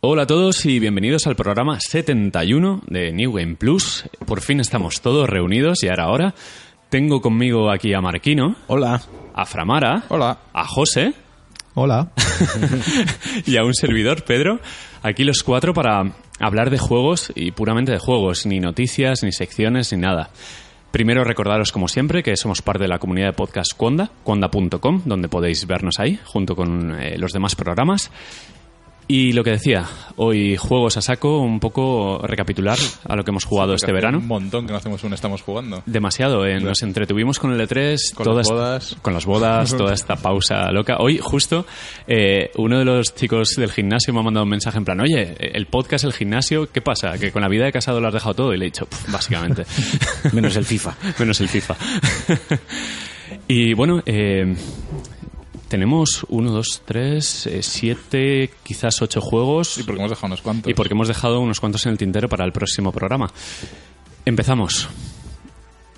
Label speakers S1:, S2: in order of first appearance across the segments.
S1: Hola a todos y bienvenidos al programa 71 de New Game Plus. Por fin estamos todos reunidos y ahora ahora tengo conmigo aquí a Marquino,
S2: Hola.
S1: a Framara,
S2: Hola.
S1: a José
S3: Hola.
S1: y a un servidor, Pedro. Aquí los cuatro para hablar de juegos y puramente de juegos, ni noticias, ni secciones, ni nada. Primero recordaros, como siempre, que somos parte de la comunidad de podcast Conda, conda.com, donde podéis vernos ahí, junto con eh, los demás programas. Y lo que decía, hoy juegos a saco, un poco recapitular a lo que hemos jugado este
S2: Hace
S1: verano.
S2: Un montón que no hacemos un estamos jugando.
S1: Demasiado, eh. nos entretuvimos con el E3,
S2: Con
S1: toda
S2: las
S1: esta-
S2: bodas.
S1: con las bodas, toda esta pausa loca. Hoy justo eh, uno de los chicos del gimnasio me ha mandado un mensaje en plan, oye, el podcast, el gimnasio, ¿qué pasa? Que con la vida de casado lo has dejado todo y le he dicho, "Pf, básicamente,
S4: Menos el FIFA.
S1: menos el FIFA. y bueno, eh, tenemos uno, dos, tres, eh, siete, quizás ocho juegos
S2: Y porque hemos dejado unos cuantos.
S1: y porque hemos dejado unos cuantos en el tintero para el próximo programa. Empezamos.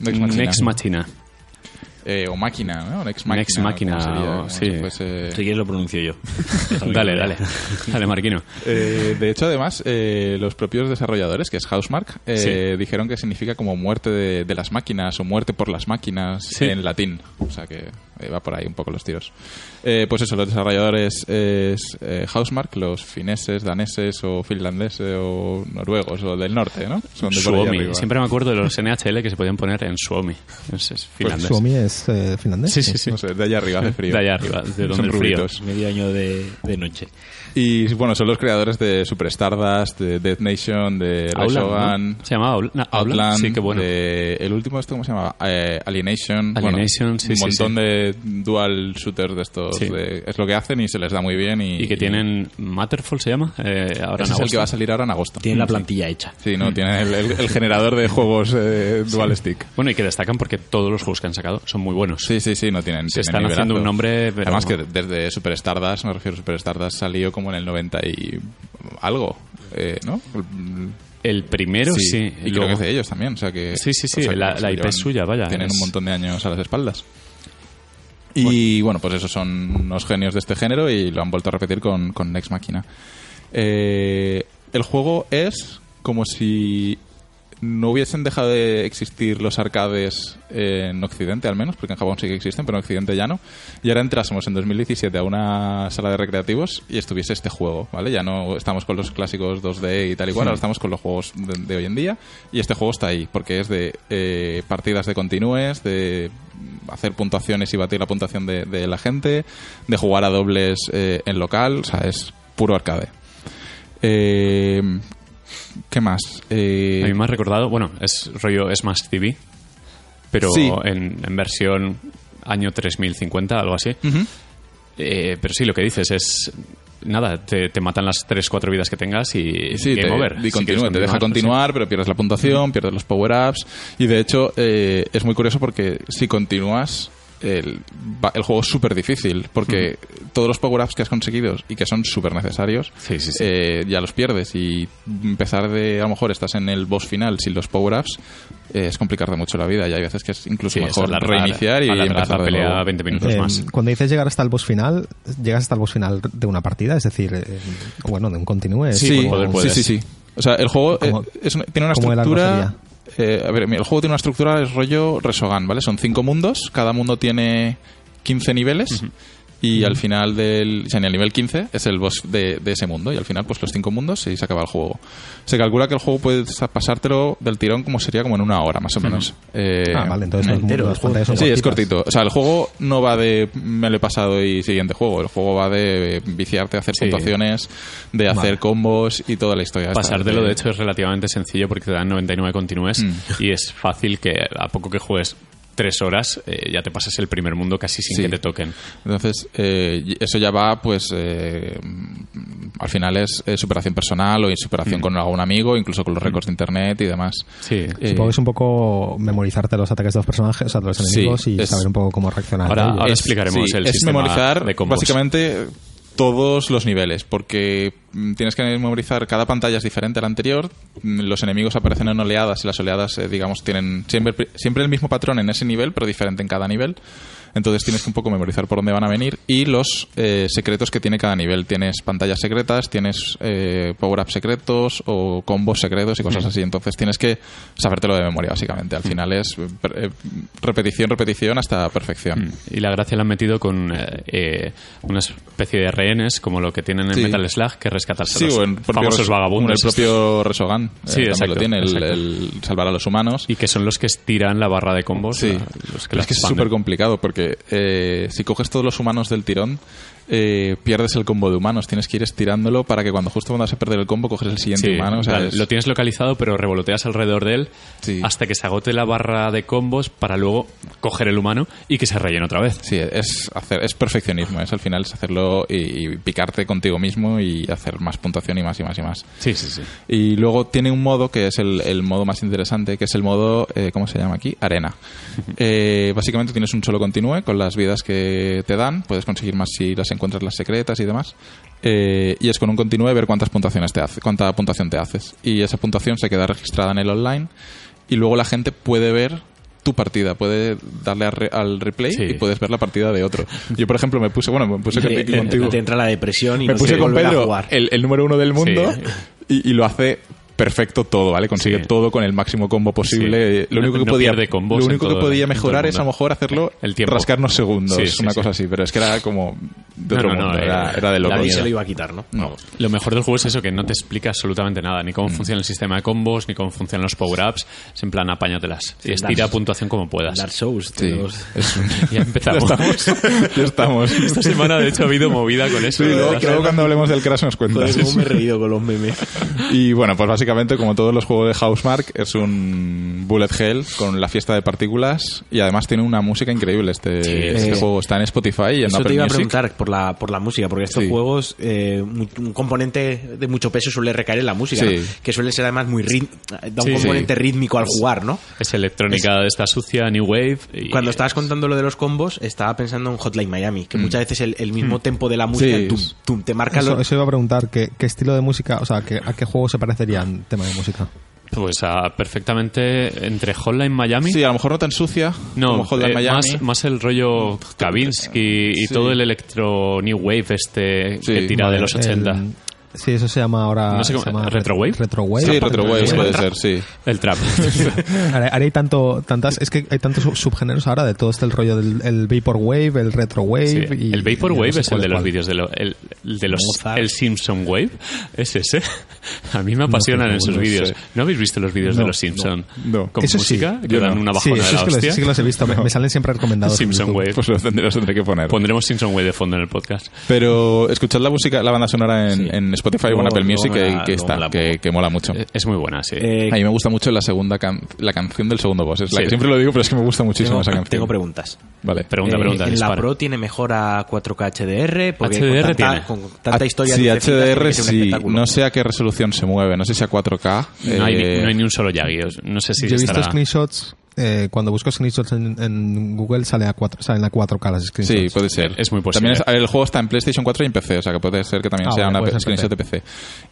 S2: Next Machina.
S1: Next Machina.
S2: Eh, o Máquina, ¿no? Next Máquina.
S1: Next Machina,
S2: como sería, ¿eh?
S1: o-
S2: como
S1: sí.
S2: si fuese-
S4: Si quieres lo pronuncio yo.
S1: Dale, dale. Dale, Marquino.
S2: Eh, de hecho, además, eh, los propios desarrolladores, que es Housemark, eh,
S1: Sí.
S2: dijeron que significa como muerte de, de las máquinas o muerte por las máquinas
S1: Sí.
S2: en latín. O sea que eh, va por ahí un poco los tiros. Eh, pues eso, los desarrolladores es eh, Housemark, los fineses, daneses o finlandeses o noruegos o del norte, ¿no? Son de por allá
S1: Suomi.
S2: arriba.
S1: Siempre me acuerdo de los NHL que se podían poner en Suomi. Es,
S2: Pues
S1: es finlandés.
S3: Suomi es eh, finlandés.
S1: Sí, sí, sí.
S2: No sé, de allá arriba hace frío.
S1: De allá arriba, de donde
S2: Son
S1: el frío.
S2: rubitos.
S4: Medio año de, de noche.
S2: Y bueno, son los creadores de Super Stardust, de Death Nation, de Rise
S1: Outland,
S2: of An,
S1: ¿no? Se llamaba Aul- no, Outland.
S2: Outland,
S1: Sí, qué bueno.
S2: de- el último, ¿esto cómo se llama? Eh, Alienation.
S1: Alienation,
S2: Bueno,
S1: sí,
S2: Un
S1: sí,
S2: montón
S1: sí.
S2: de dual shooters de estos.
S1: Sí.
S2: de- es lo que hacen y se les da muy bien. Y,
S1: Y que tienen... Matterfall se llama. Eh, ahora en
S2: Ese es el
S1: agosto.
S2: que va a salir ahora en agosto.
S4: Tiene la plantilla hecha.
S2: Sí, no, tiene el, el- el generador de juegos eh, dual stick.
S1: Bueno, y que destacan porque todos los juegos que han sacado son muy buenos.
S2: Sí, sí, sí, no tienen.
S1: Se están
S2: tienen
S1: haciendo
S2: nivelazos.
S1: un nombre, pero-
S2: Además, que desde Super Stardust, me refiero a Super Stardust, salió como en el 90 y algo, eh, ¿no?
S1: El primero, sí.
S2: Y creo
S1: luego-
S2: que es de ellos también, o sea que...
S1: Sí, sí, sí,
S2: o sea que
S1: la-
S2: se
S1: la
S2: lo
S1: IP es suya, vaya,
S2: Tienen
S1: es-
S2: un montón de años a las espaldas. Y bueno, pues esos son unos genios de este género y lo han vuelto a repetir con, con Next Machina. Eh, el juego es como si no hubiesen dejado de existir los arcades eh, en Occidente, al menos, porque en Japón sí que existen, pero en Occidente ya no. Y ahora entrásemos en 2017 a una sala de recreativos y estuviese este juego, ¿vale? Ya no estamos con los clásicos 2D y tal y cual, ahora estamos con los juegos de, de hoy en día. Y este juego está ahí, porque es de eh, partidas de continúes, de hacer puntuaciones y batir la puntuación de, de la gente, de jugar a dobles eh, en local, o sea, es puro arcade. Eh, ¿Qué más? Eh,
S1: A mí me ha recordado... Bueno, es rollo Smash TV, pero
S2: Sí.
S1: en, en versión año 3050, algo así.
S2: Ujú.
S1: Eh, pero sí, lo que dices es... Nada, te, te matan las 3-4 vidas que tengas y
S2: Sí,
S1: game
S2: te,
S1: over.
S2: y
S1: Si
S2: continúa,
S1: quieres pues
S2: te deja continuar, pero pierdes la puntuación, pierdes los power-ups. Y de hecho, eh, es muy curioso porque si continúas, el, va- el juego es súper difícil. Porque todos los power-ups que has conseguido y que son súper necesarios,
S1: Sí, sí, sí.
S2: eh, ya los pierdes. Y empezar de, a lo mejor, estás en el boss final sin los power-ups, eh, es complicarte mucho la vida. Y hay veces que es incluso
S1: Sí, es
S2: pues mejor
S1: alargar-
S2: reiniciar y
S1: alargar
S2: empezar
S1: la
S2: de
S1: pelea
S2: nuevo.
S1: 20 minutos
S3: Eh,
S1: más.
S3: Cuando dices llegar hasta el boss final, llegas hasta el boss final de una partida, es decir, eh, bueno, de un continúe. es
S2: Sí,
S3: como-
S1: poder,
S2: sí,
S1: puedes.
S2: sí, sí. O sea, el juego eh,
S3: Como-
S2: es una- tiene una
S3: como el
S2: estructura.
S3: arma
S2: eh, a ver, mira, el juego tiene una estructura es rollo Resogan, ¿vale? Son cinco mundos, cada mundo tiene 15 niveles. Y al final del. O sea, en el nivel 15 es el boss de, de ese mundo. Y al final, pues los cinco mundos y se acaba el juego. Se calcula que el juego puedes pasártelo del tirón como sería como en una hora, más o menos. Eh,
S3: Ah, vale, entonces los
S4: entero,
S3: mundos, las pantallas son
S2: Sí, es
S3: cortitas.
S2: cortito. O sea, el juego no va de me lo he pasado y siguiente juego. El juego va de viciarte, hacer
S1: Sí.
S2: puntuaciones, de hacer
S3: Vale.
S2: combos y toda la historia. esta.
S1: Pasártelo, de hecho, es relativamente sencillo porque te dan 99 continúes
S2: eh. Mm.
S1: y es fácil que a poco que juegues tres horas eh, ya te pases el primer mundo casi sin
S2: Sí.
S1: que te toquen.
S2: Entonces, eh, y eso ya va, pues, eh, al final es eh, superación personal o
S1: Mm.
S2: superación con algún amigo, incluso con los récords de internet y demás.
S1: Sí.
S2: Eh,
S3: Supongo que es un poco memorizarte los ataques de los personajes, o sea, de los
S2: Sí,
S3: enemigos y
S2: es-
S3: saber un poco cómo reaccionar.
S1: Ahora-
S3: a ellos.
S1: ahora- explicaremos el
S2: es
S1: sistema
S2: memorizar
S1: de combos.
S2: básicamente todos los niveles, porque mm, tienes que memorizar cada pantalla es diferente a la anterior, mm, los enemigos aparecen en oleadas y las oleadas, eh, digamos, tienen siempre, siempre el mismo patrón en ese nivel, pero diferente en cada nivel. Entonces tienes que un poco memorizar por dónde van a venir y los eh, secretos que tiene cada nivel. Tienes pantallas secretas, tienes eh, power-ups secretos o combos secretos y cosas
S1: Mm.
S2: así. Entonces tienes que sabértelo de memoria, básicamente. Al final es eh, per- eh, repetición, repetición hasta perfección.
S1: Mm. Y la gracia la han metido con eh, eh, una especie de rehenes, como lo que tienen en
S2: Sí.
S1: Metal Slug, que rescatarse a los
S2: o en propio
S1: famosos
S2: Res-
S1: vagabundos.
S2: El propio Resogan eh,
S1: Sí,
S2: también
S1: exacto,
S2: lo tiene, el-
S1: exacto.
S2: el salvar a los humanos.
S1: Y que son los que estiran la barra de combos.
S2: Sí,
S1: la- los que
S2: Pero
S1: la
S2: es que es
S1: expanden.
S2: súper complicado porque eh, si coges todos los humanos del tirón, eh, pierdes el combo de humanos. Tienes que ir estirándolo para que cuando justo cuando vas a perder el combo coges el siguiente
S1: Sí,
S2: humano. o sea,
S1: vale,
S2: es-
S1: Lo tienes localizado, pero revoloteas alrededor de él
S2: Sí.
S1: hasta que se agote la barra de combos para luego coger el humano y que se rellene otra vez.
S2: Sí, es, hacer, es perfeccionismo, es al final es hacerlo y, y picarte contigo mismo y hacer más puntuación y más y más y más.
S1: Sí, sí, sí.
S2: Y luego tiene un modo que es el, el modo más interesante, que es el modo, eh, ¿cómo se llama aquí? Arena. Eh, básicamente tienes un solo continúe con las vidas que te dan, puedes conseguir más si las encuentras las secretas y demás. Eh, y es con un continúe ver cuántas puntuaciones te hace, cuánta puntuación te haces. Y esa puntuación se queda registrada en el online y luego la gente puede ver tu partida, puede darle a re- al replay
S1: Sí.
S2: y puedes ver la partida de otro. Yo, por ejemplo, me puse, bueno, me puse
S4: Te,
S2: contigo
S4: te- te entra la depresión y
S2: me
S4: no
S2: puse
S4: quieres
S2: con
S4: volver a
S2: Pedro,
S4: jugar.
S2: el, el número uno del mundo,
S1: Sí.
S2: y, y lo hace perfecto todo, ¿vale? Consigue
S1: Sí.
S2: todo con el máximo combo posible.
S1: Sí.
S2: Lo único
S1: No-
S2: que
S1: no
S2: podía,
S1: pierde combos
S2: lo
S1: en
S2: único que
S1: todo el-
S2: podía
S1: en todo el
S2: mejorar es a lo
S1: mundo.
S2: mejor hacerlo
S1: El tiempo.
S2: rascarnos segundos,
S1: Sí, sí,
S2: una
S1: sí.
S2: cosa así, pero es que era como de
S1: No,
S2: otro
S1: no, no,
S2: mundo,
S1: eh,
S2: era, era de
S4: Nadie
S2: locos.
S4: se lo iba a quitar, ¿no?
S2: No.
S1: Lo mejor del juego es eso, que no te explica absolutamente nada, ni
S2: Mm.
S1: cómo funciona el sistema de combos, ni cómo funcionan los power-ups. Es en plan, apáñatelas. Y estira
S4: Dark-
S1: puntuación como puedas.
S4: Dark Souls.
S2: Sí,
S4: tenemos-
S2: es un-
S1: Ya empezamos.
S2: Ya estamos. Ya estamos.
S1: Esta semana, de hecho, ha habido movida con eso.
S2: Sí, luego,
S1: ¿verdad?
S2: luego cuando hablemos del Crash nos cuentas.
S4: Joder, cómo me he reído con los memes.
S2: Y bueno, pues básicamente, como todos los juegos de Housemark, es un bullet hell con la fiesta de partículas y además tiene una música increíble este, este
S4: sí.
S2: juego. Está en Spotify y en
S4: Eso
S2: Apple
S4: te iba a
S2: Music.
S4: preguntar por la, por la música, porque estos
S2: Sí.
S4: juegos, eh, un, un componente de mucho peso suele recaer en la música,
S2: Sí.
S4: ¿no? que suele ser además muy rit- da un
S1: Sí,
S4: componente
S2: sí.
S4: rítmico al jugar, ¿no?
S1: Es electrónica de esta sucia, New Wave. y-
S4: Cuando estabas contando lo de los combos, estaba pensando en Hotline Miami, que muchas veces el, el mismo tempo de la música,
S2: Mm. Sí,
S4: el tum,
S2: es-
S4: tum, te marca
S3: Eso,
S4: lo-
S3: eso iba a preguntar, ¿qué, qué estilo de música, o sea, ¿qué- a qué juego se parecería en tema de música?
S1: Pues ah, perfectamente entre Hotline Miami.
S2: Sí, a lo mejor no tan sucia
S1: No,
S2: como Hotline
S1: eh,
S2: Miami.
S1: Más, más el rollo Kavinsky y
S2: Sí.
S1: todo el electro New Wave este
S2: Sí,
S1: que tira de los
S3: El-
S1: 80.
S3: sí, eso se llama ahora...
S1: No sé cómo-
S3: se llama
S1: ¿Retrowave?
S3: Retrowave.
S2: Sí, Retrowave puede ser, sí.
S1: El trap.
S3: Ahora, ahora hay tanto, tantas, es que hay tantos sub- subgéneros ahora de todo este el rollo del el Vaporwave, el Retrowave.
S1: Sí.
S3: y-
S1: El
S3: y no
S1: Vaporwave
S3: sé
S1: es el
S3: cuál
S1: de los
S3: cuál.
S1: vídeos de lo- el, el de los
S4: Mozart.
S1: el Simpson Wave. Es ese. A mí me apasionan
S2: no,
S1: esos
S2: no
S1: vídeos.
S2: sé.
S1: ¿No habéis visto los vídeos de
S3: No,
S1: los Simpson?
S2: no, no.
S1: Con
S3: Eso sí,
S1: música que
S2: yo
S1: dan
S2: no.
S1: una
S3: Sí,
S1: bajada de
S3: eso
S1: la
S3: es que los,
S1: hostia.
S3: sí que los he visto, me, me salen siempre recomendados. en
S1: Simpson
S3: YouTube.
S1: Wave.
S2: Pues lo tendré, los tendré que poner.
S1: Pondremos Simpson Wave de fondo en el podcast.
S2: Pero escuchad la música, la banda sonora en, en Spotify o en
S4: Luego-
S2: Apple
S4: luego
S2: Music,
S4: me
S2: que,
S4: la-
S2: que
S4: luego me
S2: está,
S4: la
S2: que, que mola mucho.
S1: Eh, Es muy buena, sí.
S4: Eh,
S2: a mí me gusta mucho la segunda can- la canción del segundo boss. Es la
S1: Sí.
S2: que siempre lo digo, pero es que me gusta muchísimo
S4: tengo,
S2: esa canción.
S4: tengo preguntas.
S2: Vale.
S1: pregunta,
S4: Eh,
S1: pregunta.
S4: en la
S1: dispara.
S4: Pro tiene mejora 4K HDR, porque
S1: HDR
S4: pues con tanta,
S1: tiene.
S4: con tanta
S2: Ah,
S4: historia
S2: Sí,
S4: lucecitas tiene
S2: HDR
S4: que ser un
S2: sí.
S4: espectáculo.
S2: No sé a qué resolución se mueve. No sé si a 4K.
S1: no, hay,
S2: eh,
S1: ni- no hay ni un solo Yagi. os- No sé si
S3: Yo he visto
S1: estará...
S3: screenshots, eh, cuando busco screenshots en, en Google sale a cuatro, salen a 4K las
S2: Sí,
S3: screenshots.
S2: puede ser.
S1: Es muy posible.
S2: También es- a ver, el juego está en PlayStation 4 y en PC, o sea que puede ser que también
S3: Ah,
S2: sea
S3: vale, puede
S2: una
S3: ser
S2: screenshot de PC.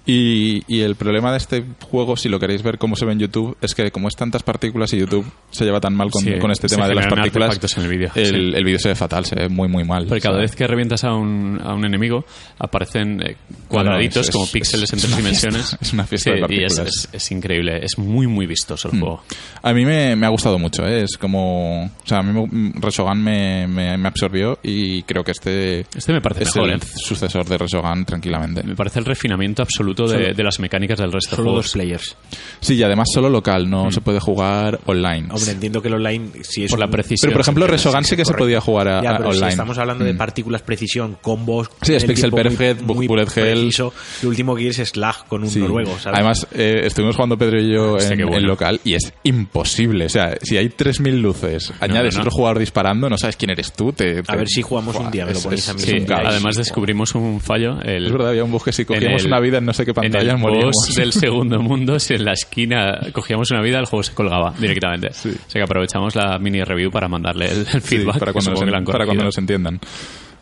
S2: Y, y el problema de este juego, si lo queréis ver cómo se ve en YouTube, es que como es tantas partículas y YouTube se lleva tan mal con,
S1: Sí,
S2: con este
S1: se
S2: tema de las
S1: generan
S2: partículas,
S1: artefactos en el vídeo,
S2: el,
S1: sí.
S2: el vídeo se ve fatal, se ve muy, muy mal.
S1: Porque cada
S2: O sea,
S1: vez que revientas a un, a un enemigo, aparecen eh, cuadraditos
S2: No, no, es-
S1: como
S2: es-
S1: píxeles en
S2: es
S1: tres
S2: una
S1: dimensiones.
S2: fiesta, es una fiesta
S1: Sí,
S2: de
S1: y es,
S2: partículas. Hmm.
S1: es- es increíble. Es muy, muy vistoso el juego.
S2: A mí me, me ha gustado mucho, ¿eh? es como... O sea, a mí me- Resogan me, me- me absorbió y creo que este,
S1: Este me parece
S2: es
S1: mejor,
S2: el
S1: ¿eh?
S2: sucesor de Resogan tranquilamente.
S1: Me parece el refinamiento absoluto de, de las mecánicas del resto de
S4: Solo
S1: juegos.
S4: dos players.
S2: Sí, y además solo local, no se puede jugar online.
S4: Hombre, entiendo que el online, si es
S1: Por la
S4: un-
S1: precisión.
S2: Pero, por ejemplo, Resogan sí que se
S4: correcto.
S2: podía jugar a-
S4: Ya,
S2: a-
S4: pero si
S2: online.
S4: estamos hablando
S1: Mm.
S4: de partículas precisión, combos.
S2: Sí, es
S4: del
S2: pixel
S4: tipo muy-
S2: perfect, bu-
S4: muy
S2: bullet hell.
S4: preciso. Lo último que es es lag con un
S2: Sí.
S4: noruego, ¿sabes?
S2: Además, eh, estuvimos jugando Pedro y yo
S1: Hostia,
S2: en,
S1: qué bueno.
S2: en local y es imposible. O sea, si hay 3.000 luces, añades
S1: no, no.
S2: otro jugador disparando, no sabes quién eres tú. Te, te-
S4: ver si jugamos un día, me lo
S2: es-
S4: ponéis
S2: es-
S4: a mí.
S2: es
S1: Sí,
S2: un caos.
S1: además descubrimos un fallo. El,
S2: Es verdad, había un bug que si cogíamos
S1: el-
S2: una vida en no sé qué
S1: en
S2: pantalla
S1: el
S2: moríamos.
S1: boss del segundo mundo, si en la esquina cogíamos una vida, el juego se colgaba directamente.
S2: Sí.
S1: O sea que aprovechamos la mini review para mandarle el, el
S2: Sí,
S1: feedback.
S2: para,
S1: que
S2: cuando nos,
S1: supongo que lo han
S2: para
S1: corregido.
S2: cuando nos entiendan.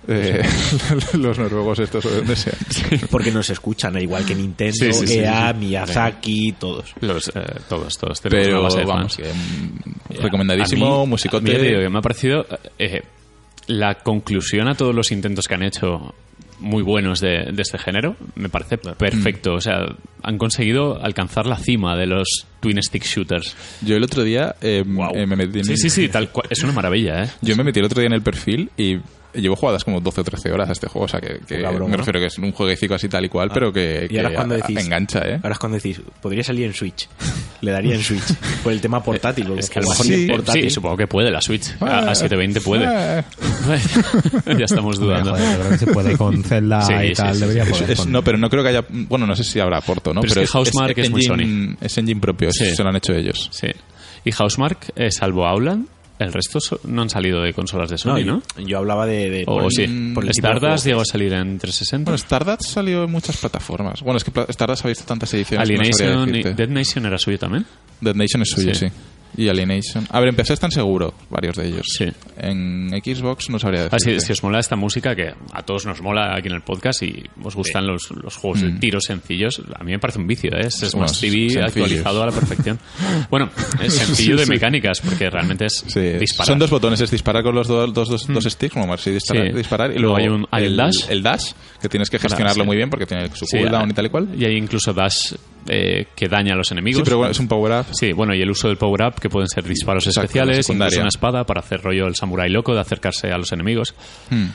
S2: Eh, los noruegos estos o de donde sean.
S4: Porque nos escuchan, al igual que Nintendo,
S1: Sí, sí, sí,
S4: EA,
S1: sí.
S4: Miyazaki, todos.
S1: Los, eh, todos, todos. Tenemos una
S2: Pero
S1: base de fans.
S2: vamos, que, mm, recomendadísimo,
S1: A mí- a mí ya te digo
S2: musicote.
S1: que me ha parecido eh, la conclusión a todos los intentos que han hecho muy buenos de, de este género me parece perfecto. O sea, han conseguido alcanzar la cima de los twin stick shooters.
S2: Yo el otro día eh,
S1: Guau.
S2: eh, me metí en
S1: Sí, sí, sí, tal cual. Es una maravilla, ¿eh?
S2: Yo me metí el otro día en el perfil y llevo jugadas como 12 o 13 horas a este juego. O sea, que, que
S4: Poca broma,
S2: me
S4: ¿no?
S2: refiero que es un jueguecito así tal y cual,
S1: Ah.
S2: pero que,
S4: y ahora
S2: que
S4: es cuando
S2: a-
S4: decís.
S2: engancha, ¿eh?
S4: Ahora es cuando decís, podría salir en Switch. Le daría en Switch. Por el tema portátil. porque
S1: Eh, Es que a lo
S4: por
S1: mejor
S4: sí,
S1: sí,
S4: portátil.
S1: sí, supongo que puede la Switch. A, a 720 puede.
S2: Ah,
S1: ya estamos
S3: Joder,
S1: dudando.
S3: yo creo que se puede con Zelda
S1: Sí,
S3: y
S1: sí,
S3: tal.
S1: sí,
S3: debería
S1: sí,
S2: es-
S3: poder
S2: es-
S3: con-
S2: no, pero no creo que haya. Bueno, no sé si habrá aporto, ¿no?
S1: Pero es que Housemarque es muy
S2: engine, es engine propio, eso
S1: Sí.
S2: se lo han hecho ellos.
S1: Sí. Y Housemark, eh, salvo Auland, el resto so- no han salido de consolas de Sony, ¿no?
S4: yo, yo hablaba de. de
S1: O
S4: por-
S1: sí.
S4: por el tipo de
S1: Stardust
S4: juego.
S1: llegó a salir en 360.
S2: Bueno, Stardust salió en muchas plataformas. Bueno, es que pla- Stardust ha visto tantas ediciones. que no sabría
S1: Alienation y
S2: decirte.
S1: Dead Nation era suyo también.
S2: Dead Nation es suyo, sí.
S1: Sí.
S2: Y Alienation. A ver, en PC están seguro varios de ellos.
S1: Sí.
S2: En Xbox no sabría decir.
S1: Ah, si, si os mola esta música, que a todos nos mola aquí en el podcast y os gustan los, los juegos de tiros sencillos, a mí me parece un vicio, ¿eh? Es Smash
S2: Bueno,
S1: TV
S2: Mm. sencillos.
S1: actualizado a la perfección. Bueno, es sencillo
S2: Sí,
S1: de
S2: sí.
S1: mecánicas, porque realmente es
S2: Sí,
S1: disparar. Hmm.
S2: son dos botones, es disparar con los do- dos, dos, dos sticks, como así, disparar,
S1: Sí.
S2: disparar y luego
S1: Luego hay un- hay el dash.
S2: el dash, que tienes que
S1: Para,
S2: gestionarlo
S1: sí.
S2: muy bien porque tiene su
S1: Sí,
S2: cooldown
S1: ah,
S2: y tal y cual.
S1: Y hay incluso dash eh, que daña a los enemigos.
S2: Sí, pero bueno, es un power-up.
S1: Sí, bueno, y el uso del power-up, que pueden ser disparos
S2: Exacto,
S1: especiales,
S2: secundaria.
S1: incluso una espada para hacer rollo el samurái loco de acercarse a los enemigos.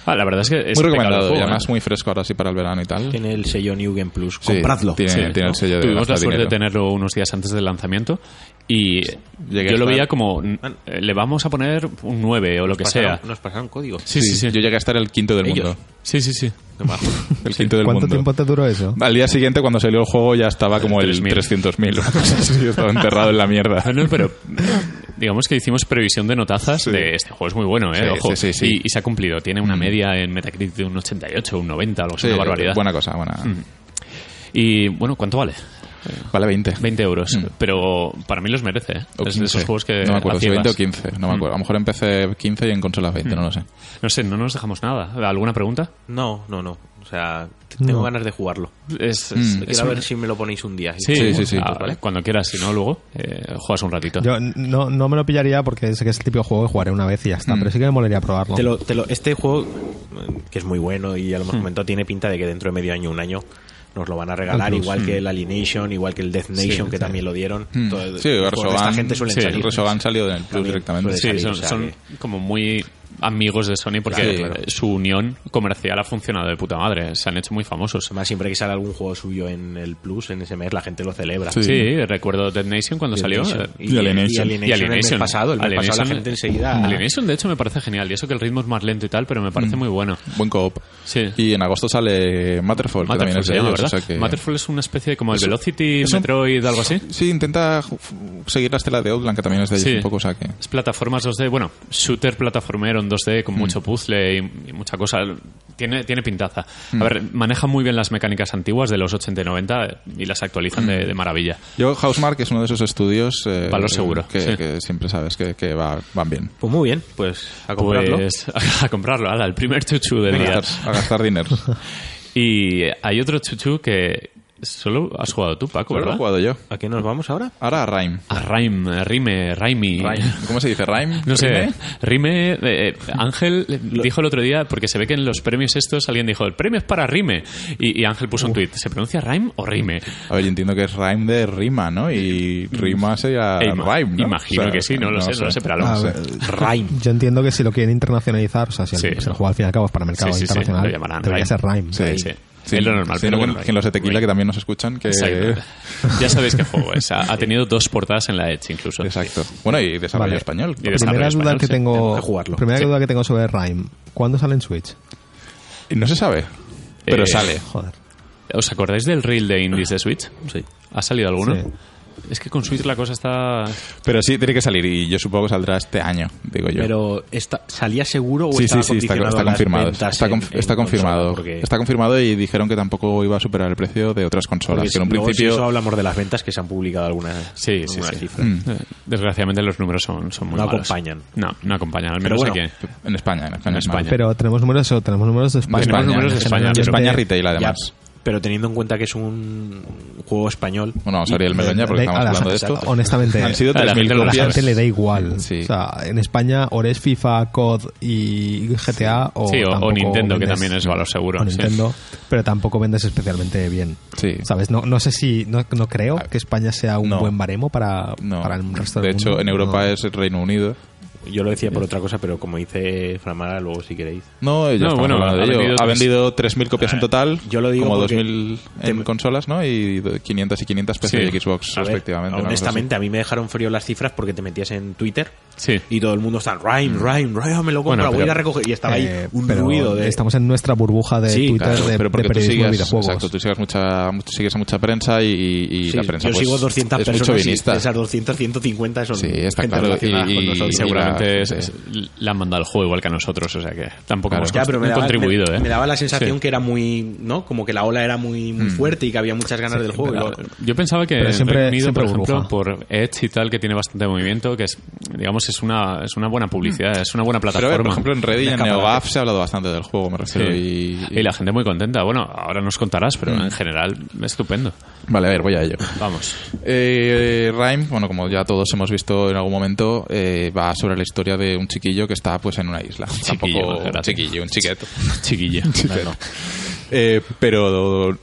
S1: Ah, la verdad es que es
S2: Hmm.
S1: impecable
S2: Muy
S1: el
S2: recomendado, y
S1: juego,
S2: además
S1: ¿eh?
S2: muy fresco ahora sí para el verano y tal.
S4: Tiene el sello New Game Plus.
S2: Sí,
S4: Compradlo.
S2: Tiene,
S1: Sí,
S2: tiene
S1: ¿no?
S2: el sello de
S1: Tuvimos la
S2: gastar
S1: suerte de
S2: dinero.
S1: tenerlo unos días antes del lanzamiento y
S2: Llegué
S1: yo lo
S2: a estar-
S1: veía como "N- eh, le vamos a poner un 9 o lo que sea.
S4: Pasaron- Nos pasaron código.
S1: Sí, sí, sí.
S2: Yo llegué a estar el quinto del
S4: Ellos.
S2: mundo.
S1: Sí, sí, sí.
S4: Qué majo.
S2: El quinto del
S3: ¿Cuánto
S2: mundo.
S3: tiempo te duró eso?
S2: Al día siguiente, cuando salió el juego, ya estaba como el
S1: 3.000.
S2: 300.000. Sí, yo estaba enterrado en la mierda.
S1: Ah, no, pero eh, digamos que hicimos previsión de notazas
S2: Sí.
S1: de este juego es muy bueno, ¿eh?
S2: Sí,
S1: Ojo.
S2: sí, sí, sí. Mm.
S1: Y, y se ha cumplido. Tiene una media en Metacritic de un 88, un 90, algo así,
S2: Sí,
S1: una barbaridad. Hmm.
S2: Buena cosa, buena.
S1: Y bueno, ¿cuánto vale?
S2: Vale 20.
S1: 20 euros. Pero para mí los merece, ¿eh?
S2: Mm. O
S1: Es de
S2: 15.
S1: esos juegos que Mm.
S2: No me acuerdo,
S1: a
S2: si 20 o
S1: ciegas.
S2: 15. No me acuerdo. A lo mejor empecé 15 y en consolas 20,
S1: Mm.
S2: no lo sé.
S1: No sé, no nos dejamos nada. ¿Alguna pregunta?
S4: No, no, no. O sea, t- tengo
S3: No.
S4: ganas de jugarlo.
S1: Es,
S2: Mm.
S1: es,
S4: Quiero
S1: es
S4: a
S1: un-
S4: ver si me lo ponéis un día.
S1: Sí,
S2: Sí, sí, sí.
S1: ah, vale, Cuando quieras, si no, luego eh, juegas un ratito.
S3: Yo n- no, no me lo pillaría porque sé que es el típico juego que jugaré una vez y ya está,
S2: Mm.
S3: pero sí que me molaría probarlo.
S4: Te lo, te lo- este juego, eh, que es muy bueno y a lo
S1: Hmm.
S4: mejor comentado, tiene pinta de que dentro de medio año, un año, nos lo van a regalar,
S3: Al plus,
S1: hmm.
S4: igual que el Alienation, igual que el Death Nation, que también lo dieron.
S1: Mm.
S4: Todo-
S2: Sí,
S4: los juegos de
S2: Resogan,
S4: esta gente suelen
S1: sí,
S4: salir. pues,
S2: Resogan salió en el Plus
S4: También
S2: directamente.
S4: suele
S1: sí,
S4: salir,
S1: son,
S4: o sea
S1: son como muy amigos de Sony porque
S2: Claro, claro.
S1: eh, su unión comercial ha funcionado de puta madre. Se han hecho muy famosos.
S4: Además, siempre que sale algún juego suyo en el Plus, en ese mes, la gente lo celebra.
S1: Sí, recuerdo Dead Nation cuando
S4: Death
S1: salió.
S4: Nation.
S1: eh,
S4: Y, y Alienation.
S1: Y
S4: el mes
S1: Alienation.
S4: pasado. El mes pasado la
S1: Alienation-
S4: gente enseguida...
S1: Alienation, de hecho, me parece genial. Y eso que el ritmo es más lento y tal, pero me parece muy bueno.
S2: Buen co-op.
S1: Sí.
S2: Mm. Y en agosto sale Matterfall, que también
S1: Matterfall
S2: es de
S1: se llama,
S2: ellos. o
S1: ¿verdad?
S2: sea que-
S1: Matterfall es una especie de como el
S2: Es un-
S1: Velocity,
S2: es un-
S1: Metroid, algo así.
S2: Sí, intenta ju- seguir la estela de Outland, que también es de ellos
S1: Sí.
S2: un poco, o sea que...
S1: Es plataformas 2D, bueno, shooter plataformero en 2D
S2: Mm.
S1: con mucho puzzle y, y mucha cosa. Tiene, tiene pintaza.
S2: Mm.
S1: A ver, maneja muy bien las mecánicas antiguas de los 80 y 90 y las actualizan de,
S2: Mm.
S1: de maravilla.
S2: Yo, Housemark es uno de esos estudios... eh,
S1: Valor seguro,
S2: Que,
S1: sí.
S2: que siempre sabes que, que va- van bien.
S4: Pues muy bien, pues a comprarlo.
S1: Pues a, comprarlo, ala, el primer chuchu del
S2: A
S1: día.
S2: gastar, a gastar dinero.
S1: Y eh, hay otro chuchu que solo has jugado tú, Paco,
S2: Solo lo he
S1: ¿verdad?
S2: jugado yo.
S4: ¿A qué nos vamos ahora?
S2: Ahora a Rhyme.
S1: A Rime, Rime, Raimi.
S2: ¿Cómo se dice? ¿Rhyme?
S1: No sé,
S2: ¿Rime?
S1: Rime, eh, Ángel dijo el otro día, porque se ve que en los premios estos alguien dijo, el premio es para Rime. Y, y Ángel puso un tuit, ¿se pronuncia Rime o Rime?
S2: A ver, yo entiendo que es rhyme de rima, ¿no? Y rima sería
S1: E Mm. ima-
S2: rhyme, ¿no?
S1: Imagino
S2: O sea,
S1: que sí, no lo sé, no lo sé, pero a lo
S3: Ah,
S1: mejor.
S3: eh,
S4: Rhyme.
S3: Yo entiendo que si lo quieren internacionalizar, o sea, si el,
S1: Sí.
S3: si el juego al fin y al cabo es para mercado
S1: Sí, sí, sí,
S3: internacional,
S1: lo llamarán
S3: debería
S1: Rhyme.
S3: ser Rhyme.
S1: Sí, sí. Es lo normal, pero
S2: Sino que-
S1: bueno,
S2: que los de Tequila,
S1: rhyme.
S2: que también nos escuchan, que...
S1: Exacto. Ya sabéis qué juego es. Ha, ha tenido dos portadas en la Edge incluso.
S2: Exacto. Bueno, y desarrollo
S3: Vale.
S2: español.
S1: Y de-
S3: Primera
S1: desarrollo
S3: duda
S1: español,
S3: que
S1: sí,
S3: tengo,
S4: tengo que jugarlo.
S3: primera
S1: Sí.
S3: duda que tengo sobre Rhyme. ¿Cuándo sale en Switch?
S2: Y No se sabe, pero
S1: Eh,
S2: sale.
S3: Joder.
S1: ¿Os acordáis del reel de Indies de Switch?
S4: Sí.
S1: ¿Ha salido alguno?
S3: Sí.
S1: Es que con Switch la cosa está...
S2: Pero sí, tiene que salir y yo supongo que saldrá este año, digo yo.
S4: Pero ¿está- salía seguro o
S2: sí, sí,
S4: estaba
S2: sí, está,
S4: condicionado
S2: está
S4: a las
S2: confirmado.
S4: ventas
S2: Está,
S4: en-
S2: conf-
S4: en
S2: está confirmado.
S4: consola? Porque-
S2: Está confirmado y dijeron que tampoco iba a superar el precio de otras consolas.
S4: porque
S2: que en un
S4: luego, si
S2: principio...
S4: eso hablamos de las ventas que se han publicado algunas,
S1: Sí, sí,
S4: algunas
S1: sí.
S4: cifras.
S2: Mm.
S1: Eh, Desgraciadamente los números son, son muy
S4: No
S1: malos.
S4: acompañan.
S1: No, no acompañan. Al
S4: Pero
S1: menos
S4: bueno,
S1: aquí.
S2: En España, en España.
S1: En
S2: es malo.
S1: España.
S3: Pero tenemos números, o tenemos números de España.
S2: De España.
S1: números de España,
S2: Y
S1: pero-
S2: España retail,
S4: Ya,
S2: además.
S4: pero teniendo en cuenta que es un juego español.
S2: Bueno, vamos a abrir el melón ya porque
S3: Le-
S2: estamos
S3: a la
S2: hablando de
S3: gente-
S2: esto.
S3: Honestamente,
S2: Han sido
S1: A la
S2: 3.000
S1: Ah, gente lo
S3: a la
S1: copias.
S3: gente le da igual.
S2: Sí.
S3: O sea, en España o eres FIFA, COD y GTA o,
S1: Sí, o- o
S3: tampoco
S1: Nintendo, que
S3: vendes-
S1: también es valor seguro,
S3: o
S1: sí.
S3: Nintendo, pero tampoco vendes especialmente bien.
S2: Sí. Ah,
S3: ¿Sabes? No, no sé si. No, no creo que España sea un
S2: No.
S3: buen baremo para,
S2: No.
S3: para el resto
S2: de
S3: del
S2: hecho,
S3: mundo.
S2: en Europa
S3: No.
S2: es el Reino Unido.
S4: Yo lo decía por otra cosa, pero como dice Framara, luego si queréis.
S2: No, ya
S1: No,
S2: estamos
S1: bueno,
S2: hablando de
S1: ha
S2: ello.
S1: vendido
S2: ha
S1: tres-
S2: vendido 3.000 copias en total,
S4: yo lo digo
S2: como
S4: porque
S2: 2.000 en
S4: te-
S2: consolas, ¿no? Y do- 500 y 500 PC
S1: Sí.
S2: y Xbox,
S4: A ver,
S2: respectivamente. una cosa
S4: honestamente, a mí me dejaron frío las cifras porque te metías en Twitter
S1: Sí.
S4: y todo el mundo está,
S2: Mm.
S4: Rhyme, Rhyme, Rhyme, me lo compro,
S1: Bueno,
S4: voy a
S1: pero-
S4: ir a recoger. Y estaba ahí
S3: Eh,
S4: un
S3: pero
S4: ruido de.
S3: Estamos en nuestra burbuja de
S4: Sí,
S2: así.
S3: Twitter
S2: Claro,
S3: de,
S2: pero
S3: de
S2: porque tú
S3: periodismo
S2: sigues,
S3: de videojuegos.
S2: exacto, tú sigues mucha, mu- sigues a mucha prensa y, y
S4: Sí,
S2: la prensa
S4: yo
S2: pues,
S4: sigo 200
S2: es
S4: personas
S2: mucho
S4: y
S2: vinista.
S4: de esas 200, 150 son
S2: Sí, está
S4: gente
S2: claro,
S4: relacionada
S2: y-
S4: con
S2: y-
S1: Y
S4: nosotros.
S1: seguramente
S2: la-
S1: es- es- le han mandado el juego igual que a nosotros, o sea que tampoco
S2: Claro.
S1: hemos
S4: Ya, pero me
S1: cons-
S4: daba,
S1: contribuido.
S4: me-
S1: ¿eh?
S4: me daba la sensación
S1: Sí.
S4: que era muy, ¿no? Como que la ola era muy,
S2: Mm.
S4: muy fuerte y que había muchas ganas del juego. y luego-
S1: eh, Yo pensaba que
S3: Pero
S1: en
S3: siempre-
S1: Reino Unido,
S3: siempre
S1: por ejemplo,
S3: burbuja.
S1: por Edge y tal, que tiene bastante movimiento, que es, digamos, es una, es una buena publicidad, es una buena
S2: Pero, a
S1: plataforma.
S2: ver, por ejemplo, en Reddit y en
S4: Escaparate.
S2: NeoGAF se ha hablado bastante del juego, me
S1: Sí.
S2: refiero. y-
S1: Y la gente muy contenta. Bueno, ahora nos contarás, pero en general, estupendo.
S2: Vale, a ver, voy a ello.
S1: Vamos.
S2: Eh, Rhyme, bueno, como ya todos hemos visto en algún momento, eh, va sobre la historia de un chiquillo que está pues en una isla.
S1: chiquillo,
S2: Tampoco-
S1: más
S2: un
S1: gracia.
S2: chiquillo, un chiqueto.
S1: Chiquilla.
S2: Eh, pero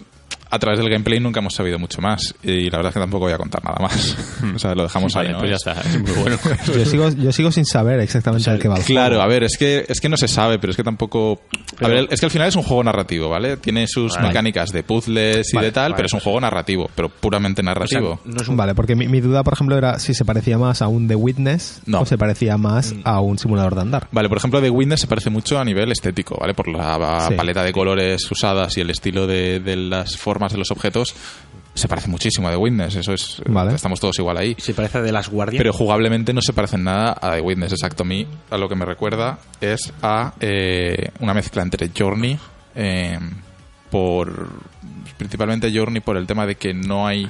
S2: a través del gameplay nunca hemos sabido mucho más. Y la verdad es que tampoco voy a contar nada más. o sea, lo dejamos
S1: Hmm. Vale,
S2: ahí. ¿no?
S1: pues ya está. Es muy bueno.
S3: Yo sigo, yo sigo sin saber exactamente de qué va el juego.
S2: Claro, a ver, es que, es que no se sabe, pero es que tampoco... a ver, es que al final es un juego narrativo, ¿vale? Tiene sus mecánicas de puzzles y de tal, pero es
S1: pues
S2: un juego narrativo, pero puramente narrativo.
S4: no es un-
S3: Vale, porque mi, mi duda, por ejemplo, era si se parecía más a un The Witness
S2: No.
S3: o se parecía
S4: Mm.
S3: más a un simulador de andar.
S2: Vale, por ejemplo, The Witness se parece mucho a nivel estético, ¿vale? Por la la
S3: Sí.
S2: paleta de colores usadas y el estilo de, de las formas de los objetos, se parece muchísimo a The Witness, eso es...
S3: Vale.
S2: Estamos todos igual ahí.
S4: Se parece a The Last Guardian.
S2: Pero jugablemente no se parecen nada a The Witness, exacto. A mí, a lo que me recuerda es a eh, una mezcla entre Journey, eh, por principalmente Journey por el tema de que no hay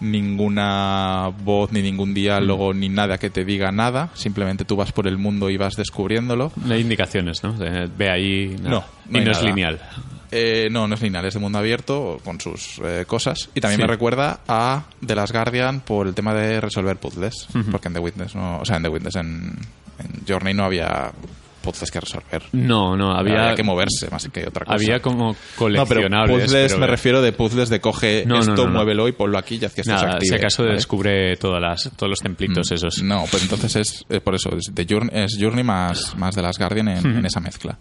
S2: ninguna voz ni ningún diálogo
S3: Mm.
S2: ni nada que te diga nada simplemente tú vas por el mundo y vas descubriéndolo
S1: No hay indicaciones, ¿no? De- ve ahí. nada.
S2: No,
S1: y
S2: no hay
S1: no es
S2: nada.
S1: lineal.
S2: Eh, no, no es lineal, es de mundo abierto con sus eh, cosas. Y también
S1: Sí.
S2: me recuerda a The Last Guardian por el tema de resolver puzzles. Porque en The Witness, no, o sea, en The Witness, en, en Journey no había puzzles que resolver.
S1: No, no,
S2: Había,
S1: había.
S2: que moverse más que otra cosa.
S1: había como
S2: no, pero
S1: coleccionables.
S2: puzzles
S1: pero-
S2: me refiero de puzzles de coge
S1: No, no,
S2: esto,
S1: no, no.
S2: muévelo y ponlo aquí y haz que esto se
S1: Nada,
S2: active.
S1: si acaso
S2: ¿vale?
S1: descubre todas las, todos los templitos esos.
S2: No, pues entonces es eh, por eso, es, The Journey, es Journey más, más de las Guardian en, en esa mezcla.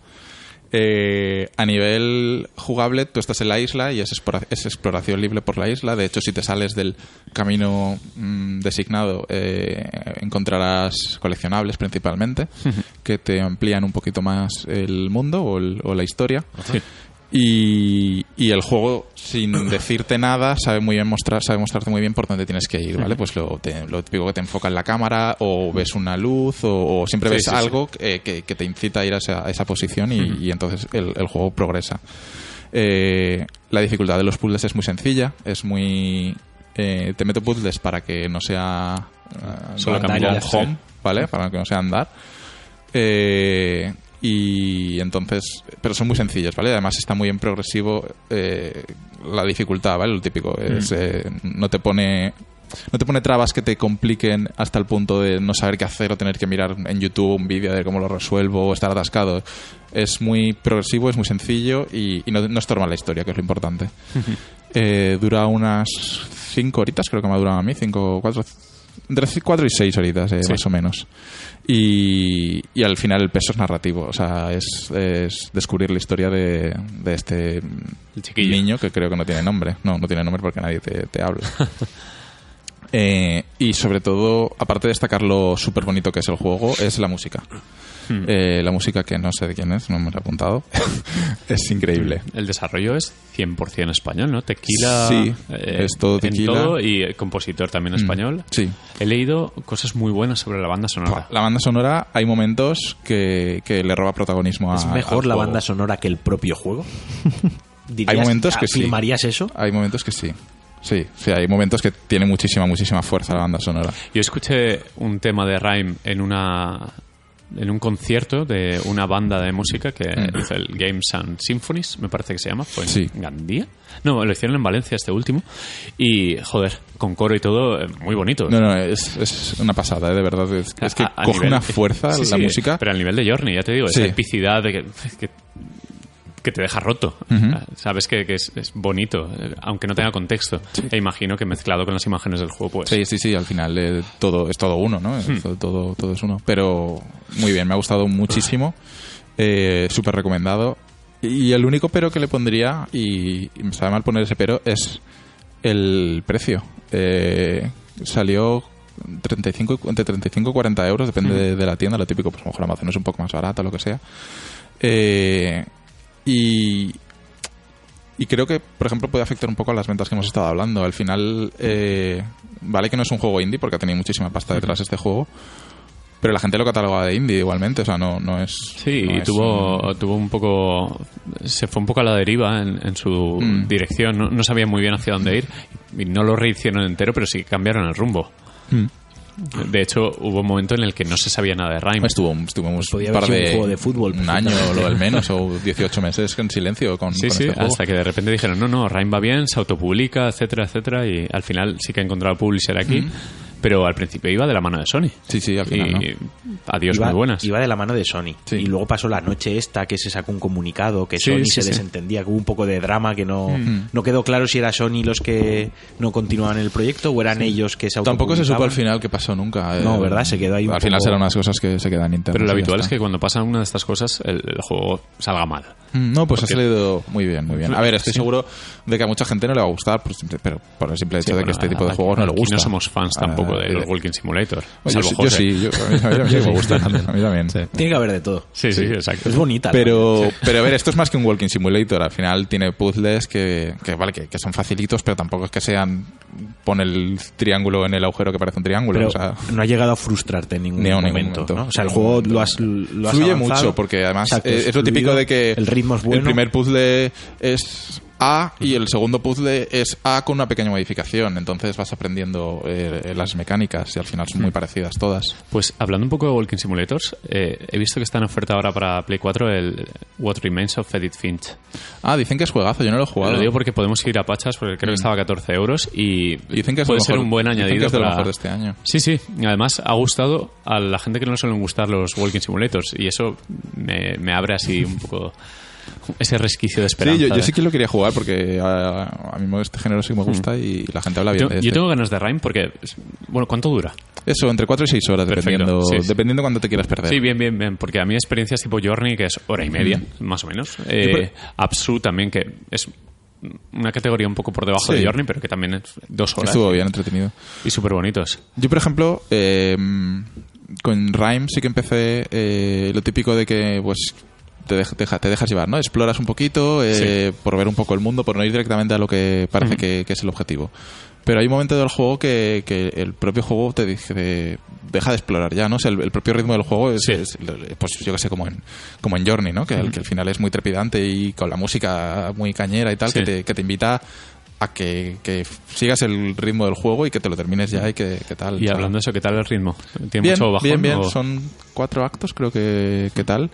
S2: Eh, a nivel jugable, tú estás en la isla y es, explora- es exploración libre por la isla. De hecho, si te sales del camino mm, designado, eh, encontrarás coleccionables principalmente, que te amplían un poquito más el mundo o, el- o la historia.
S1: Sí.
S2: Y, y el juego, sin decirte nada, sabe muy bien mostrar, sabe mostrarte muy bien por dónde tienes que ir, ¿vale? Pues lo, te- lo típico que te enfoca en la cámara, o ves una luz, o, o siempre
S1: Sí,
S2: ves
S1: sí, sí.
S2: algo eh, que, que te incita a ir a esa, a esa posición y, y entonces el, el juego progresa. Eh, la dificultad de los puzzles es muy sencilla, es muy... eh, te meto puzzles para que no sea... eh,
S1: Solo
S2: no-
S1: caminar,
S2: no home,
S1: sí.
S2: ¿vale? Para que no sea andar. Eh, y entonces, pero son muy sencillos, ¿vale? Además está muy en progresivo eh, la dificultad, ¿vale? Lo típico es,
S1: Mm.
S2: eh, no te pone no te pone trabas que te compliquen hasta el punto de no saber qué hacer o tener que mirar en YouTube un vídeo de cómo lo resuelvo o estar atascado. Es muy progresivo, es muy sencillo y, y no, no estorba la historia, que es lo importante. Eh, dura unas 5 horitas, creo que me ha durado a mí, 5 4 entre 4 y 6 horitas, eh,
S1: Sí.
S2: más o menos. Y, y al final el peso es narrativo, o sea, es, es descubrir la historia de, de este
S1: El chiquillo.
S2: niño que creo que no tiene nombre. No, no tiene nombre porque nadie te, te habla. Eh, y sobre todo, aparte de destacar lo súper bonito que es el juego, es la música.
S1: Hmm.
S2: Eh, la música que no sé de quién es, no me lo he apuntado. es increíble.
S1: El desarrollo es 100% español, ¿no? Tequila. eh,
S2: Sí, es todo
S1: en
S2: tequila. Mm.
S1: todo y eh, compositor también español. Ah,
S2: Sí.
S1: He leído cosas muy buenas sobre la banda sonora.
S2: La banda sonora, hay momentos que, que le roba protagonismo a.
S4: ¿Es mejor
S2: al
S4: la
S2: juego.
S4: banda sonora que el propio juego? ¿Dirías,
S2: Hay momentos que sí.
S4: ¿Afirmarías eso?
S2: Hay momentos que sí. Sí, sí, hay momentos que tiene muchísima, muchísima fuerza la banda sonora.
S1: Yo escuché un tema de Rhyme en una en un concierto de una banda de música que hizo el Games and Symphonies, me parece que se llama, fue en
S2: Mm. Sí.
S1: Gandía. No, lo hicieron en Valencia este último. Y, joder, con coro y todo, eh, muy bonito.
S2: No, no, es, es una pasada, ¿eh? de verdad. Es, es que
S1: A- a
S2: coge
S1: nivel-
S2: una fuerza
S1: Sí,
S2: la
S1: sí,
S2: música.
S1: Pero al nivel de Journey, ya te digo,
S2: Sí.
S1: esa epicidad de que, que, que te deja roto. Ah, Sabes que, que es, es bonito, eh, aunque no tenga contexto. E imagino que mezclado con las imágenes del juego, pues.
S2: Sí, sí, sí, al final eh, todo es todo uno, ¿no? Es todo, todo es uno. Pero muy bien, me ha gustado muchísimo. Eh, Súper recomendado. Y el único pero que le pondría, y y me sabe mal poner ese pero, es el precio. Eh, salió 35, y- entre 35 y 40 euros, depende de, de la tienda, lo típico, pues a lo mejor Amazon es un poco más barata, lo que sea. Eh, y, y creo que, por ejemplo, puede afectar un poco a las ventas que hemos estado hablando. Al final, eh, vale que no es un juego indie porque ha tenido muchísima pasta detrás este juego, pero la gente lo cataloga de indie igualmente, o sea, no, no es...
S1: Sí,
S2: no
S1: y
S2: es
S1: tuvo,
S2: un-
S1: tuvo un poco. Se fue un poco a la deriva en, en su
S2: Mm.
S1: dirección. No, no sabía muy bien hacia dónde ir. Y no lo rehicieron entero, pero sí que cambiaron el rumbo.
S2: Mm.
S1: De hecho, hubo un momento en el que no se sabía nada de Rhyme.
S2: Estuvo, estuvimos
S4: Podía
S2: un
S4: haber
S2: par
S4: sido
S2: de,
S4: un juego de fútbol,
S2: un año
S4: perfectamente.
S2: o al menos, o 18 meses en silencio con,
S1: Sí,
S2: con
S1: sí,
S2: este juego.
S1: hasta que de repente dijeron, no, no, Rhyme va bien, se autopublica, etcétera, etcétera. Y al final sí que ha encontrado publisher aquí. Pero al principio iba de la mano de Sony.
S2: Mm. Sí, sí, al final,
S1: y
S2: ¿no?
S1: adiós,
S4: iba,
S1: muy buenas.
S4: iba de la mano de Sony.
S2: Sí.
S4: Y luego pasó la noche esta que se sacó un comunicado, que
S1: Sí,
S4: Sony
S1: sí,
S4: se
S1: sí.
S4: desentendía, que hubo un poco de drama, que no, no quedó claro si era Sony los que no continuaban el proyecto o eran ellos que se
S2: Tampoco se supo
S4: autopublicaban.
S2: al final qué pasó nunca. eh.
S4: No, ¿verdad? Se quedó ahí un
S2: Al final
S4: poco-
S2: serán unas cosas que se quedan internas.
S1: pero lo
S2: y ya
S1: habitual es
S2: está.
S1: que cuando pasa una de estas cosas, el, el juego salga mal.
S2: Mm, No, pues ha
S1: Porque-
S2: salido muy bien, muy bien. A ver, estoy seguro de que a mucha gente no le va a gustar, por simple- pero por el simple hecho
S1: Sí,
S2: de que
S1: bueno,
S2: este tipo de
S1: aquí-
S2: juegos no le
S1: aquí
S2: gusta.
S1: No somos fans tampoco
S2: Ah,
S1: de
S2: eh,
S1: los Walking Simulator.
S2: yo
S1: salvo
S2: sí- yo,
S1: José.
S2: sí, yo, a mí, a mí- a mí sí me gusta. A mí también.
S4: Tiene que haber de todo.
S1: Sí, sí, exacto.
S4: Es bonita. la
S2: Pero, pero a ver, esto es más que un walking simulator. Al final tiene puzzles que, que vale, que, que son facilitos, pero tampoco es que sean pon el triángulo en el agujero que parece un triángulo.
S4: Pero
S2: o sea,
S4: no ha llegado a frustrarte en ningún
S2: Ni a ningún
S4: momento.
S2: momento.
S4: ¿no? O sea, el juego lo has, lo has
S2: fluye
S4: avanzado.
S2: mucho porque además
S4: Exacto,
S2: eh, es, lo típico
S4: fluido,
S2: de que
S4: el ritmo es bueno.
S2: el primer puzzle es A y el segundo puzzle es A con una pequeña modificación entonces vas aprendiendo eh, las mecánicas y al final son muy parecidas todas
S1: Pues hablando un poco de Walking Simulators, eh, he visto que está en oferta ahora para Play 4 el What Remains of Edith Finch.
S2: ah dicen que es juegazo yo no lo he jugado
S1: Lo digo porque podemos ir a Pachas, porque creo que estaba a 14 euros y
S2: Y Mm. dicen que es
S1: puede
S2: lo
S1: ser
S2: mejor-
S1: un buen
S2: dicen que
S1: añadido.
S2: es de lo
S1: para-
S2: mejor de este año.
S1: Sí, sí. Y Además, ha gustado a la gente que no le suelen gustar los Walking Simulators y eso me, me abre así un poco ese resquicio de esperanza. ¿eh?
S2: Sí, yo, yo
S1: de-
S2: sí que lo quería jugar porque a, a mí este género sí que me gusta y la gente habla bien
S1: Yo-
S2: de
S1: yo
S2: este.
S1: tengo ganas de Rhyme porque, bueno, ¿cuánto dura?
S2: Eso, entre 4 y 6 horas,
S1: Perfecto,
S2: dependiendo,
S1: sí, sí.
S2: dependiendo cuando te quieras perder.
S1: Sí, bien, bien, bien. Porque a mí experiencias tipo Journey, que es hora y media, más o menos. Eh, Absu también, que es una categoría un poco por debajo
S2: Sí.
S1: de Journey, pero que también es dos horas.
S2: Estuvo bien entretenido.
S1: Y súper bonitos.
S2: Yo, por ejemplo, eh, con Rhyme sí que empecé eh, lo típico de que pues te, dej- deja- te dejas llevar, ¿no? Exploras un poquito eh, por ver un poco el mundo, por no ir directamente a lo que parece que, que es el objetivo. Pero hay un momento del juego que, que el propio juego te dice, deja de explorar ya, ¿no? O sea, el, el propio ritmo del juego es,
S1: Sí.
S2: es- pues yo que sé, como en, como en Journey, ¿no? Que, al- que al final es muy trepidante y con la música muy cañera y tal,
S1: Sí.
S2: que, te, que te invita a que, que sigas el ritmo del juego y que te lo termines ya y que, que tal.
S1: Y
S2: o sea,
S1: hablando de eso, ¿qué tal el ritmo? ¿Tiene
S2: bien,
S1: mucho bajón?
S2: bien, bien.
S1: o-
S2: Son cuatro actos, creo que, que tal.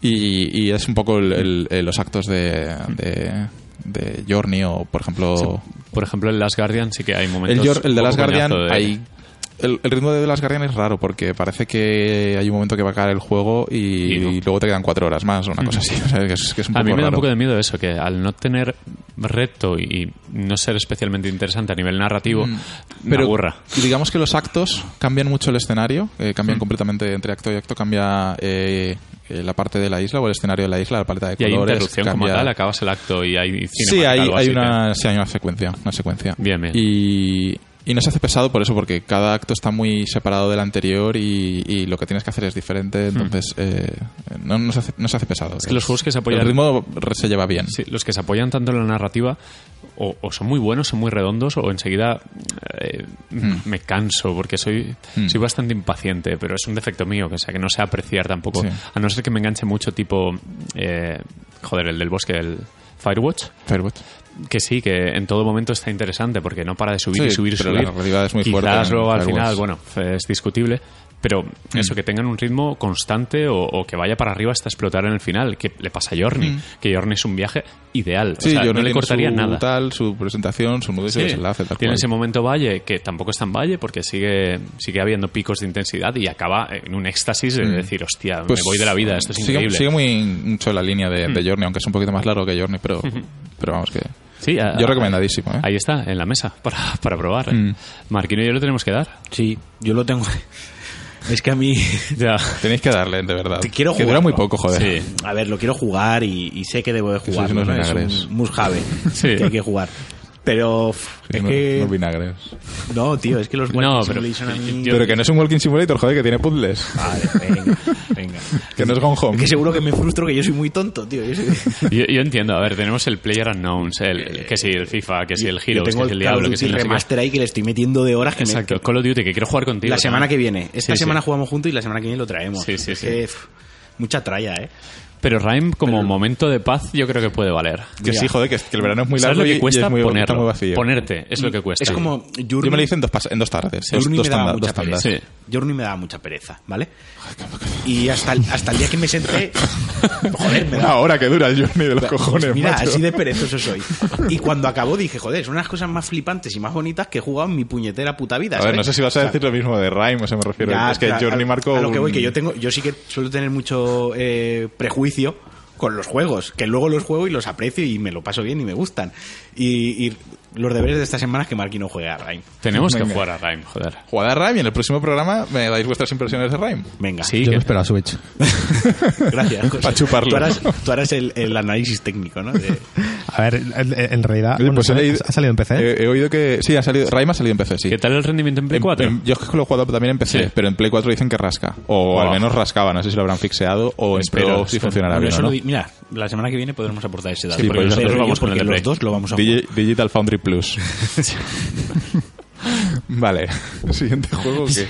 S2: Y, y es un poco el- el- el- los actos de, de, de Journey o, por ejemplo,
S1: Por ejemplo, el Last Guardian sí que hay
S2: el,
S1: momentos...
S2: Jor- el de
S1: un
S2: Last
S1: poco
S2: Guardian,
S1: coñazo de-
S2: hay- el, el ritmo de The Last Guardian es raro porque parece que hay un momento que va a caer el juego y,
S1: Y no. Mm.
S2: y luego te quedan cuatro horas más o una cosa así. O sea, que es, que es un
S1: A
S2: poco
S1: mí me da un
S2: raro.
S1: poco de miedo eso, que al no tener reto y no ser especialmente interesante a nivel
S2: Mm,
S1: narrativo, me aburra.
S2: y digamos que los actos cambian mucho el escenario, eh,
S1: Mm.
S2: cambian completamente entre acto y acto, cambia eh, eh, la parte de la isla o el escenario de la isla, la paleta de
S1: Y hay
S2: colores.
S1: interrupción como
S2: cambia-
S1: tal, acabas el acto y hay cine.
S2: Sí, hay, hay una, sí, hay una secuencia. Una secuencia.
S1: Bien, bien.
S2: Y, y no se hace pesado por eso, porque cada acto está muy separado del anterior y, y lo que tienes que hacer es diferente, entonces eh, no, no se hace, no se hace pesado.
S1: Hmm. que los juegos que se apoyan-
S2: El ritmo re- se lleva bien.
S1: Sí, los que se apoyan tanto en la narrativa o, o son muy buenos, son muy redondos, o enseguida eh,
S2: Hmm.
S1: me canso porque soy, soy bastante impaciente, pero es un defecto mío, que, o sea, que no sé apreciar tampoco.
S2: Sí.
S1: A no ser que me enganche mucho, tipo, eh, joder, el del bosque, el Firewatch.
S2: Firewatch.
S1: que sí, que en todo momento está interesante porque no para de subir
S2: Sí,
S1: y subir y
S2: pero
S1: subir.
S2: la narrativa es muy
S1: Quizás
S2: fuerte en Mm.
S1: luego al
S2: Firewatch.
S1: final, bueno, es discutible, pero eso, que tengan un ritmo constante o, o que vaya para arriba hasta explotar en el final, que le pasa a Journey, que Journey es un viaje ideal.
S2: Mm. Sí,
S1: o sea,
S2: yo
S1: no le
S2: tiene
S1: cortaría
S2: su
S1: nada.
S2: Tal, su presentación, su nudo y su
S1: Sí.
S2: desenlace. Tal
S1: Tiene
S2: cual.
S1: ese momento valle que tampoco es tan valle porque sigue, sigue habiendo picos de intensidad y acaba en un éxtasis de decir, hostia,
S2: Pues,
S1: me voy de la vida, esto es
S2: sigue-
S1: increíble.
S2: Sigue muy mucho la línea de,
S4: Hmm.
S2: de Journey, aunque es un poquito más largo que Journey, pero, pero vamos que.
S4: Ah,
S1: Sí, a-
S2: Yo recomendadísimo, ¿eh? Mm.
S1: Ahí está, en la mesa, para, para probar. ¿eh? Marquino y yo lo tenemos que dar.
S4: Sí, yo lo tengo. Es que a mí.
S1: Ya.
S2: Tenéis que darle, de verdad.
S4: Te quiero
S2: Que dura
S4: jugarlo.
S2: muy poco, joder.
S1: Sí.
S4: A ver, lo quiero jugar y, y sé que debo de
S2: sois
S4: jugar.
S2: unos
S4: ¿no? Es
S2: vinagres.
S4: un must-have
S1: Sí.
S4: que hay que jugar. Pero pff, es
S2: Unos- unos
S4: que.
S2: vinagres.
S4: No, tío, es que los
S1: No,
S4: Walking
S1: pero-
S4: Simulation a mí-
S1: yo-
S2: Pero que no es un Walking Simulator, joder, que tiene puzzles.
S4: Vale, venga, venga.
S2: Que no es Gone Home.
S4: Es que seguro que me frustro que yo soy muy tonto, tío. Yo soy-
S1: Yo, yo entiendo, a ver, tenemos el Player Unknowns, el, que si el FIFA, que si el
S4: Yo
S1: Heroes,
S4: tengo
S1: que si el
S4: el
S1: Diablo,
S4: Call
S1: que
S4: of
S1: si
S4: Duty
S1: el no sé qué.
S4: remaster ahí que le estoy metiendo de horas que me-
S1: Exacto, Call of Duty, que quiero jugar contigo.
S4: La semana que
S1: también.
S4: viene.
S1: Sí,
S4: Esta
S1: sí.
S4: semana jugamos juntos y la semana que viene lo traemos.
S1: Sí, sí,
S4: Es
S1: sí.
S4: que, pff, mucha tralla, ¿eh?
S1: Pero Rime, como momento de paz, yo creo que puede valer.
S2: Que sí, joder, que, que el verano es muy
S1: ¿Sabes
S2: largo
S1: lo
S2: y,
S1: que
S2: y
S1: cuesta
S2: es muy,
S1: ponerlo?
S2: está muy vacío.
S1: Ponerte, es lo que cuesta.
S4: Es como...
S2: Yo
S4: Journey-
S2: me lo hice en dos, pas- en dos tardes. Dos,
S4: Journey
S2: dos
S4: me daba
S2: tandas.
S4: mucha
S2: Dos tandas.
S1: pereza.
S4: pereza. Journey me daba mucha pereza, ¿vale? Y hasta el, hasta el día que me senté... joder, me
S2: Una
S4: daba...
S2: hora que dura el Journey de los Ah, cojones,
S4: Mira,
S2: macho.
S4: así de perezoso soy. Y cuando acabó dije, joder, son unas cosas más flipantes y más bonitas que he jugado en mi puñetera puta vida.
S2: A ver,
S4: ¿sabes?
S2: no sé si vas a
S4: O sea,
S2: decir lo mismo de Rhyme, o sea, me refiero.
S4: Ya,
S2: es que
S4: claro,
S2: Journey
S4: a-
S2: marcó.
S4: a lo que voy
S2: un-
S4: que yo tengo yo sí que suelo tener mucho eh, prejuicio con los juegos que luego los juego y los aprecio y me lo paso bien y me gustan y, y los deberes de esta semana es que Marky no juegue a Rhyme
S1: Tenemos que
S2: Venga.
S1: jugar a Rime, joder.
S2: Jugad a Rhyme y en el próximo programa me dais vuestras impresiones de Rhyme.
S4: venga
S1: Sí,
S3: Yo
S1: que-
S3: me espero a Switch.
S4: gracias José.
S2: Pa' chuparlo.
S4: tú harás, tú harás el, el análisis técnico ¿no? De-
S3: A ver, en, en realidad.
S2: Oye,
S3: bueno,
S2: pues he
S3: ¿sale-
S2: leído-
S3: ¿Ha salido en PC?
S2: He, he oído que. Sí, ha salido. Rhyme ha salido en PC, sí.
S1: ¿qué tal el rendimiento en Play
S2: En-
S1: 4?
S2: en- yo es que lo he jugado también en PC,
S1: Sí.
S2: pero en Play 4 dicen que rasca. O al
S1: Wow.
S2: menos rascaba, no sé si lo habrán fixeado o en
S1: Espero,
S2: Pro si
S1: espero.
S2: funcionará
S4: Bueno,
S2: bien.
S4: eso
S2: o
S4: lo
S2: no.
S4: di- mira la semana que viene podremos aportar ese dato
S2: Sí,
S4: porque
S2: pues
S4: nosotros
S2: nosotros
S1: vamos con el
S4: porque
S1: de
S4: los
S1: Play.
S4: dos lo vamos a jugar
S2: Digi- Digital Foundry Plus. vale. Siguiente juego que.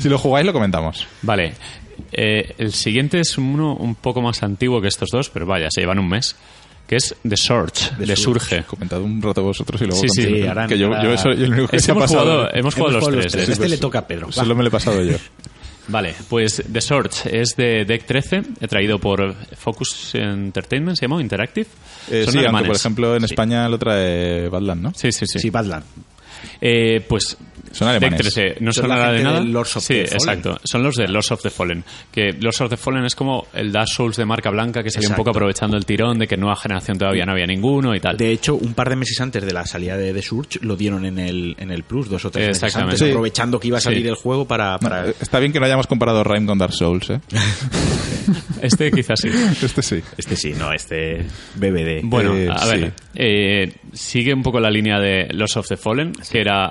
S2: Si lo jugáis, lo comentamos.
S1: Vale. Eh, el siguiente es uno un poco más antiguo que estos dos, pero vaya, se llevan un mes. Que es The Surge, The, Surge.
S2: Comentad un rato vosotros y luego
S1: Sí, sí,
S2: continuo.
S1: sí,
S4: harán
S2: Que yo,
S4: para-
S2: yo eso- yo lo único que
S1: Ese
S2: se ha
S1: hemos,
S2: pasado.
S1: jugado, hemos jugado los, tres.
S4: tres.
S1: ¿eh?
S4: este le toca a Pedro
S2: Solo me lo he pasado yo.
S1: Vale, pues The Surge es de Deck 13, he traído por Focus Entertainment, se llama Interactive.
S2: Eh,
S1: Son
S2: sí, aunque
S1: alemanes.
S2: por ejemplo en
S1: Sí.
S2: España lo trae Badland, ¿no?
S1: Sí, sí, sí.
S4: sí Badland
S1: Eh, pues
S2: Son alemanes.
S1: Deck 13, no
S4: Son
S1: son
S4: la
S1: nada de
S4: gente
S1: nada.
S4: de Lords of
S1: sí,
S4: the Fallen.
S1: exacto. Son los de Lords of the Fallen. Que Lords of the Fallen es como el Dark Souls de marca blanca que salió un
S4: Exacto.
S1: poco aprovechando el tirón de que nueva generación todavía no había ninguno y tal.
S4: De hecho, un par de meses antes de la salida de The Surge lo dieron en el, en el Plus, dos o tres meses
S1: Exactamente.
S4: antes,
S1: Sí.
S4: aprovechando que iba a salir
S1: Sí.
S4: el juego para... para-
S2: No, eh, Está bien que no hayamos comparado Rhyme con Dark Souls, ¿eh?
S1: Este quizás sí.
S2: Este sí.
S4: Este sí, no, este BBD.
S1: Bueno,
S2: Eh,
S1: a ver, eh, sigue un poco la línea de Los of the Fallen, que era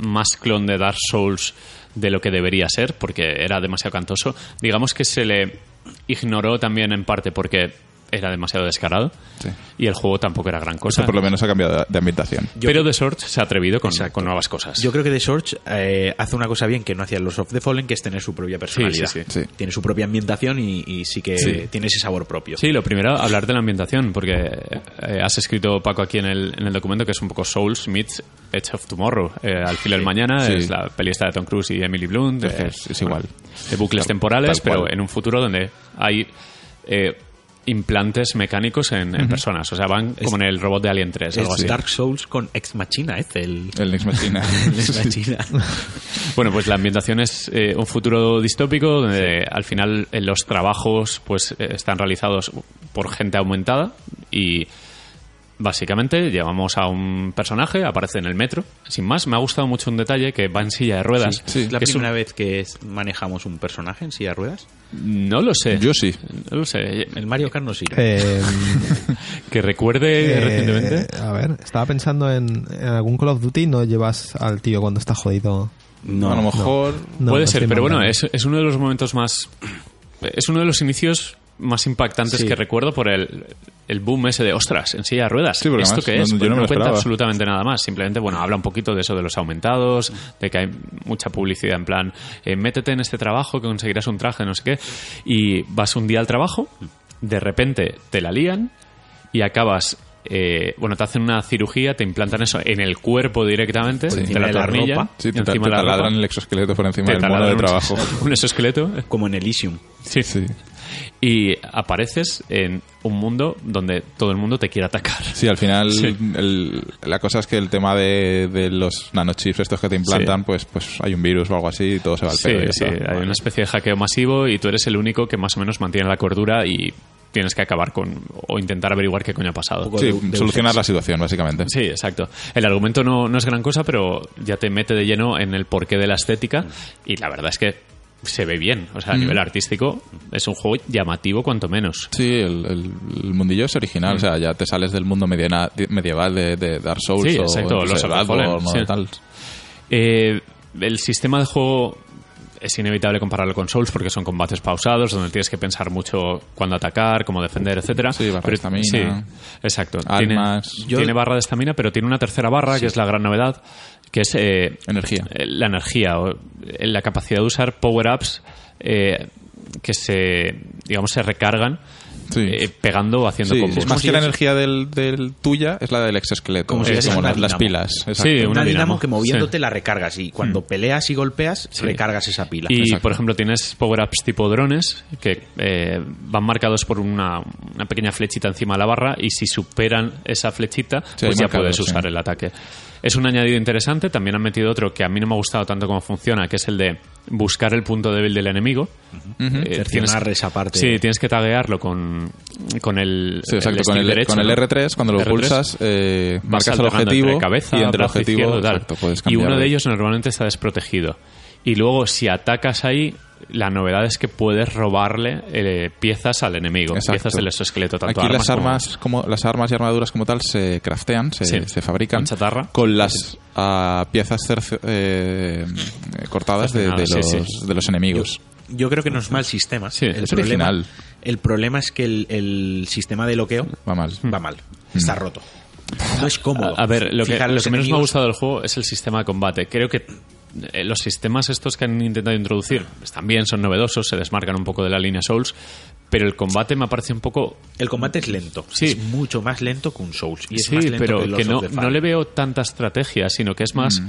S1: más clon de Dark Souls de lo que debería ser, porque era demasiado cantoso. Digamos que se le ignoró también en parte porque era demasiado descarado
S2: Sí.
S1: y el juego tampoco era gran cosa.
S2: Este por lo menos ha cambiado de ambientación.
S1: Pero The Sword se ha atrevido con, con nuevas cosas.
S4: Yo creo que The Surge eh, hace una cosa bien que no hacían los of the Fallen, que es tener su propia personalidad.
S1: sí,
S2: sí. Sí.
S4: Tiene su propia ambientación y, y sí que
S1: Sí.
S4: tiene ese sabor propio.
S1: Sí, lo primero, hablar de la ambientación, porque eh, has escrito, Paco, aquí en el, en el documento que es un poco Souls meets Edge of Tomorrow. Eh, al filo del mañana
S2: Sí.
S1: es la peli esta de Tom Cruise y Emily Blunt. eh,
S2: Es que es- es igual.
S1: De bucles
S2: Tal-
S1: temporales,
S2: tal cual.
S1: pero en un futuro donde hay eh, implantes mecánicos en, en personas. O sea, van como en el robot de Alien 3,
S4: Es
S1: algo así.
S4: Dark Souls con Ex Machina, es el...
S2: El Next Machina.
S4: Ex
S2: Sí.
S4: Machina.
S1: Bueno, pues la ambientación es eh, un futuro distópico donde al final eh, los trabajos pues eh, están realizados por gente aumentada y básicamente llevamos a un personaje, aparece en el metro. Sin más, me ha gustado mucho un detalle que va en silla de ruedas.
S2: Sí,
S4: ¿Es la
S1: que es un-
S4: primera vez que es- manejamos un personaje en silla de ruedas?
S1: No lo sé.
S2: Yo sí.
S1: No lo sé.
S4: El Mario Kart no sirve.
S3: Eh,
S1: Que recuerde
S3: eh,
S1: recientemente.
S3: a ver, estaba pensando en, en algún Call of Duty. No llevas al tío cuando está jodido.
S2: a lo mejor.
S3: No,
S1: Puede
S3: no
S1: ser,
S3: estoy
S1: pero bueno,
S3: mandando.
S1: es, es uno de los momentos más. Es uno de los inicios más impactantes
S4: Sí.
S1: que recuerdo por el, el boom ese de ostras, en silla de ruedas.
S2: Sí, porque
S1: ¿Esto
S2: además
S1: qué
S2: no-
S1: es?
S2: yo
S1: Pues
S2: no me lo
S1: cuenta
S2: esperaba.
S1: absolutamente nada más. Simplemente, bueno, habla un poquito de eso de los aumentados, de que hay mucha publicidad en plan, eh, métete en este trabajo que conseguirás un traje, no sé qué. Y vas un día al trabajo, de repente te la lían y acabas. eh, eh, bueno, te hacen una cirugía, te implantan eso en el cuerpo directamente,
S2: Sí.
S1: te
S4: Encima
S1: la
S4: de la
S1: tornilla,
S4: ropa.
S2: Sí, te, te taladran el exoesqueleto por encima
S1: te
S2: del mono de
S1: taladran un-
S2: trabajo.
S1: Un exoesqueleto.
S4: Como en Elysium.
S1: Sí.
S2: Sí.
S1: Y apareces en un mundo donde todo el mundo te quiere atacar.
S2: Sí, al final
S1: Sí.
S2: el- la cosa es que el tema de, de los nanochips estos que te implantan, pues pues hay un virus o algo así y todo se va al
S1: Sí,
S2: pedo. y ya
S1: sí,
S2: está.
S1: hay una especie de hackeo masivo y tú eres el único que más o menos mantiene la cordura y tienes que acabar con o intentar averiguar qué coño ha pasado.
S4: poco
S2: Sí,
S4: de- de
S2: solucionar
S4: Ex.
S2: la situación, básicamente.
S1: Sí, exacto. El argumento no, no es gran cosa, pero ya te mete de lleno en el porqué de la estética y la verdad es que se ve bien. O
S2: Mm.
S1: sea, a nivel artístico es un juego llamativo cuanto menos.
S2: Sí, el, el- el mundillo es original,
S1: Mm.
S2: o sea, ya te sales del mundo mediana- medieval de, de Dark Souls
S1: Sí,
S2: o
S1: exacto,
S2: no sé,
S1: los of the
S2: Bloodborne
S1: Fallen,
S2: o
S1: sí.
S2: tal.
S1: Eh, el sistema de juego es inevitable compararlo con Souls porque son combates pausados donde tienes que pensar mucho cuándo atacar, cómo defender, etcétera.
S2: Sí, barra de estamina,
S1: sí, exacto.
S2: armas.
S1: Tiene,
S2: Yo-
S1: tiene barra de estamina, pero tiene una tercera barra que es la gran novedad, que es eh,
S2: Energía.
S1: eh, la energía, o, eh, la capacidad de usar power ups eh, que se, digamos, se recargan
S2: Sí.
S1: eh, pegando o haciendo
S2: Sí,
S1: combos.
S2: es más
S4: si
S2: que la
S4: es-
S2: energía del, del tuya es la del exoesqueleto,
S4: Como si
S2: es
S4: fuese
S2: como
S4: una
S2: las, las
S4: dinamo.
S2: pilas.
S1: Sí,
S2: exacto.
S1: una
S4: Una dinamo
S1: dinamo.
S4: que moviéndote
S1: Sí. Mm.
S4: la recargas y cuando peleas y golpeas recargas esa pila.
S1: Y,
S4: Exacto.
S1: por ejemplo, tienes power-ups tipo drones que eh, van marcados por una, una pequeña flechita encima de la barra y si superan esa flechita,
S2: Sí, hay
S1: pues ya
S2: marcadores,
S1: puedes usar
S2: sí.
S1: el ataque. Es un añadido interesante. También han metido otro que a mí no me ha gustado tanto como funciona, que es el de buscar el punto débil del enemigo. Eh,
S4: Cercionar esa parte.
S1: Sí, tienes que taguearlo con, con el,
S2: Sí, exacto. Con
S1: stick
S2: el,
S1: derecho,
S2: con el
S1: ¿no?
S2: R3, cuando lo
S1: R3,
S2: pulsas, eh,
S1: vas
S2: marcas el
S1: alternando
S2: objetivo
S1: entre cabeza,
S2: y entre el
S1: brazo
S2: objetivo
S1: izquierdo, tal.
S2: exacto, puedes
S1: y uno
S2: cambiarlo.
S1: de ellos normalmente está desprotegido. Y luego, si atacas ahí, la novedad es que puedes robarle eh, piezas al enemigo,
S2: Exacto.
S1: piezas del exoesqueleto, tanto
S2: Aquí
S1: armas
S2: las
S1: como-
S2: armas, como... las armas y armaduras como tal se craftean, se,
S1: Sí.
S2: se fabrican
S1: Con chatarra.
S2: con las ah, piezas cerce- eh, eh, cortadas de, de los,
S1: Cercenadas, sí,
S2: de los enemigos.
S4: Yo creo que no es mal sistema.
S1: Sí,
S2: es original.
S4: El problema es que el, el sistema de loqueo
S2: Va mal.
S1: Hmm.
S4: va mal. Está roto. No es cómodo.
S1: Mm. A, a ver, lo que,
S4: Fijar
S1: lo
S4: los
S1: que menos me ha
S4: enemigos-
S1: gustado del juego es el sistema de combate. Creo que eh, los sistemas estos que han intentado introducir están bien, son novedosos, se desmarcan un poco de la línea Souls, pero el combate me parece un poco
S4: El combate es lento.
S1: Sí.
S4: Es mucho más lento que un Souls. Y es
S1: sí,
S4: más lento
S1: pero
S4: que,
S1: que,
S4: el Lords
S1: no,
S4: of the
S1: no
S4: Fallen.
S1: le veo tanta estrategia, sino que es más,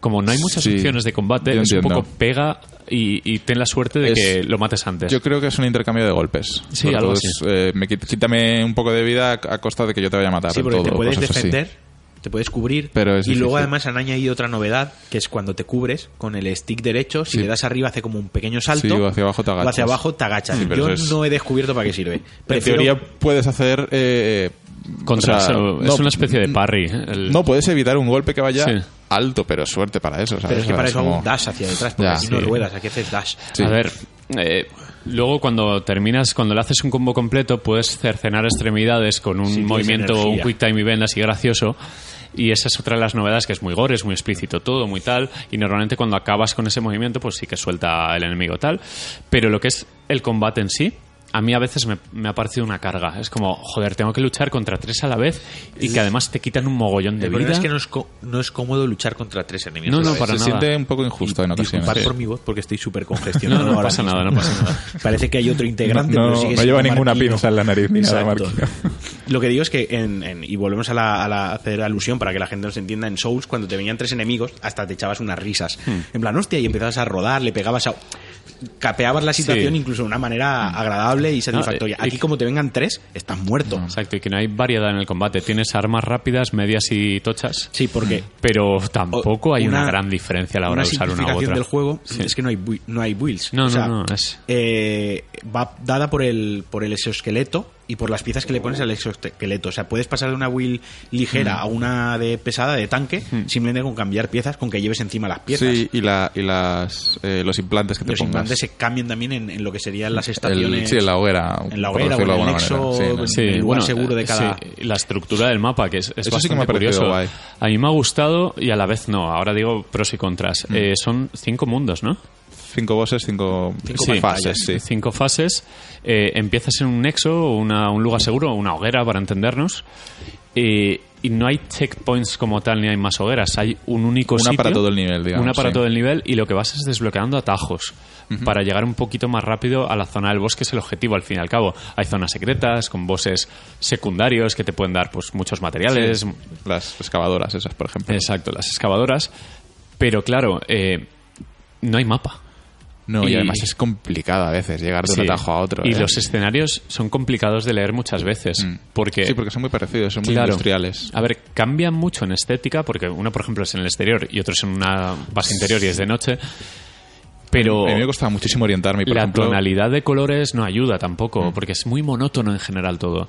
S1: como no hay muchas
S2: Mm. Sí,
S1: opciones de combate,
S2: yo
S1: es un
S2: entiendo.
S1: poco pega y, y ten la suerte de
S2: Es-
S1: que lo mates antes.
S2: Yo creo que es un intercambio de golpes.
S1: Sí,
S2: Porque
S1: algo
S2: es,
S1: así.
S2: eh, me quit- quítame un poco de vida a, a costa de que yo te vaya a matar.
S4: Sí, porque
S2: todo,
S4: te puedes
S2: cosas así.
S4: defender, te puedes cubrir.
S2: Pero es
S4: y luego
S2: difícil.
S4: además han añadido otra novedad, que es cuando te cubres con el stick derecho, si
S2: Sí.
S4: le das arriba hace como un pequeño salto.
S2: Sí, o hacia abajo te
S4: o hacia
S2: agachas.
S4: abajo te agachas.
S2: Sí, pero
S4: Yo
S2: eso es-
S4: no he descubierto para qué sirve.
S2: En
S4: Prefiero-
S2: teoría puedes hacer... eh,
S1: Contra,
S2: o sea,
S1: eso, es
S2: no,
S1: una especie de parry. ¿eh? el-
S2: No, puedes evitar un golpe que vaya
S1: Sí.
S2: alto, pero suerte para eso. ¿sabes?
S4: Pero es que
S2: O sea,
S4: para eso hago
S2: como-
S4: un dash hacia detrás, porque
S2: Ya,
S4: aquí no
S2: sí.
S4: ruedas, aquí haces dash.
S2: Sí.
S1: A ver, eh, luego cuando terminas, cuando le haces un combo completo, puedes cercenar extremidades con un
S4: Sí, tienes
S1: movimiento,
S4: energía.
S1: un quick time event así gracioso. Y esa es otra de las novedades, que es muy gore, es muy explícito todo, muy tal. Y normalmente cuando acabas con ese movimiento, pues sí que suelta el enemigo tal. Pero lo que es el combate en sí, a mí a veces me, me ha parecido una carga. Es como, joder, tengo que luchar contra tres a la vez y que además te quitan un mogollón de
S4: El problema
S1: vida.
S4: es que no es, co- no es cómodo luchar contra tres enemigos.
S1: No,
S4: a la
S1: no,
S4: vez.
S1: para
S2: se
S1: nada.
S2: siente un poco injusto en ocasiones.
S4: Disculpad
S2: Sí.
S4: por mi voz porque estoy súper congestionado.
S1: No, no
S4: ahora
S1: pasa
S4: mismo.
S1: nada, no pasa nada.
S4: Parece que hay otro integrante.
S2: No,
S4: pero
S2: no,
S4: sigue
S2: no
S4: siendo
S2: lleva ninguna
S4: Marquino.
S2: pinza en la nariz ni nada,
S4: Exacto.
S2: Marquino.
S4: Lo que digo es que, en, en- y volvemos a, la- a la- hacer alusión para que la gente nos entienda, en Souls, cuando te venían tres enemigos, hasta te echabas unas risas.
S1: Hmm.
S4: En plan, hostia, y empezabas a rodar, le pegabas a. Capeabas la situación
S1: Sí. Hmm.
S4: incluso de una manera agradable y satisfactoria.
S1: eh, eh,
S4: Aquí, como te vengan tres, estás muerto.
S1: Exacto, y que no hay variedad en el combate. Tienes armas rápidas, medias y tochas.
S4: Sí, porque
S1: Hmm. Pero tampoco hay una,
S4: una-
S1: gran diferencia a la hora
S4: una
S1: de usar una u
S4: simplificación
S1: otra.
S4: del juego
S1: Sí.
S4: es que no hay bui- no hay builds.
S1: No,
S4: O
S1: no,
S4: sea,
S1: no, es-
S4: eh, va dada por el por el exoesqueleto y por las piezas que le pones al exoesqueleto. O sea, puedes pasar de una build
S1: Mm.
S4: ligera a una de pesada de tanque simplemente con cambiar piezas, con que lleves encima las piezas.
S2: Sí, y, la, y las, eh, los implantes que te
S4: Los
S2: pongas.
S4: implantes se cambian también en, en lo que serían las estaciones.
S2: El- sí, en la hoguera.
S4: en la
S2: por
S4: hoguera
S2: decirlo
S4: o en
S2: de
S4: el
S2: alguna
S4: nexo,
S2: manera. Sí, en-
S4: sí. el lugar seguro de cada-
S1: sí, la estructura del mapa, que es, es
S2: Eso sí que
S1: bastante
S2: me ha parecido
S1: curioso.
S2: guay.
S1: A mí me ha gustado y a la vez no. Ahora digo pros y
S2: Mm.
S1: contras. Eh, son cinco mundos, ¿no?
S2: Cinco bosses, cinco,
S4: Cinco
S2: sí,
S4: pantallas.
S2: fases, sí.
S1: Cinco fases. Eh, empiezas en un nexo, una- un lugar seguro, una hoguera, para entendernos. Y y no hay checkpoints como tal ni hay más hogueras. Hay un único
S2: Una
S1: sitio.
S2: para todo el nivel, digamos,
S1: Una para
S2: sí.
S1: todo el nivel y lo que vas es desbloqueando atajos para llegar un poquito más rápido a la zona del bosque. Es el objetivo, al fin y al cabo. Hay zonas secretas con bosses secundarios que te pueden dar pues muchos materiales,
S2: Las excavadoras esas, por ejemplo.
S1: Exacto, las excavadoras. Pero claro, eh, no hay mapa.
S2: No,
S1: Y-
S2: y, además es complicado a veces llegar de
S1: Sí.
S2: un atajo a otro.
S1: Y
S2: ¿eh?
S1: los escenarios son complicados de leer muchas veces.
S2: Mm.
S1: Porque,
S2: Sí, porque son muy parecidos, son muy
S1: claro,
S2: industriales.
S1: A ver, cambian mucho en estética, porque uno, por ejemplo, es en el exterior y otro es en una base interior y es de noche. Pero
S2: A mí me costaba muchísimo orientarme. y, Por
S1: la
S2: ejemplo, Mm.
S1: tonalidad de colores no ayuda tampoco, porque es muy monótono en general todo.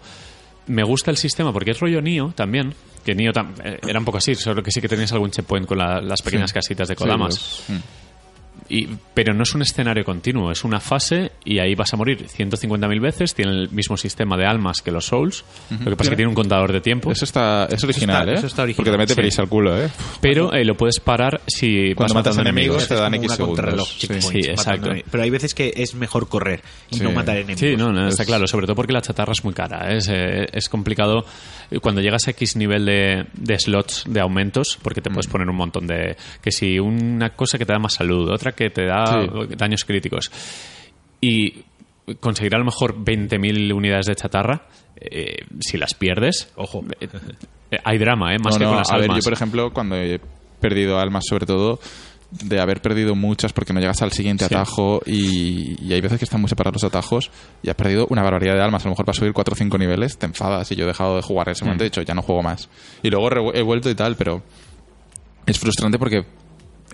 S1: Me gusta el sistema porque es rollo Nio también, que Nio tam- eh, era un poco así, solo que sí que tenías algún checkpoint con la- las pequeñas
S2: Sí.
S1: casitas de
S2: Sí,
S1: Kodamas.
S2: pues, mm.
S1: Y- pero no es un escenario continuo, es una fase y ahí vas a morir 150.000 veces. Tiene el mismo sistema de almas que los Souls. Lo que pasa es que tiene un contador de tiempo.
S2: Eso está, es original,
S4: está-
S2: ¿eh?
S4: eso está original,
S2: Porque te mete
S1: sí.
S2: feliz al culo, ¿eh?
S1: pero eh, lo puedes parar si vas
S2: Cuando matas
S1: matando
S2: enemigos,
S1: enemigos.
S2: te dan
S4: como
S2: X
S4: una
S2: segundos.
S4: contrarreloj,
S2: Sí.
S4: checkpoints,
S1: Sí,
S4: matando
S1: exacto.
S4: enemigos. Pero hay veces que es mejor correr y
S2: Sí.
S4: no matar enemigos.
S1: Sí, no, no, está
S2: Es-
S1: claro, sobre todo porque la chatarra es muy cara, es, eh, es complicado Eh, cuando llegas a X nivel de, de slots de aumentos, porque te puedes
S2: Mm.
S1: poner un montón de, que si una cosa que te da más salud, otra que te da
S2: Sí.
S1: daños críticos, y conseguir a lo mejor 20.000 unidades de chatarra, eh, si las pierdes,
S4: Ojo.
S1: eh, eh, hay drama, ¿eh? más
S2: No,
S1: que
S2: no,
S1: con las
S2: a
S1: almas.
S2: ver, yo por ejemplo, cuando he perdido almas, sobre todo, de haber perdido muchas porque no llegas al siguiente
S1: Sí.
S2: atajo y, y hay veces que están muy separados los atajos y has perdido una barbaridad de almas. A lo mejor para subir 4 o 5 niveles te enfadas y yo he dejado de jugar en
S1: Mm.
S2: ese momento, he dicho, ya no juego más. Y luego re- he vuelto y tal, pero es frustrante porque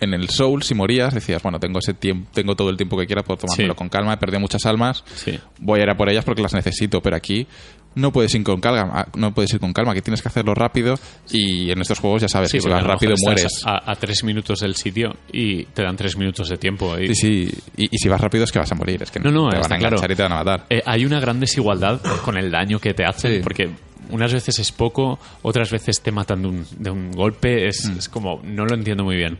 S2: en el Soul, si morías, decías, bueno, tengo ese tiempo, tengo todo el tiempo que quiera, puedo tomármelo
S1: Sí.
S2: con calma, he perdido muchas almas,
S1: Sí.
S2: voy a ir a por ellas porque las necesito, pero aquí no puedes ir con calma, ah, no puedes ir con calma, que tienes que hacerlo rápido y en estos juegos ya sabes que si
S1: porque
S2: vas
S1: a lo mejor
S2: rápido
S1: estás
S2: mueres.
S1: A, a tres minutos del sitio y te dan tres minutos de tiempo. Y,
S2: Sí, sí, y, y si vas rápido es que vas a morir, es que
S1: No, no,
S2: te van
S1: está
S2: a enganchar
S1: claro.
S2: y te van a matar.
S1: Eh, hay una gran desigualdad con el daño que te hacen,
S2: Sí.
S1: porque unas veces es poco, otras veces te matan de un, de un golpe, es,
S2: Mm.
S1: es como, no lo entiendo muy bien.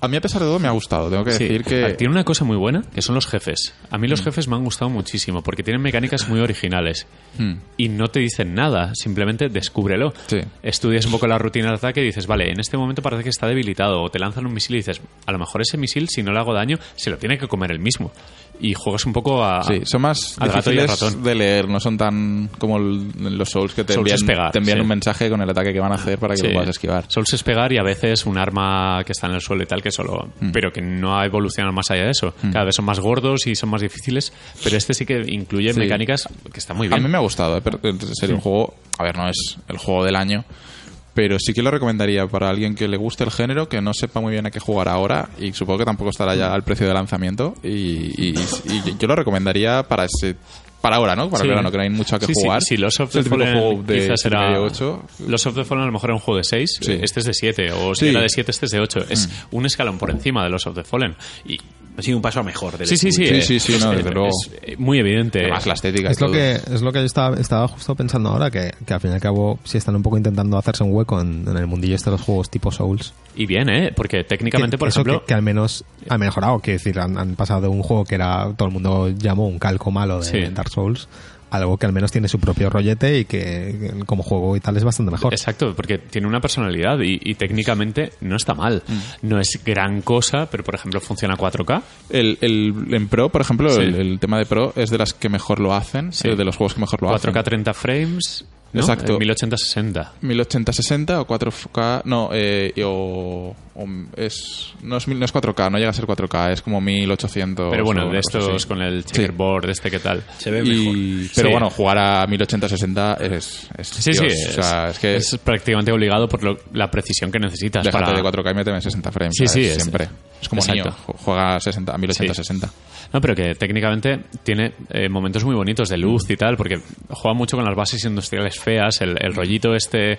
S2: A mí a pesar de todo me ha gustado, tengo que
S1: Sí. Ah,
S2: decir que...
S1: Tiene una cosa muy buena, que son los jefes. A mí los jefes me han gustado muchísimo, porque tienen mecánicas muy originales.
S2: Mm.
S1: Y no te dicen nada, simplemente descúbrelo.
S2: Sí.
S1: Estudias un poco la rutina de ataque y dices, vale, en este momento parece que está debilitado. O te lanzan un misil y dices, a lo mejor ese misil, si no le hago daño, se lo tiene que comer él mismo. Y juegas un poco a...
S2: Sí, son más
S1: Ah. al gato y al
S2: difíciles
S1: ratón.
S2: de leer, no son tan como el- los Souls que te
S1: Souls
S2: envían,
S1: es pegar,
S2: te envían
S1: sí.
S2: un mensaje con el ataque que van a hacer para que
S1: Sí.
S2: lo puedas esquivar.
S1: Souls es pegar y a veces un arma que está en el suelo y tal, que solo.
S2: Mm.
S1: Pero que no ha evolucionado más allá de eso. Cada vez son más gordos y son más difíciles, pero este sí que incluye
S2: Sí.
S1: mecánicas que está muy
S2: A
S1: bien.
S2: mí me ha gustado, eh, pero en serio, un juego, a ver, no es el juego del año, pero sí que lo recomendaría para alguien que le guste el género, que no sepa muy bien a qué jugar ahora y supongo que tampoco estará ya al precio de lanzamiento y, y- y yo lo recomendaría para ese para ahora, ¿no? Para
S1: Sí.
S2: el verano, que no hay mucho a que
S1: Sí, sí,
S2: jugar.
S1: Sí, Los of
S2: Es el
S1: the
S2: típico
S1: Fallen
S2: juego de
S1: quizás
S2: siete
S1: era.
S2: y ocho.
S1: Los of the Fallen a lo mejor era un juego de 6,
S2: Sí.
S1: este es de 7, o si
S2: Sí. Mm.
S1: era de 7, este es de 8. Es un escalón por encima de Los of the Fallen. Y,
S4: Ha sido un paso a mejor. del
S1: sí, sí, sí.
S4: estudio.
S2: Sí,
S1: eh,
S2: sí, sí, no,
S1: es-
S2: desde
S1: es-
S2: luego.
S1: es muy evidente.
S2: Además, la estética. y
S3: Es lo,
S2: todo.
S3: que, es lo que yo estaba, estaba justo pensando ahora, que, que al fin y al cabo si están un poco intentando hacerse un hueco en, en el mundillo este de los juegos tipo Souls.
S1: Y bien, ¿eh? Porque técnicamente,
S3: Que-
S1: por
S3: eso
S1: ejemplo.
S3: Que, que al menos ha mejorado, quiero decir, han, han pasado de un juego que era todo el mundo llamó un calco malo de
S1: Sí.
S3: Dark Souls, algo que al menos tiene su propio rollete y que que como juego y tal es bastante mejor.
S1: Exacto, porque tiene una personalidad y, y técnicamente no está mal.
S2: Mm.
S1: No es gran cosa, pero por ejemplo funciona a 4K.
S2: El, el- en Pro, por ejemplo,
S1: Sí.
S2: el, el tema de Pro es de las que mejor lo hacen,
S1: Sí.
S2: eh, de los juegos que mejor lo hacen.
S1: 4K 30 frames. ¿no?
S2: Exacto.
S1: 1080-60.
S2: 1080-60 o 4K. No, eh, y o, o es, no, es, mil- no es 4K, no llega a ser 4K, es como 1800.
S1: Pero
S2: o
S1: bueno,
S2: una
S1: de
S2: cosa
S1: estos
S2: así.
S1: con el
S2: Sí.
S1: checkerboard, este que tal.
S4: Se ve mejor.
S2: Y- pero
S1: Sí.
S2: bueno, jugar a 1080-60 es. es
S1: Sí,
S2: Dios,
S1: sí,
S2: o sea, es que
S1: es prácticamente obligado por lo- la precisión que necesitas
S2: déjate
S1: para...
S2: de 4K y méteme 60 frames.
S1: Sí,
S2: ¿sabes?
S1: sí, es-
S2: siempre. Es como
S1: Exacto.
S2: Nioh, ju- juega a 60, a 1080-60.
S1: No, pero que técnicamente tiene eh, momentos muy bonitos de luz y tal, porque juega mucho con las bases industriales feas, el, el rollito este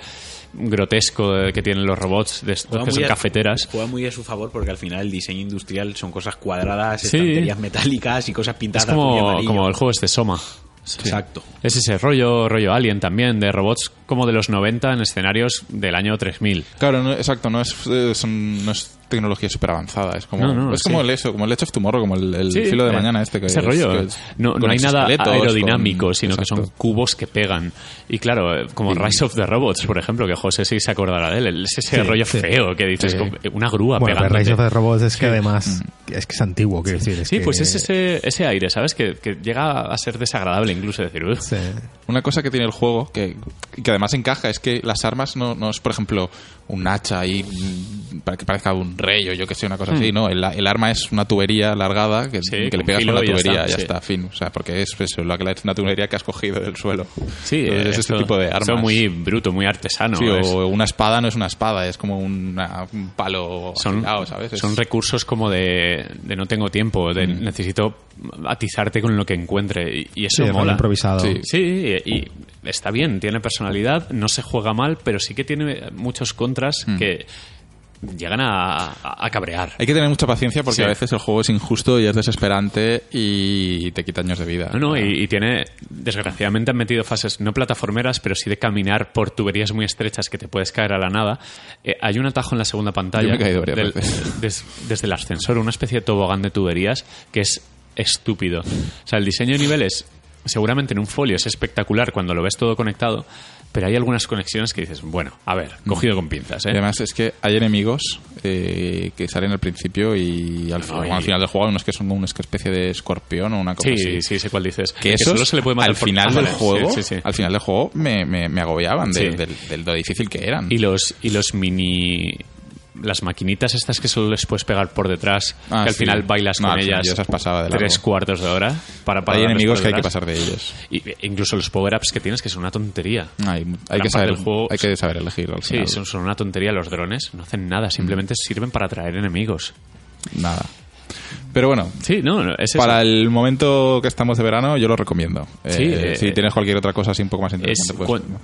S1: grotesco eh, que tienen los robots de estos que son
S4: a-
S1: cafeteras.
S4: juega muy a su favor porque al final el diseño industrial son cosas cuadradas,
S1: Sí.
S4: estanterías metálicas y cosas pintadas
S1: Es
S4: azul y
S1: como,
S4: amarillo.
S1: como el juego este Soma.
S4: Exacto.
S1: Es ese rollo, rollo Alien también, de robots como de los 90 en escenarios del año 3000.
S2: Claro, no- exacto, no es, eh, son- no es tecnología súper avanzada. Es como,
S1: No, no,
S2: es como
S1: sí.
S2: el eso, como el Edge of Tomorrow, como el, el
S1: Sí,
S2: filo de
S1: eh,
S2: mañana este. Que
S1: ese
S2: es-
S1: rollo.
S2: que es
S1: no,
S2: con
S1: no hay nada
S2: exoesqueletos,
S1: aerodinámico,
S2: con-
S1: sino que son
S2: Exacto.
S1: cubos que pegan. Y claro, eh, como Rise of the Robots, por ejemplo, que José sí se acordará de él. el- Es ese
S3: Sí,
S1: rollo
S3: sí.
S1: feo que dices,
S2: Sí.
S1: como eh, una grúa
S3: Bueno, pero
S1: pegándote.
S3: Rise of the Robots es que además es que es antiguo, quiero decir. es
S1: Mm. Sí,
S3: que-
S1: pues es ese, ese aire, ¿sabes? Que, que llega a ser desagradable incluso decir, "Ugh".
S3: Sí.
S2: Una cosa que tiene el juego, que, que además encaja, es que las armas no, no es, por ejemplo, un hacha ahí mm, para que parezca un rey o yo que sé, una cosa así, ¿no? El, el arma es una tubería alargada que,
S1: Sí,
S2: que
S1: con
S2: le pegas con
S1: filo
S2: la
S1: y ya
S2: tubería, ya
S1: está,
S2: está,
S1: sí.
S2: fin. O sea, porque es eso, la, la- una tubería que has cogido del suelo.
S1: Sí,
S2: Entonces,
S1: eh,
S2: es este
S1: eso-
S2: tipo de armas.
S1: Eso muy bruto, muy artesano.
S2: Sí,
S1: es-
S2: o una espada no es una espada, es como una- un palo
S1: son,
S2: afilado, ¿sabes? Es-
S1: son recursos como de, de no tengo tiempo, de necesito atizarte con lo que encuentre. Y, y
S3: Sí,
S1: eso
S3: rollo
S1: mola.
S3: improvisado.
S2: Sí.
S1: Sí, y, y está bien, tiene personalidad, no se juega mal, pero sí que tiene muchos contras que llegan a, a- a cabrear.
S2: Hay que tener mucha paciencia porque
S1: Sí.
S2: a veces el juego es injusto y es desesperante y te quita años de vida.
S1: Ah, No, no, y, y tiene, desgraciadamente han metido fases no plataformeras, pero sí de caminar por tuberías muy estrechas que te puedes caer a la nada. Eh, hay un atajo en la segunda pantalla
S2: Yo me he caído varias veces.
S1: des- desde el ascensor, una especie de tobogán de tuberías que es estúpido. O sea, el diseño de niveles, seguramente en un folio es espectacular cuando lo ves todo conectado, pero hay algunas conexiones que dices, bueno, a ver, cogido con pinzas,
S2: Y
S1: ¿eh?
S2: Además es que hay enemigos eh, que salen al principio y al,
S1: No,
S2: bueno,
S1: y-
S2: al final del juego unos que son una especie de escorpión o una cosa
S1: Sí,
S2: así.
S1: sí, sé cuál dices.
S2: Que esos,
S1: solo se le puede matar
S2: al
S1: por-
S2: final
S1: Ah,
S2: del
S1: vale,
S2: juego,
S1: sí, sí, sí.
S2: al final del juego me, me, me agobiaban de,
S1: Sí.
S2: del- del lo difícil que eran.
S1: Y los, y los mini. Las maquinitas estas que solo les puedes pegar por detrás,
S2: Ah,
S1: que al
S2: sí.
S1: final bailas
S2: No,
S1: con
S2: al final
S1: ellas
S2: ya se has pasado de largo.
S1: tres cuartos de hora para, para
S2: hay
S1: darles
S2: enemigos
S1: por
S2: que hay que
S1: detrás.
S2: pasar de ellos.
S1: Y, e incluso los power-ups que tienes, que son una tontería.
S2: Hay, hay
S1: Gran
S2: que saber,
S1: parte del juego-
S2: hay que saber elegir al
S1: Sí,
S2: final.
S1: son, son una tontería los drones, no hacen
S2: Mm.
S1: nada, simplemente sirven para atraer enemigos.
S2: Nada. Pero bueno,
S1: Sí, no, no, es eso.
S2: Para el momento que estamos de verano, yo lo recomiendo.
S1: Sí,
S2: Eh,
S1: eh,
S2: si tienes cualquier otra cosa así un poco más interesante,
S1: es
S2: pues,
S1: cuan-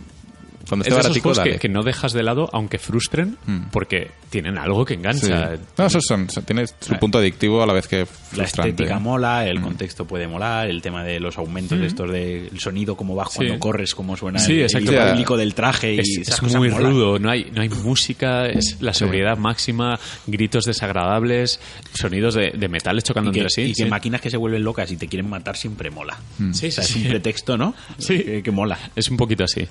S2: cuando
S1: Es
S2: esté
S1: de esos
S2: baratico,
S1: juegos
S2: dale. Mm.
S1: que, que no dejas de lado, aunque frustren, porque tienen algo que
S2: Sí.
S1: engancha.
S2: No, esos son, son- tiene
S1: Eh.
S2: su punto adictivo a la vez que
S4: La
S2: frustrante.
S4: estética mola,
S1: Mm.
S4: el contexto puede molar, el tema de los aumentos de estos del sonido, cómo vas cuando corres, cómo suena
S1: Sí,
S4: el, el
S1: exacto.
S4: hidráulico del traje y
S1: es,
S4: esas
S1: es
S4: cosas
S1: muy
S4: molan.
S1: rudo, no hay, no hay música, es la sobriedad máxima, gritos desagradables, sonidos de, de metales chocando
S4: Y que,
S1: entre sí.
S4: y que
S1: sí. Mm.
S4: máquinas que se vuelven locas y te quieren matar siempre mola.
S1: Sí,
S4: O sea,
S1: sí,
S4: es un
S1: sí.
S4: pretexto, ¿no?
S1: Sí.
S4: Que, que mola.
S1: Es un poquito así.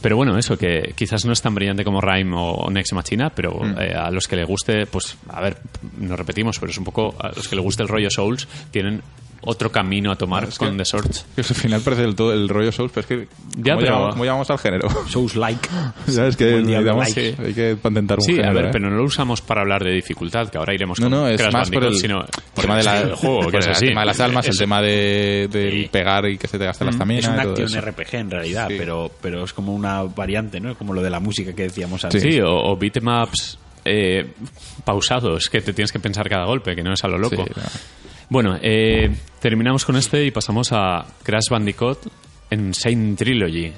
S1: Pero bueno, eso, que quizás no es tan brillante como Rime o Next Machina, pero
S2: Mm.
S1: eh, a los que le guste, pues, a ver, nos repetimos, pero es un poco, a los que le guste el rollo Souls, tienen otro camino a tomar
S2: Ah, Es que-
S1: con The Search.
S2: Que al final parece el, todo, el rollo Souls, pero es que.
S1: Ya,
S2: ¿cómo,
S1: pero-
S2: llamamos, cómo llamamos al género?
S4: Souls like.
S2: ¿Sabes? Que
S4: Mundial
S2: digamos,
S4: like.
S2: hay que patentar un
S1: Sí,
S2: género.
S1: a ver,
S2: ¿eh?
S1: pero no lo usamos para hablar de dificultad, que ahora iremos
S2: No,
S1: con
S2: no, es
S1: Crash
S2: más por
S1: Bandicoot,
S2: el
S1: sino por
S2: tema,
S1: el
S2: de la-
S1: estilo del juego, que
S2: por
S1: es
S2: el
S1: así.
S2: tema de las almas, el
S1: Es-
S2: tema de, del
S4: Sí.
S2: pegar y que se te
S1: Mm.
S2: gaste la estamina.
S4: Es una
S2: y todo
S4: acción
S2: eso.
S4: RPG en realidad,
S2: Sí.
S4: pero, pero es como una variante, ¿no? Como lo de la música que decíamos antes.
S1: Sí, o, o beatemaps eh, pausados, que te tienes que pensar cada golpe, que no es a lo
S2: Sí,
S1: loco.
S2: no.
S1: Bueno, eh, terminamos con este y pasamos a Crash Bandicoot en Saint Trilogy,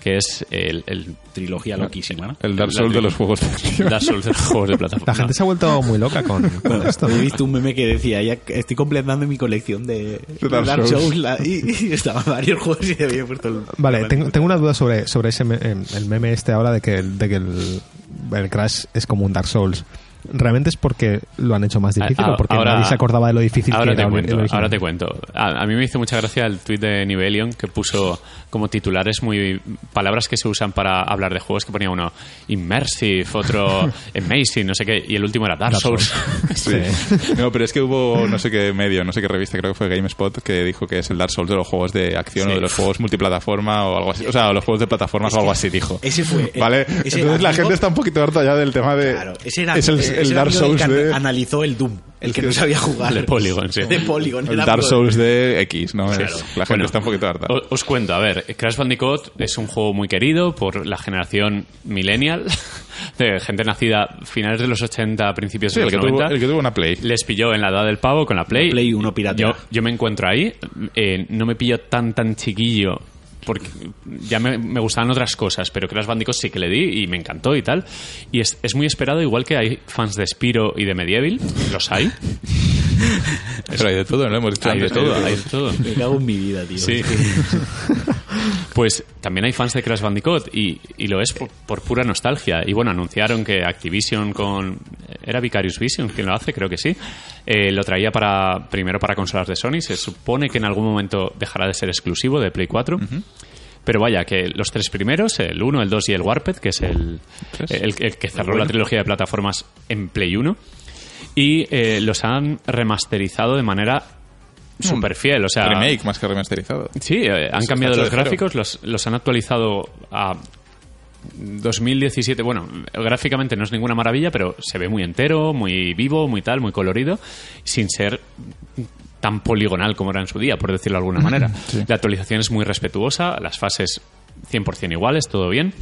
S1: que es el, el
S4: Trilogía loquísima, ¿no?
S2: El Dark Souls de los juegos.
S1: Dark Souls de los juegos de plataforma.
S3: La gente se ha vuelto muy loca con, con esto.
S4: He visto un meme que decía, ya estoy completando mi colección de,
S2: De Dark
S4: Dark,
S2: Souls.
S4: Souls, la- y, y estaba varios juegos y había puesto el...
S3: Vale, tengo, tengo una duda sobre, sobre ese me- em, el meme este ahora de que, el- de que el, el Crash es como un Dark Souls. ¿Realmente es porque lo han hecho más difícil
S1: Ah,
S3: o porque
S1: ahora-
S3: nadie se acordaba de lo difícil
S1: ahora
S3: que
S1: te
S3: era el- el
S1: cuento,
S3: original?
S1: Ahora te cuento. A, a mí me hizo mucha gracia el tuit de Nivelion que puso como titulares muy palabras que se usan para hablar de juegos que ponía uno immersive, otro amazing, no sé qué, y el último era Dark,
S3: Dark
S1: Souls.
S2: Sí. No, pero es que hubo no sé qué medio, no sé qué revista, creo que fue GameSpot, que dijo que es el Dark Souls de los juegos de acción
S1: Sí.
S2: o de los juegos multiplataforma o algo así. O sea, o los juegos de plataformas o algo así, dijo.
S4: ese fue-
S2: Vale.
S4: ese
S2: Entonces la
S4: amigo-
S2: gente está un poquito harta ya del tema de.
S4: Claro, ese era
S2: es el,
S4: ese
S2: el
S4: era
S2: Dark
S4: amigo del
S2: Souls
S4: que
S2: de.
S4: analizó el Doom, el que no sabía jugar.
S1: El de Polygon, sí.
S4: De Polygon.
S2: El
S4: era
S2: Dark
S4: amigo de-
S2: Souls de X, ¿no?
S1: Claro.
S2: Es- la gente
S1: Bueno,
S2: está un poquito harta.
S1: o- Os cuento, a ver, Crash Bandicoot es un juego muy querido por la generación millennial, de gente nacida finales de los 80, principios
S2: Sí,
S1: de
S2: el
S1: los
S2: que, tuvo,
S1: 90.
S2: el que tuvo una Play.
S1: les pilló en la edad del pavo con la Play.
S4: La Play uno pirata.
S1: Yo, yo me encuentro ahí, eh, no me pillo tan tan chiquillo porque ya me, me gustaban otras cosas, pero Crash Bandicoot sí que le di y me encantó y tal. Y es, es muy esperado, igual que hay fans de Spiro y de Medieval, los hay.
S2: Pero hay de todo, ¿no? Hemos dicho
S1: Hay de
S2: antes,
S1: todo, hay de todo.
S4: Me cago en mi vida, tío.
S1: Sí. Pues también hay fans de Crash Bandicoot y, y lo es por, por pura nostalgia. Y bueno, anunciaron que Activision con eh, era Vicarious Vision quien lo hace, creo que sí. Eh, lo traía para primero para consolas de Sony. Se supone que en algún momento dejará de ser exclusivo de Play 4. Pero vaya, que los tres primeros, el 1, el 2 y el Warped, que es el,
S2: Tres.
S1: el- el que cerró la trilogía de plataformas en Play 1, y eh, los han remasterizado de manera súper fiel. O sea,
S2: Remake más que remasterizado.
S1: Sí, eh, han
S2: Eso
S1: cambiado
S2: está
S1: los
S2: hecho de
S1: gráficos, los, los han actualizado a 2017. Bueno, gráficamente no es ninguna maravilla, pero se ve muy entero, muy vivo, muy tal, muy colorido, sin ser tan poligonal como era en su día, por decirlo de alguna manera.
S2: Sí.
S1: La actualización es muy respetuosa, las fases 100% iguales, todo bien.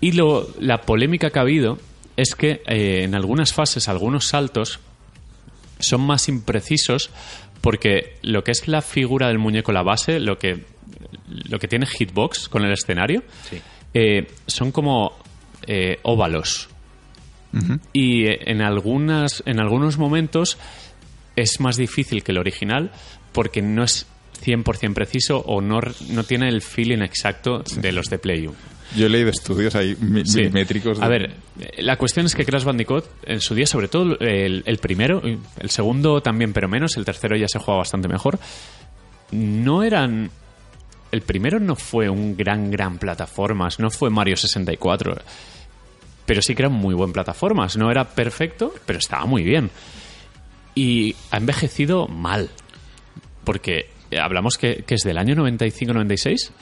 S1: Y lo, la polémica que ha habido es que eh, en algunas fases, algunos saltos son más imprecisos porque lo que es la figura del muñeco, la base, lo que, lo que tiene hitbox con el escenario,
S4: Sí.
S1: eh, son como eh, óvalos. Y eh, en, algunas, en algunos momentos es más difícil que el original porque no es 100% preciso o no, r- no tiene el feeling exacto de los de Play 1.
S2: Yo he leído estudios ahí mi-
S1: Sí.
S2: milimétricos. de-
S1: A ver, eh, la cuestión es que Crash Bandicoot, en su día, sobre todo el, el primero, el segundo también, pero menos, el tercero ya se juega bastante mejor, no eran... El primero no fue un gran, gran plataformas, no fue Mario 64, pero sí que eran muy buen plataformas. No era perfecto, pero estaba muy bien. Y ha envejecido mal, porque eh, hablamos que, que es del año 95-96.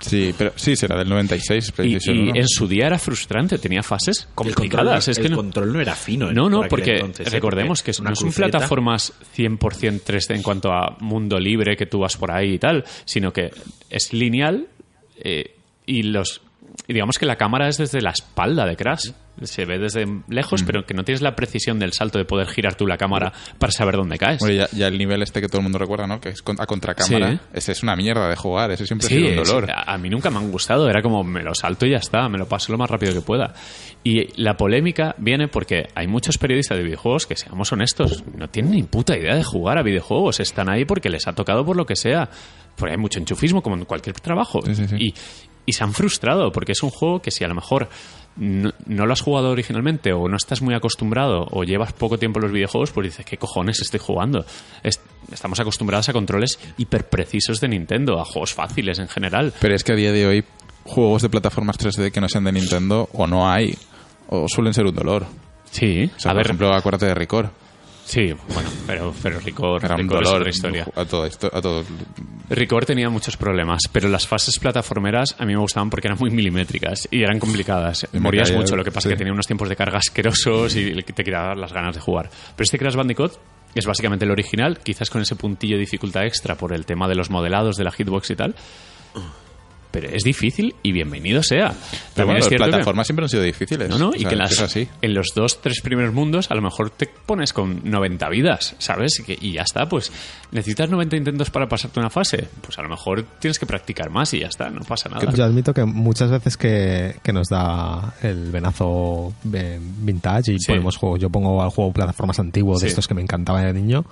S2: Sí, pero sí, será del 96.
S1: Y,
S2: PlayStation
S1: y
S2: 1.
S1: en su día era frustrante, tenía fases
S4: El control,
S1: complicadas. es que
S4: el
S1: no,
S4: control no era fino. ¿eh?
S1: no, no,
S4: por aquel
S1: porque
S4: entonces, ¿eh?
S1: recordemos que
S4: Porque
S1: no es un
S4: cruceta-
S1: plataformas 100% 3D en cuanto a mundo libre que tú vas por ahí y tal, sino que es lineal eh, y los y digamos que la cámara es desde la espalda de Crash. Se ve desde
S2: Mm.
S1: lejos, pero que no tienes la precisión del salto de poder girar tú la cámara para saber dónde caes.
S2: Bueno, ya, ya el nivel este que todo el mundo recuerda, ¿no? Que es con- a contracámara.
S1: Sí.
S2: Ese es una mierda de jugar. Ese siempre
S1: Sí,
S2: ha sido un
S1: es-
S2: dolor.
S1: a, a mí nunca me han gustado. Era como, me lo salto y ya está, me lo paso lo más rápido que pueda. Y la polémica viene porque hay muchos periodistas de videojuegos que, seamos honestos, no tienen ni puta idea de jugar a videojuegos. Están ahí porque les ha tocado por lo que sea. Porque hay mucho enchufismo, como en cualquier trabajo.
S2: Sí, sí, sí.
S1: Y, y se han frustrado porque es un juego que si a lo mejor no, no lo has jugado originalmente o no estás muy acostumbrado o llevas poco tiempo en los videojuegos, pues dices, ¿qué cojones estoy jugando? Es- estamos acostumbrados a controles hiperprecisos de Nintendo, a juegos fáciles en general.
S2: Pero es que a día de hoy, juegos de plataformas 3D que no sean de Nintendo o no hay, o suelen ser un dolor.
S1: Sí,
S2: O sea,
S1: a
S2: por
S1: ver,
S2: ejemplo, acuérdate de Ricor.
S1: sí, bueno, pero, pero Record,
S2: Era un
S1: Record es
S2: dolor
S1: otra historia.
S2: a todo esto. A todo.
S1: Record tenía muchos problemas, pero las fases plataformeras a mí me gustaban porque eran muy milimétricas y eran complicadas.
S2: Y me
S1: Morías
S2: caía,
S1: mucho, lo que pasa es que
S2: sí.
S1: tenía unos tiempos de carga asquerosos y te quitaban las ganas de jugar. Pero este Crash Bandicoot es básicamente el original, quizás con ese puntillo de dificultad extra por el tema de los modelados, de la hitbox y tal. Pero es difícil y bienvenido sea.
S2: Pero
S1: También
S2: bueno,
S1: es
S2: las
S1: cierto que-
S2: plataformas siempre han sido difíciles.
S1: no, no,
S2: O
S1: y
S2: sea,
S1: que en, las-
S2: es así.
S1: en los dos, tres primeros mundos a lo mejor te pones con 90 vidas, ¿sabes? Y, que- y ya está, pues necesitas 90 intentos para pasarte una fase. Pues a lo mejor tienes que practicar más y ya está, no pasa nada.
S3: Yo admito que muchas veces que, que nos da el venazo eh, vintage y
S1: Sí.
S3: ponemos juegos, yo pongo al juego plataformas antiguos
S1: Sí.
S3: de estos que me encantaban de niño,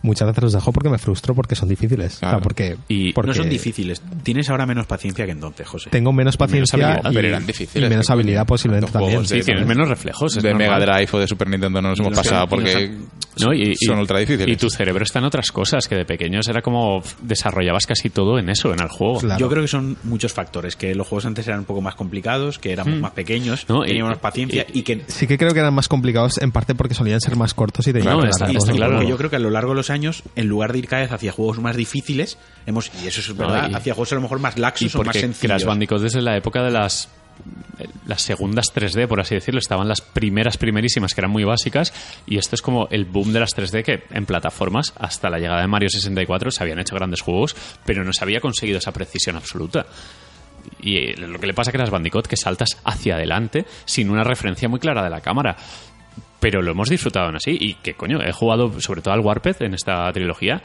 S3: muchas veces los dejo porque me frustro porque son difíciles. O sea,
S2: Claro.
S3: porque,
S1: Y no
S3: porque
S4: No son difíciles. Tienes ahora menos paciencia que entonces, José.
S3: Tengo menos paciencia
S1: habilidad.
S3: y,
S2: Pero eran difíciles,
S3: y menos
S2: ¿qué coño?
S3: habilidad posiblemente
S2: Tantos
S3: también.
S2: juegos
S1: Sí,
S2: de-
S1: tienes menos reflejos. pues es
S2: de Mega
S1: normal.
S2: Drive o de Super Nintendo no nos hemos pasado
S4: y
S2: porque
S1: No, y, y-
S2: son ultra difíciles.
S1: Y tu cerebro está en otras cosas, que de pequeños era como pf, desarrollabas casi todo en eso, en el juego.
S3: Claro.
S4: Yo creo que son muchos factores, que los juegos antes eran un poco más complicados, que éramos más pequeños,
S1: Mm. No, y-
S4: teníamos más paciencia y, que...
S3: Sí que creo que eran más complicados en parte porque solían ser más cortos y tenían
S1: No,
S3: que
S1: está-
S3: alargar
S1: está
S3: todo el
S1: claro.
S3: juego.
S4: Yo creo que a lo largo de los años, en lugar de ir cada vez hacia juegos más difíciles, hemos, y eso es verdad,
S1: y-
S4: hacia juegos a lo mejor más
S1: y
S4: laxos o más
S1: porque
S4: sencillos.
S1: Crash Bandicoot desde la época de las eh, las segundas 3D, por así decirlo, estaban las primeras primerísimas que eran muy básicas y esto es como el boom de las 3D que en plataformas hasta la llegada de Mario 64 se habían hecho grandes juegos, pero no se había conseguido esa precisión absoluta. Y eh, lo que le pasa a Crash Bandicoot que saltas hacia adelante sin una referencia muy clara de la cámara. Pero lo hemos disfrutado aún así y que coño, he jugado sobre todo al Warped en esta trilogía.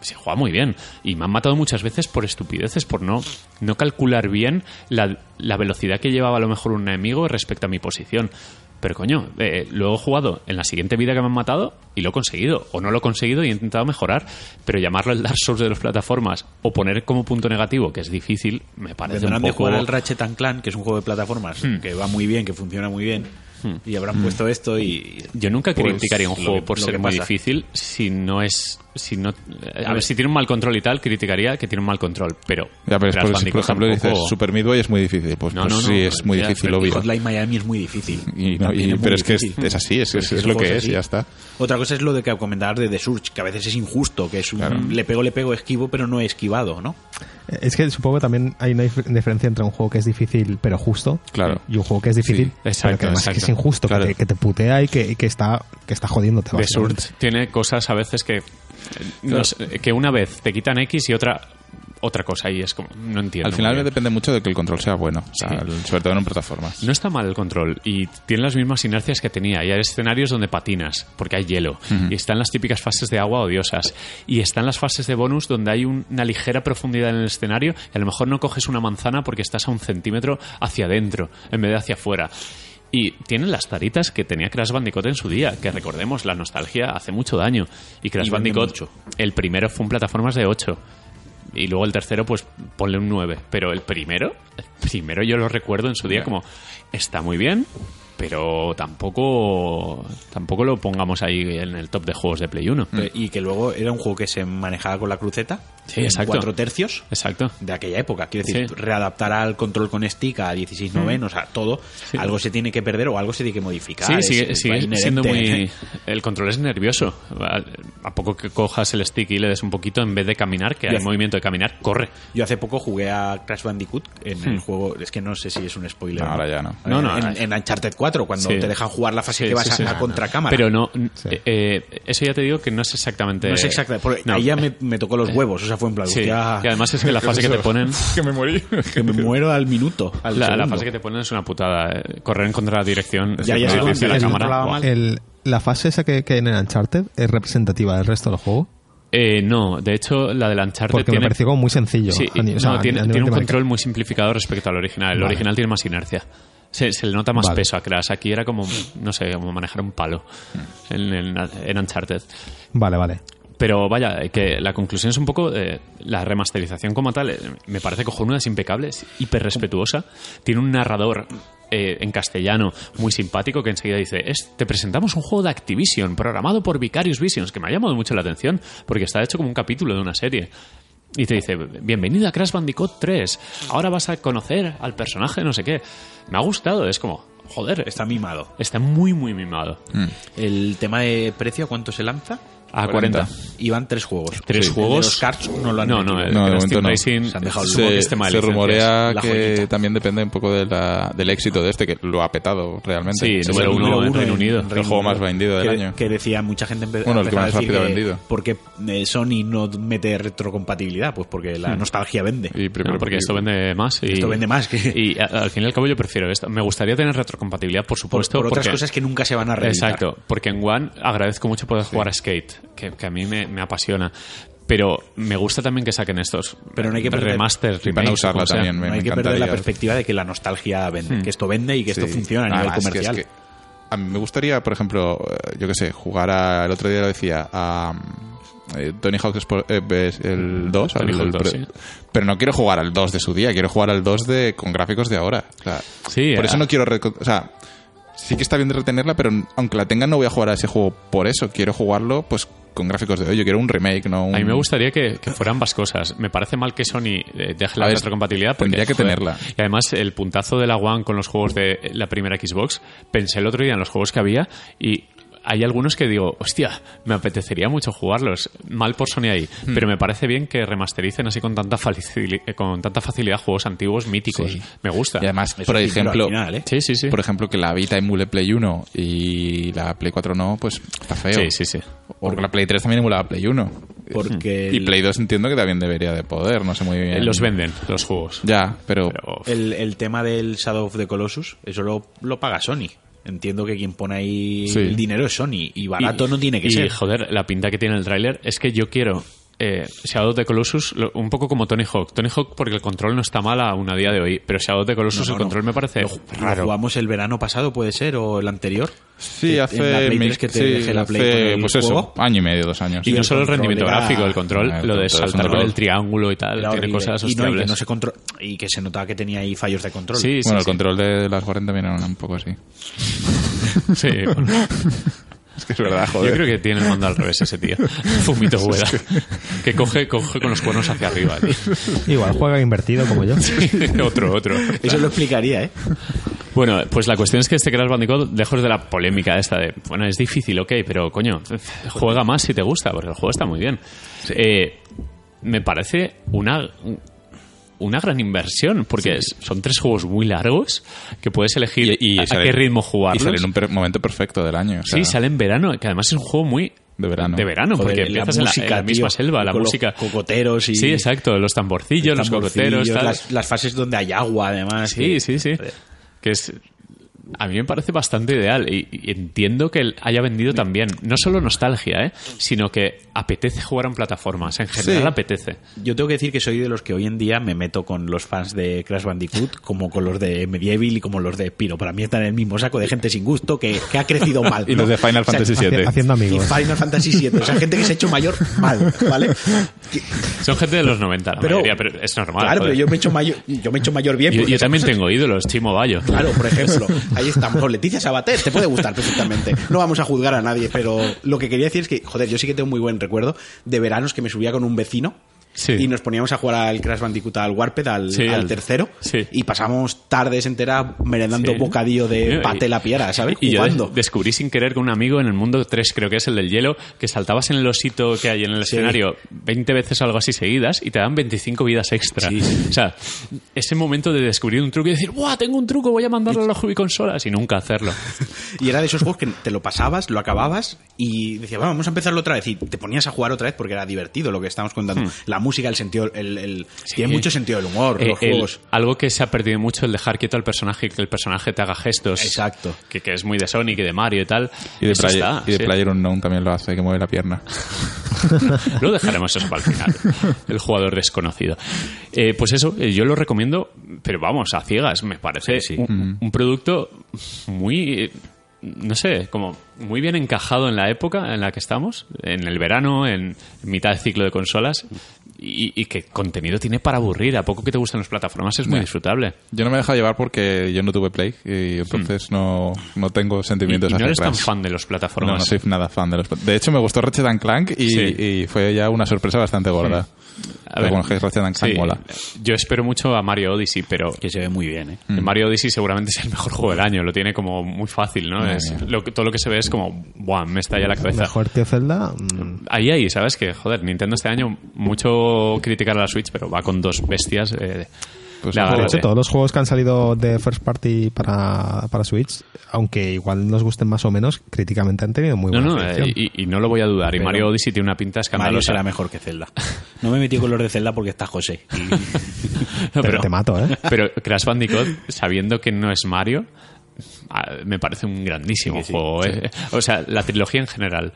S1: Se juega muy bien y me han matado muchas veces por estupideces, por no, no calcular bien la, la velocidad que llevaba a lo mejor un enemigo respecto a mi posición. Pero coño, eh, lo he jugado en la siguiente vida que me han matado y lo he conseguido. O no lo he conseguido y he intentado mejorar. Pero llamarlo el Dark Souls de las plataformas o poner como punto negativo, que es difícil, me parece un
S4: Tendrán de
S1: poco... Hmm.
S4: jugar al Ratchet and Clan, que es un juego de plataformas que va muy bien, que funciona muy bien. Y habrán puesto esto y.
S1: Yo nunca
S4: Pues,
S1: criticaría un
S4: lo
S1: juego
S4: que-
S1: por
S4: lo
S1: ser
S4: que
S1: muy
S4: pasa.
S1: difícil si no es. Si no, a ver, si tiene un mal control y tal, criticaría que tiene un mal control, pero.
S2: Ya, pero es
S1: Crash
S2: por, si,
S1: Bandicoot
S2: por ejemplo,
S1: tampoco-
S2: dices Super Meat Boy es muy difícil. Pues,
S1: No,
S2: pues
S1: no, no,
S2: sí, es muy
S1: ya,
S2: difícil,
S1: pero
S2: obvio.
S4: Hotline Miami es muy difícil.
S2: Y no- y-
S4: También es muy
S2: pero es que es,
S4: difícil.
S2: es así, es,
S4: Pero
S2: es-
S4: que
S2: es
S4: el
S2: lo
S4: juego
S2: que es,
S4: así.
S2: y ya está.
S4: Otra cosa es lo de que comentar de The Surge, que a veces es injusto, que es un le pego, le pego, esquivo, pero no he esquivado, ¿no?
S3: Es que supongo que también hay una dif- diferencia entre un juego que es difícil pero justo
S2: Claro.
S3: y un juego que es difícil
S2: Sí,
S3: pero que
S1: exacto,
S3: además
S1: exacto.
S3: que es injusto,
S2: Claro.
S3: que, te, que te putea y que, y que está, que está jodiéndote.
S1: The
S3: básicamente.
S1: Surge tiene cosas a veces que. eh, no sé, que una vez te quitan X y otra otra cosa, y es como. No entiendo.
S2: Al final
S1: muy bien.
S2: depende mucho de que el control sea bueno, o sea, el- sobre todo en plataformas.
S1: No está mal el control y tiene las mismas inercias que tenía. Y hay escenarios donde patinas, porque hay hielo. Y están las típicas fases de agua odiosas. Y están las fases de bonus donde hay un- una ligera profundidad en el escenario. Y a lo mejor no coges una manzana porque estás a un centímetro hacia adentro en vez de hacia afuera. Y tienen las taritas que tenía Crash Bandicoot en su día, que recordemos, la nostalgia hace mucho daño. Y Crash
S4: Y vende
S1: Bandicoot,
S4: mucho.
S1: el primero fue en plataformas de 8. Y luego el tercero, pues ponle un 9. Pero el primero, el primero yo lo recuerdo en su día como está muy bien, pero tampoco tampoco lo pongamos ahí en el top de juegos de Play 1.
S4: Pero- Eh, Y que luego era un juego que se manejaba con la cruceta,
S1: Sí,
S4: en
S1: exacto.
S4: cuatro tercios
S1: Exacto.
S4: de aquella época. Quiero decir,
S1: Sí. Mm.
S4: readaptar al control con stick a 16 novenos, a todo, algo se tiene que perder o algo se tiene que modificar.
S1: Sí,
S4: es-
S1: sigue,
S4: es
S1: sigue
S4: inherente.
S1: siendo muy... El control es nervioso. A, a poco que cojas el stick y le des un poquito, en vez de caminar, que
S4: Ya.
S1: hay movimiento de caminar, corre.
S4: Yo hace poco jugué a Crash Bandicoot en el juego, es que no sé si es un spoiler. Eh,
S2: No, ahora ya no.
S1: Hmm. No, no,
S4: en,
S1: ahora-
S4: en Uncharted 4, cuando
S1: Sí.
S4: te dejan jugar la fase
S1: Sí,
S4: que vas
S1: sí,
S4: a
S1: sí.
S4: la contracámara.
S1: Pero no... n-
S3: Sí.
S1: eh, eh, eso ya te digo que no es exactamente...
S4: No es exacta, porque
S1: Eh, No. Eh,
S4: ahí ya me, me tocó los huevos, o sea, fue en plan,
S1: Sí. Y
S4: hostia,
S1: además es que la fase que te ponen...
S2: que me morí.
S4: que me muero al minuto. Al
S1: La, la
S4: segundo.
S1: fase que te ponen es una putada. eh. Correr en contra de la dirección.
S4: Ya, ya
S1: es
S4: se
S1: muy difícil
S4: conocía,
S1: la
S4: se
S1: cámara.
S4: controlaba mal.
S3: El- la fase esa que, que hay en el Uncharted es representativa del resto del juego
S1: Eh, no, de hecho, la del Uncharted
S3: porque
S1: tiene.
S3: me pareció como muy sencillo.
S1: Sí,
S3: a ni- o sea,
S1: no,
S3: a
S1: tiene,
S3: nivel
S1: tiene un
S3: temático.
S1: control muy simplificado respecto al original. El
S3: Vale.
S1: original tiene más inercia. Se, se le nota más
S3: Vale.
S1: peso a Crash. Aquí era como, no sé, como manejar un palo
S4: Hmm.
S1: en, en- en Uncharted.
S3: Vale, vale.
S1: Pero vaya, eh, que la conclusión es un poco eh, la remasterización como tal. eh, me parece cojonuda, es impecable, es hiper respetuosa. Tiene un narrador eh, en castellano muy simpático que enseguida dice: "Es- Te presentamos un juego de Activision programado por Vicarious Visions, que me ha llamado mucho la atención porque está hecho como un capítulo de una serie. Y te dice, bienvenido a Crash Bandicoot 3, ahora vas a conocer al personaje no sé qué. Me ha gustado, es como, joder, está,
S4: está mimado.
S1: está muy, muy mimado.
S4: El tema de precio, ¿a cuánto se lanza?
S1: A
S2: 40.
S1: 40.
S4: Y van tres juegos.
S1: Tres
S4: El de
S1: juegos.
S4: los Cards no lo han
S1: No, no,
S4: metido.
S1: el
S2: No,
S1: Crash
S2: de
S1: Team
S2: momento no.
S1: Racing
S4: Se han dejado el este
S1: supongo que
S2: se,
S1: es tema de
S2: se
S1: licencias.
S2: rumorea
S4: la
S2: que
S4: joyita.
S2: también depende un poco de la- del éxito de este, que lo ha petado realmente.
S1: Sí,
S2: Es
S1: número
S2: el-
S1: uno ¿eh? en Reino Unido.
S2: El juego más vendido del
S4: que,
S2: año.
S4: Que decía mucha gente. empe-
S2: Bueno, el que
S4: empezaba
S2: más
S4: a decir
S2: rápido ha
S4: que-
S2: vendido.
S4: ¿Por qué eh, Sony no mete retrocompatibilidad? Pues porque
S1: Hmm.
S4: la nostalgia vende.
S2: Y primero-
S1: No, porque esto vende más. Y,
S4: Esto vende más que-
S1: Y a- al fin y al cabo yo prefiero esto. Me gustaría tener retrocompatibilidad, por
S4: por,
S1: supuesto.
S4: por otras
S1: porque-
S4: cosas que nunca se van a reeditar.
S1: Exacto, porque en One agradezco mucho poder jugar a Skate, que, que a mí me, me apasiona. Pero me gusta también que saquen estos.
S4: Pero no hay que perder-
S1: remasters,
S2: Y van a
S1: remakes,
S2: usarla
S1: como sea.
S2: también, me,
S4: No hay
S2: me
S4: que perder la
S2: encantaría.
S4: perspectiva de que la nostalgia
S1: Hmm.
S4: vende, que esto vende y que esto
S2: Sí.
S4: funciona a nivel
S2: Además, que Ah, es
S4: comercial.
S2: que a mí me gustaría, por ejemplo, eh, yo qué sé, jugar a, el otro día lo decía, a mm, eh, Tony Hawk Sport- eh, ves el 2,
S1: Mm, Tony
S2: al-
S1: Hawk
S2: el
S1: 2,
S2: pre-
S1: sí.
S2: pero no quiero jugar al 2 de su día, quiero jugar al 2 de con gráficos de ahora. O sea,
S1: Sí,
S2: por
S1: eh.
S2: eso no quiero, reco- o sea, sí que está bien de retenerla, pero aunque la tengan no voy a jugar a ese juego por eso, quiero jugarlo pues con gráficos de hoy, yo quiero un remake, no un
S1: A mí me gustaría que, que fueran ambas cosas. Me parece mal que Sony eh, deje
S2: A
S1: la
S2: ver,
S1: retrocompatibilidad. Porque,
S2: tendría que
S1: joder,
S2: tenerla.
S1: Y además, el puntazo de la One con los juegos de la primera Xbox, pensé el otro día en los juegos que había y hay algunos que digo, hostia, me apetecería mucho jugarlos. Mal por Sony ahí.
S2: Mm.
S1: Pero me parece bien que remastericen así con tanta, facili- eh, con tanta facilidad juegos antiguos míticos.
S2: Sí.
S1: Me gusta.
S2: Y además,
S4: Es
S2: por
S4: un título
S2: ejemplo,
S4: al final, ¿eh?
S1: sí, sí, sí.
S2: por ejemplo, que la Vita emule Play 1 y la Play 4 no, pues está feo.
S1: sí, sí, sí.
S2: Porque la Play 3 también emulaba Play 1.
S4: Porque
S2: Y
S4: el-
S2: Play 2 entiendo que también debería de poder, no sé muy
S1: Eh,
S2: bien.
S1: Los venden, los juegos.
S2: Ya, pero,
S1: Pero, uf,
S4: El, el tema del Shadow of the Colossus, eso lo, lo paga Sony. Entiendo que quien pone ahí
S2: Sí.
S4: el dinero es Sony y barato
S1: Y-
S4: no tiene que
S1: y,
S4: ser.
S1: joder, la pinta que tiene el tráiler es que yo quiero eh, Shadow of the Colossus lo- un poco como Tony Hawk. Tony Hawk porque el control no está mal aún a día de hoy, pero Shadow of the Colossus
S4: No, no,
S1: el control
S4: no.
S1: me parece
S4: Lo- Lo
S1: raro.
S4: jugamos el verano pasado, puede ser, o el anterior.
S2: Sí,
S4: En
S2: hace.
S4: la Play
S2: mi-
S4: 3 que te
S2: sí,
S4: dejé la Play
S2: hace,
S4: con el
S2: pues
S4: juego.
S2: eso, año y medio, dos años.
S1: Y no
S4: el
S1: solo el
S4: control
S1: rendimiento
S4: era-
S1: gráfico, el control,
S2: Ah, el
S1: lo
S2: control
S1: de
S2: es un
S1: saltar con
S2: dolor.
S1: el triángulo y tal,
S4: Era
S1: tiene
S4: horrible.
S1: cosas
S4: eh, y, no, y, que
S1: hostiables.
S4: no se contro- y que se notaba que tenía ahí fallos de control.
S1: Sí, sí,
S2: bueno, el
S1: sí.
S2: control de las 40 también era un poco así.
S1: Sí, bueno.
S2: Es que es verdad,
S1: Yo
S2: joder.
S1: creo que tiene el mando al revés ese tío. Fumito Hueda. Que coge, coge con los cuernos hacia arriba, tío.
S3: Igual juega invertido como yo.
S1: otro, otro.
S4: Eso lo explicaría, ¿eh?
S1: Bueno, pues la cuestión es que este Crash Bandicoot, lejos de la polémica esta de, bueno, es difícil, ok, pero coño, juega más si te gusta, porque el juego está muy bien. Eh, me parece una, una gran inversión, porque es- son tres juegos muy largos que puedes elegir
S2: Y- y
S1: a, a
S2: sale-
S1: qué ritmo
S2: Y
S1: jugarlos.
S2: sale en un per- momento perfecto del año. o sea,
S1: Sí, sale en verano, que además es un juego muy...
S2: De verano.
S1: De verano,
S4: Joder,
S1: porque empiezas en la- en la,
S4: tío,
S1: misma selva, la
S4: con los
S1: música...
S4: cocoteros y...
S1: Sí, exacto, los tamborcillos, los cocoteros, tal.
S4: las, las fases donde hay agua, además.
S1: Sí,
S4: que-
S1: sí, sí. Que es. A mí me parece bastante ideal y, y entiendo que él haya vendido también, no solo nostalgia, ¿eh? sino que apetece jugar en plataformas, en general
S2: Sí.
S1: apetece.
S4: Yo tengo que decir que soy de los que hoy en día me meto con los fans de Crash Bandicoot, como con los de Medieval y como los de Piro. Para mí están en el mismo saco de gente sin gusto que, que ha crecido mal.
S2: Y los de Final Fantasy
S4: O sea,
S2: VII.
S3: Haciendo
S4: Y
S3: amigos.
S4: Final Fantasy VII. O sea, gente que se ha hecho mayor mal, ¿vale? Que-
S1: Son gente de los 90, la mayoría, pero es normal.
S4: Claro, pero
S1: joder.
S4: yo pues, me he hecho mayor, yo me he hecho mayor bien.
S1: Yo-
S4: porque-
S1: yo también tengo ídolos, Chimo Bayo.
S4: Claro, por ejemplo, ahí estamos. con Leticia Sabater te puede gustar perfectamente. No vamos a juzgar a nadie, pero lo que quería decir es que, joder, yo sí que tengo muy buen recuerdo de veranos que me subía con un vecino
S1: Sí.
S4: y nos poníamos a jugar al Crash Bandicoot, al Warped, al,
S1: Sí,
S4: al
S1: al-
S4: tercero
S1: sí.
S4: y pasamos tardes enteras merendando
S1: Sí.
S4: bocadillo de
S1: Yo- y-
S4: pate la piedra, ¿sabes?
S1: Y yo de-
S4: Jugando.
S1: descubrí sin querer que un amigo en el mundo 3, creo que es el del hielo, que saltabas en el osito que hay en el
S4: Sí.
S1: escenario 20 veces o algo así seguidas y te dan 25 vidas extra. O sea, ese momento de descubrir un truco y decir, ¡guau! Tengo un truco, voy a mandarlo a las consolas y nunca hacerlo.
S4: Y era de esos juegos que te lo pasabas, lo acababas y decías, "Va, vamos a empezarlo otra vez. Y te ponías a jugar otra vez porque era divertido lo que estábamos contando. La música, el sentido, el, el-
S1: Hmm. Sí.
S4: tiene mucho sentido del humor,
S1: Eh,
S4: los
S1: el-
S4: juegos.
S1: algo que se ha perdido mucho, el dejar quieto al personaje y que el personaje te haga gestos.
S4: Exacto.
S1: Que, que es muy de Sonic y de Mario y tal.
S2: Y de,
S1: Eso
S2: player,
S1: está,
S2: y de
S1: sí.
S2: Player Unknown también lo hace, que mueve la pierna.
S1: Luego dejaremos eso para el final. El jugador desconocido. Eh, pues eso, eh, yo lo recomiendo, pero vamos, a ciegas. Me parece Un, un producto muy. eh, No sé, como muy bien encajado en la época en la que estamos, en el verano, en mitad de ciclo de consolas, y, y que contenido tiene para aburrir. A poco que te gustan las plataformas es muy
S2: Ya.
S1: disfrutable.
S2: Yo no me he dejado llevar porque yo no tuve Play y entonces no, no tengo
S1: Y, Hmm. y
S2: sentimientos
S1: no
S2: hacia
S1: eres tan
S2: Crash.
S1: fan de las
S2: No, no
S1: plataformas.
S2: soy nada fan de los... De hecho, me gustó Ratchet and Clank y,
S1: Sí. Hmm.
S2: y fue ya una sorpresa bastante gorda.
S1: A
S2: Pero
S1: ver,
S2: bueno, que Ratchet and Clank
S1: sí,
S2: mola.
S1: Yo espero mucho a Mario Odyssey, pero
S4: Que se ve muy bien, ¿eh?
S2: Mm.
S1: El Mario Odyssey seguramente es el mejor juego del año, lo tiene como muy fácil, ¿no?
S2: Madre
S1: Es
S2: mía.
S1: lo que- todo lo que se ve es como, ¡buah! Me estalla la cabeza.
S3: Mejor que Zelda. mm,
S1: Ahí, ahí, ¿sabes? Que, joder, Nintendo este año mucho criticar a la Switch, pero va con dos bestias. eh,
S2: Pues
S1: de
S2: sí.
S1: agarre.
S3: De hecho, todos los juegos que han salido de First Party para, para Switch, aunque igual nos gusten más o menos, críticamente han tenido muy
S1: No,
S3: buena
S1: no, eh,
S3: recepción.
S1: y, y no lo voy a dudar. Y
S4: Pero-
S1: Mario Odyssey tiene una pinta
S4: Mario
S1: escandalosa.
S4: será mejor que Zelda. No me he metido con los de Zelda porque está José.
S1: No,
S3: Pero
S1: pero,
S3: te mato, ¿eh?
S1: pero Crash Bandicoot, sabiendo que no es Mario, ah, me parece un grandísimo juego. ¿eh? O sea, la trilogía en general.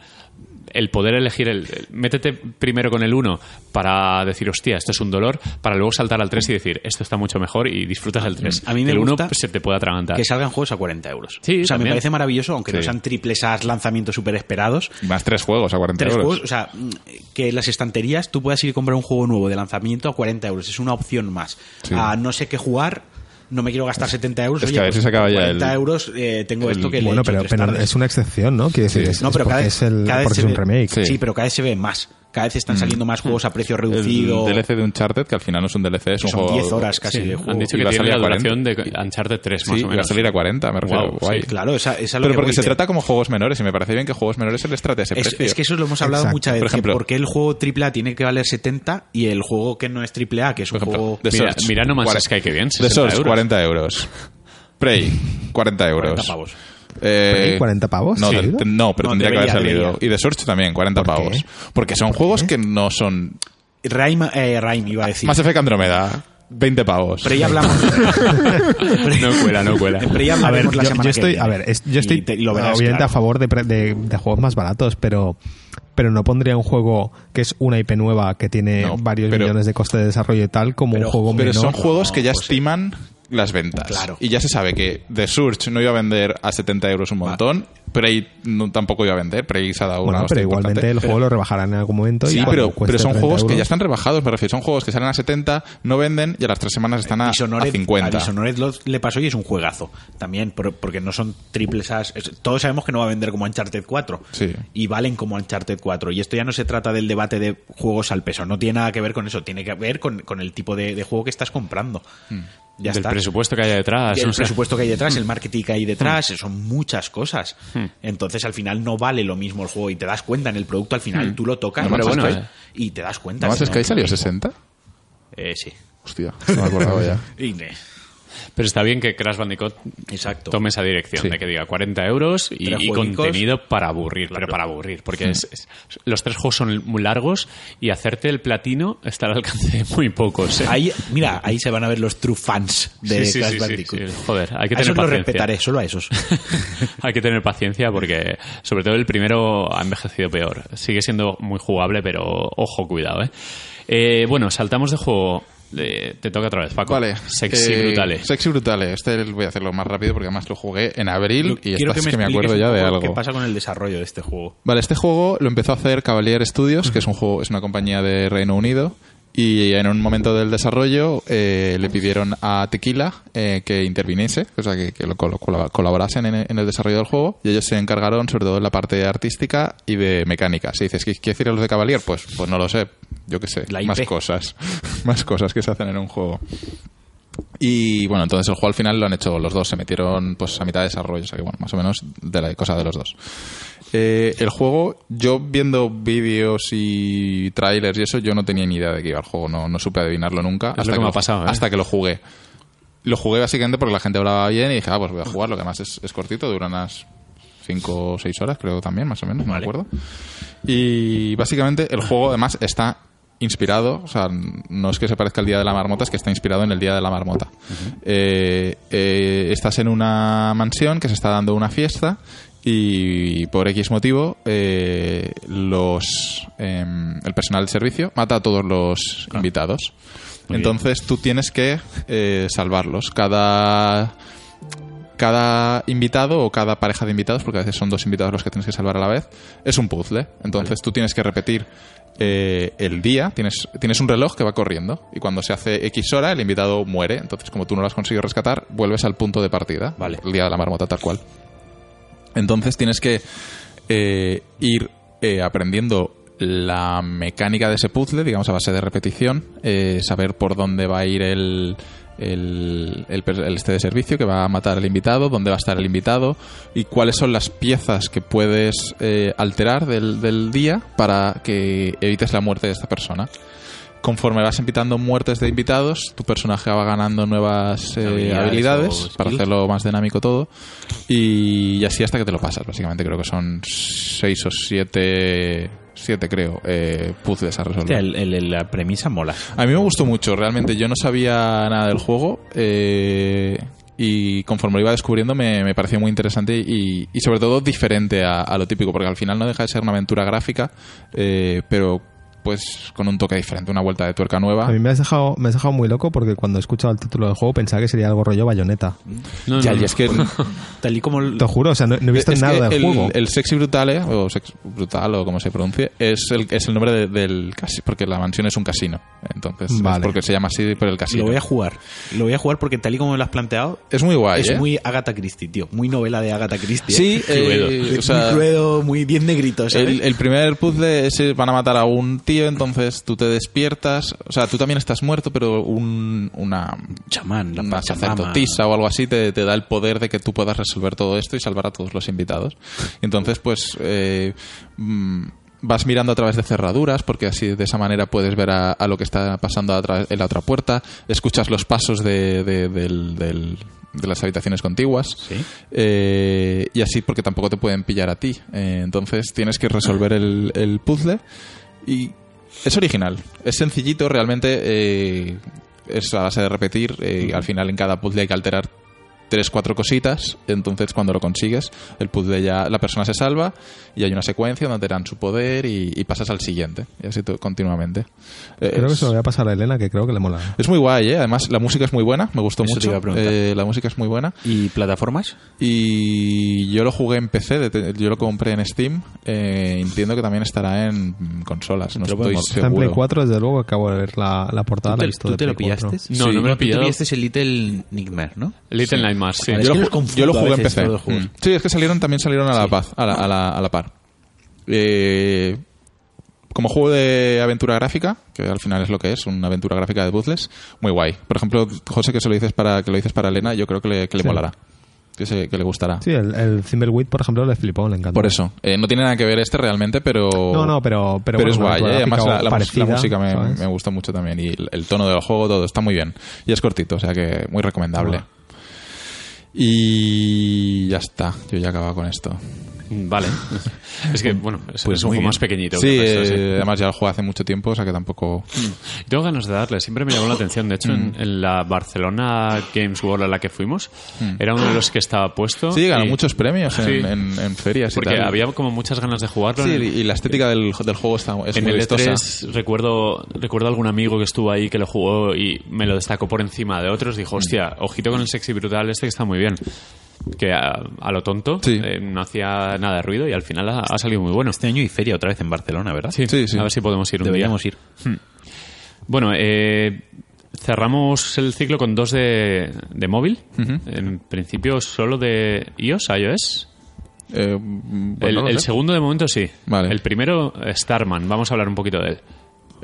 S1: El poder elegir el, el- Métete primero con el 1 para decir, hostia, esto es un dolor, para luego saltar al 3 y decir, esto está mucho mejor y disfrutas del 3.
S4: A mí me
S1: el
S4: gusta
S1: se te puede atragantar.
S4: que salgan juegos a 40 euros.
S1: Sí,
S4: o sea,
S1: también.
S4: me parece maravilloso, aunque no
S2: Sí.
S4: sean triples A lanzamientos super esperados.
S2: Y Más tres juegos a 40
S4: Tres
S2: euros.
S4: juegos, o sea, mm, que las estanterías tú puedas ir y comprar un juego nuevo de lanzamiento a 40 euros. Es una opción más.
S2: Sí.
S4: A no sé qué jugar, no me quiero gastar 70 euros.
S2: Es que a ver si se acaba ya
S4: 40
S2: el-
S4: euros eh, tengo
S2: el-
S4: esto que le he
S3: Bueno,
S4: hecho
S3: pero,
S4: tres
S3: pero
S4: tardes.
S3: es una excepción, ¿no? Quiero decir,
S2: Sí.
S3: es,
S4: No,
S3: es
S4: pero cada
S3: porque
S4: vez,
S3: es, el,
S4: cada vez
S3: porque
S4: se
S3: es un
S4: ve-
S3: remake.
S4: Sí.
S2: Sí. Mm.
S4: pero cada vez se ven más. Cada vez están saliendo más juegos a precio
S2: El
S4: reducido.
S2: DLC de un Uncharted, que al final no es un DLC, es
S4: que
S2: un
S4: son
S2: juego...
S4: 10 horas casi
S1: Sí,
S4: de juego.
S1: han dicho
S2: Y
S1: que
S2: va a
S1: tiene
S2: salir
S1: la
S2: a 40.
S1: duración de Uncharted 3,
S2: Sí,
S1: más o
S2: va a
S1: menos.
S2: salir a 40, me refiero.
S1: Guau,
S2: guay.
S1: sí,
S4: Claro, esa, esa es lo
S2: Pero
S4: que
S2: porque
S4: voy,
S2: se
S4: te-
S2: trata como juegos menores y me parece bien que juegos menores se les trate ese
S4: Es,
S2: precio.
S4: es que eso lo hemos hablado
S3: Exacto.
S4: muchas veces.
S2: Por ejemplo-
S4: que ¿Por qué el juego AAA tiene que valer 70 y el juego que no es AAA, que es un
S2: Por ejemplo,
S4: juego...
S2: The
S1: Mira-
S2: Source,
S1: mira No Man's
S2: cuare-
S1: Sky, que bien,
S2: The
S1: 60
S2: Source,
S1: euros.
S2: 40 euros. Prey, 40 euros.
S4: 40 pavos.
S2: Eh,
S3: ¿Prey, 40 pavos?
S2: No,
S3: ¿Ha salido?
S2: te- no, pero
S4: No,
S2: tendría que
S4: debería,
S2: haber salido.
S4: debería.
S2: Y The Search también, 40
S3: ¿Por qué?
S2: pavos. Porque son juegos que no son.
S4: Rime, eh, Rime iba a decir.
S2: Mass Effect Andromeda, 20 pavos.
S4: Pero ya hablamos.
S1: No cuela, no cuela.
S4: Pero ya
S3: A ver,
S4: hablaremos
S3: yo,
S4: la semana
S3: yo
S4: que
S3: estoy,
S4: viene.
S3: a ver, es- yo estoy
S4: Y te- lo verás,
S3: obviamente
S4: claro.
S3: a favor de, pre- de- de juegos más baratos, pero pero no pondría un juego que es una IP nueva que tiene
S2: No,
S3: varios
S2: pero-
S3: millones de coste de desarrollo y tal como
S4: pero-
S3: un juego
S2: Pero
S3: menor.
S2: son juegos que ya
S4: No, José.
S2: estiman las ventas.
S4: Claro.
S2: Y ya se sabe que The Surge no iba a vender a 70 euros un montón Pero ahí no, tampoco iba a vender, pero ahí se ha dado
S3: Bueno,
S2: una
S3: pero
S2: hostia
S3: igualmente
S2: importante.
S3: el juego lo rebajarán en algún momento. y
S2: Sí,
S3: cuando
S2: pero,
S3: cueste
S2: pero son
S3: 30
S2: juegos que
S3: euros-
S2: ya están rebajados, me refiero. Son juegos que salen a 70, no venden y a las tres semanas están Ah, a, a
S4: Dishonored,
S2: 50.
S4: a Dishonored lo- le pasó y es un juegazo. También, por- porque no son triples As. es- Todos sabemos que no va a vender como Uncharted 4.
S2: Sí.
S4: Y valen como Uncharted 4. Y esto ya no se trata del debate de juegos al peso. No tiene nada que ver con eso. Tiene que ver con, con el tipo de, de juego que estás comprando.
S2: Hmm.
S4: Ya
S1: del
S4: está.
S1: presupuesto que haya detrás.
S4: el
S1: no sé.
S4: presupuesto que hay detrás, el marketing que hay detrás,
S2: Hmm.
S4: son muchas cosas. Entonces al final no vale lo mismo el juego y te das cuenta en el producto, al final tú lo tocas
S2: Hmm. No Man's
S4: lo
S2: Sky.
S4: tocas y te das cuenta.
S2: ¿No más
S4: que
S2: Sky
S4: es lo
S2: salió
S4: mismo.
S2: 60?
S4: Eh, sí.
S2: Hostia, no me acordaba ya.
S4: Y, eh,
S1: Pero está bien que Crash Bandicoot
S4: Exacto.
S1: tome esa dirección
S2: Sí.
S1: de que diga 40 euros y,
S4: Tres
S1: y
S4: jueguicos.
S1: contenido para aburrir, pero para aburrir, porque es- es- los tres juegos son muy largos y hacerte el platino está al alcance de muy pocos. ¿eh?
S4: Ahí, mira, ahí se van a ver los true fans de
S1: Sí, sí,
S4: Crash
S1: sí, sí,
S4: Bandicoot.
S1: sí. Joder, hay que
S4: a
S1: tener
S4: esos los
S1: paciencia.
S4: respetaré, solo a esos.
S1: Hay que tener paciencia porque, sobre todo, el primero ha envejecido peor. Sigue siendo muy jugable, pero ojo, cuidado, ¿eh? Eh, bueno, saltamos de juego. Eh, te toca otra vez, Paco.
S2: Vale.
S1: Sexy,
S2: Eh,
S1: brutales.
S2: Sexy Brutale. Este lo voy a hacerlo más rápido porque además lo jugué en abril y
S4: Quiero
S2: estás que me,
S4: expliques
S2: acuerdo
S4: un
S2: ya de
S4: poco
S2: algo.
S4: ¿Qué pasa con el desarrollo de este juego?
S2: Vale, este juego lo empezó a hacer Cavalier Studios, que es un juego, es una compañía de Reino Unido. Y en un momento del desarrollo eh, le pidieron a Tequila eh, que interviniese, o sea, que, que lo col- colab- colaborasen en, en el desarrollo del juego. Y ellos se encargaron sobre todo de la parte artística y de mecánica. Si dices, ¿qué qué hicieron los de Cavalier? Pues, pues no lo sé, yo qué sé,
S4: La
S2: más
S4: IP.
S2: cosas, más cosas que se hacen en un juego. Y bueno, entonces el juego al final lo han hecho los dos, se metieron pues a mitad de desarrollo, o sea que bueno, más o menos de la cosa de los dos. Eh, el juego, yo viendo vídeos y trailers y eso, yo no tenía ni idea de que iba el juego, no, no supe adivinarlo nunca.
S1: lo que me ha
S2: lo,
S1: pasado, ¿eh?
S2: hasta que lo jugué. Lo jugué básicamente porque la gente hablaba bien y dije, ah, pues voy a jugarlo, que además es, es cortito, dura unas 5 o 6 horas, creo también, más o menos, no me
S4: Vale.
S2: acuerdo. Y básicamente el juego además está inspirado, o sea, no es que se parezca al Día de la Marmota, es que está inspirado en el Día de la Marmota. Eh, eh, estás en una mansión que se está dando una fiesta y por X motivo eh, los em, el personal del servicio mata a todos los invitados. Entonces tú tienes que eh, salvarlos. Cada cada invitado o cada pareja de invitados, porque a veces son dos invitados los que tienes que salvar a la vez, es un puzzle. Entonces tú tienes que repetir eh, el día, tienes, tienes un reloj que va corriendo y cuando se hace X hora el invitado muere. Entonces como tú no lo has conseguido rescatar, vuelves al punto de partida,
S4: Vale.
S2: el día de la marmota tal cual. Entonces tienes que eh, ir eh, aprendiendo la mecánica de ese puzzle, digamos a base de repetición, eh, saber por dónde va a ir el, el, el per- el este de servicio que va a matar al invitado, dónde va a estar el invitado y cuáles son las piezas que puedes eh, alterar del, del día para que evites la muerte de esta persona. Conforme vas invitando muertes de invitados, tu personaje va ganando nuevas eh,
S4: Habilidades
S2: habilidades
S4: o
S2: para
S4: skills.
S2: hacerlo más dinámico todo. Y, y así hasta que te lo pasas, básicamente. Creo que son seis o siete, siete creo, eh, puzzles a resolver.
S4: Hostia, el- el- la premisa mola.
S2: A mí me gustó mucho, realmente. Yo no sabía nada del juego. eh, y conforme lo iba descubriendo, me, me pareció muy interesante y, y sobre todo diferente a, a lo típico, porque al final no deja de ser una aventura gráfica, eh, pero pues con un toque diferente, una vuelta de tuerca nueva.
S3: A mí me has, dejado, me has dejado muy loco porque cuando he escuchado el título del juego pensaba que sería algo rollo bayoneta.
S1: No, no,
S2: Ya, y
S1: no.
S2: es que
S4: Tal y como el-
S3: Te juro, o sea, no, no he visto
S2: Es
S3: nada
S2: que el,
S3: del juego.
S2: el sexy brutale, o sex brutal, o como se pronuncie, es el, es el nombre de- del casino, porque la mansión es un casino. Entonces, es
S3: Vale.
S2: porque se llama así, pero el
S4: lo
S2: casino.
S4: voy a jugar. Lo voy a jugar porque tal y como me lo has planteado,
S2: Es muy guay,
S4: es
S2: ¿eh?
S4: muy Agatha Christie, tío. Muy novela de Agatha Christie.
S2: Sí,
S4: ¿eh?
S2: eh,
S4: Muy
S2: o sea,
S4: crudo, muy bien negrito. ¿sabes?
S2: el, el primer puzzle es eh, van a matar a un tío, entonces tú te despiertas, o sea, tú también estás muerto, pero un, una,
S4: chamán, la
S2: una
S4: Pachamama.
S2: sacerdotisa o algo así te, te da el poder de que tú puedas resolver todo esto y salvar a todos los invitados. Entonces, pues eh, mm, vas mirando a través de cerraduras, porque así de esa manera puedes ver a, a lo que está pasando a través- en la otra puerta, escuchas los pasos de, de- del- del- de las habitaciones contiguas Eh, y así porque tampoco te pueden pillar a ti. Eh, entonces tienes que resolver el, el puzzle y es original, es sencillito, realmente eh, es a base de repetir. eh, al final en cada puzzle hay que alterar tres, cuatro cositas. Entonces, cuando lo consigues, el puzzle ya. La persona se salva y hay una secuencia donde te dan su poder y, y pasas al siguiente. Y así to- continuamente. Eh,
S3: Creo que
S2: es-
S3: se lo voy a pasar a Elena, que creo que le mola.
S2: es muy guay, ¿eh? Además, la música es muy buena, me gustó
S4: Eso te iba
S2: mucho.
S4: a preguntar.
S2: Eh, la música es muy buena.
S4: ¿Y plataformas?
S2: Y yo lo jugué en PC, de te- yo lo compré en Steam. eh, entiendo que también estará en mm, consolas, no
S4: Te lo
S2: estoy
S4: podemos-
S3: Está en Play
S2: seguro.
S3: 4, desde luego, acabo de ver la, la portada.
S5: ¿Tú
S3: Ah, la
S5: te,
S3: he visto
S5: tú
S3: de
S5: te lo
S3: Play 4.
S5: pillaste?
S1: No, no me lo he
S5: Tú te
S1: pillado.
S5: pillaste el Little Nightmare, ¿no?
S1: Little Nightmares, sí.
S5: A ver, Es
S2: Yo,
S5: que
S2: lo,
S5: los
S2: ju-
S5: confundo
S2: yo lo
S5: a
S2: jugué en
S5: veces,
S2: PC.
S5: todos los juegos.
S2: Mm. Sí, es que salieron también salieron a la, paz, a, la, a la- a la par. Eh, como juego de aventura gráfica, que al final es lo que es, una aventura gráfica de puzzles, muy guay. Por ejemplo, José, que se lo dices para que lo dices para Elena, yo creo que le, que le
S3: Sí.
S2: molará. Que, se- que le gustará.
S3: Sí, el, el Thimbleweed, por ejemplo, le flipó, le encantó.
S2: Por eso. Eh, no tiene nada que ver este realmente, pero.
S3: No, no, pero, pero,
S2: Pero,
S3: bueno,
S2: es
S3: una
S2: guay,
S3: aventura
S2: ¿eh? además
S3: gráfica
S2: la, la mus- la
S3: parecida,
S2: música me,
S3: ¿sabes?
S2: me gusta mucho también y el, el tono del juego, todo está muy bien. Y es cortito, o sea que muy recomendable.
S3: Ah.
S2: Y ya está, yo ya acababa con esto.
S1: Vale. Es que, bueno, es,
S2: Pues
S1: es un juego
S2: muy bien.
S1: más pequeñito. que
S2: Sí,
S1: el resto,
S2: eh, además ya lo jugué hace mucho tiempo, o sea que tampoco...
S1: Tengo ganas de darle, siempre me llamó la atención. De hecho,
S2: Mm.
S1: en, en la Barcelona Games World a la que fuimos, era uno de los que estaba puesto.
S2: Mm. Sí, ganó
S1: y-
S2: muchos premios en,
S1: Sí.
S2: en- en ferias y
S1: Porque
S2: tal.
S1: había como muchas ganas de jugarlo.
S2: Sí,
S1: en-
S2: y la estética del, del juego está, es
S1: en
S2: muy
S1: el
S2: vistosa.
S1: E3 recuerdo, recuerdo algún amigo que estuvo ahí que lo jugó y me lo destacó por encima de otros.
S2: Mm.
S1: Dijo, hostia, ojito con el sexy brutal este que está muy bien. Que a, a lo tonto
S2: Sí.
S1: eh, no hacía nada de ruido y al final ha, ha salido muy bueno.
S5: Este año y feria otra vez en Barcelona, ¿verdad?
S1: Sí,
S2: Sí, sí.
S1: A ver si podemos ir un
S5: Deberíamos
S1: día. Hmm.
S5: ir.
S1: Bueno, eh, cerramos el ciclo con dos de, de móvil. En principio solo de iOS, iOS.
S2: Eh, mm, pues
S1: El,
S2: no lo
S1: el
S2: sé.
S1: segundo de momento sí.
S2: Vale.
S1: El primero, Starman. Vamos a hablar un poquito de él.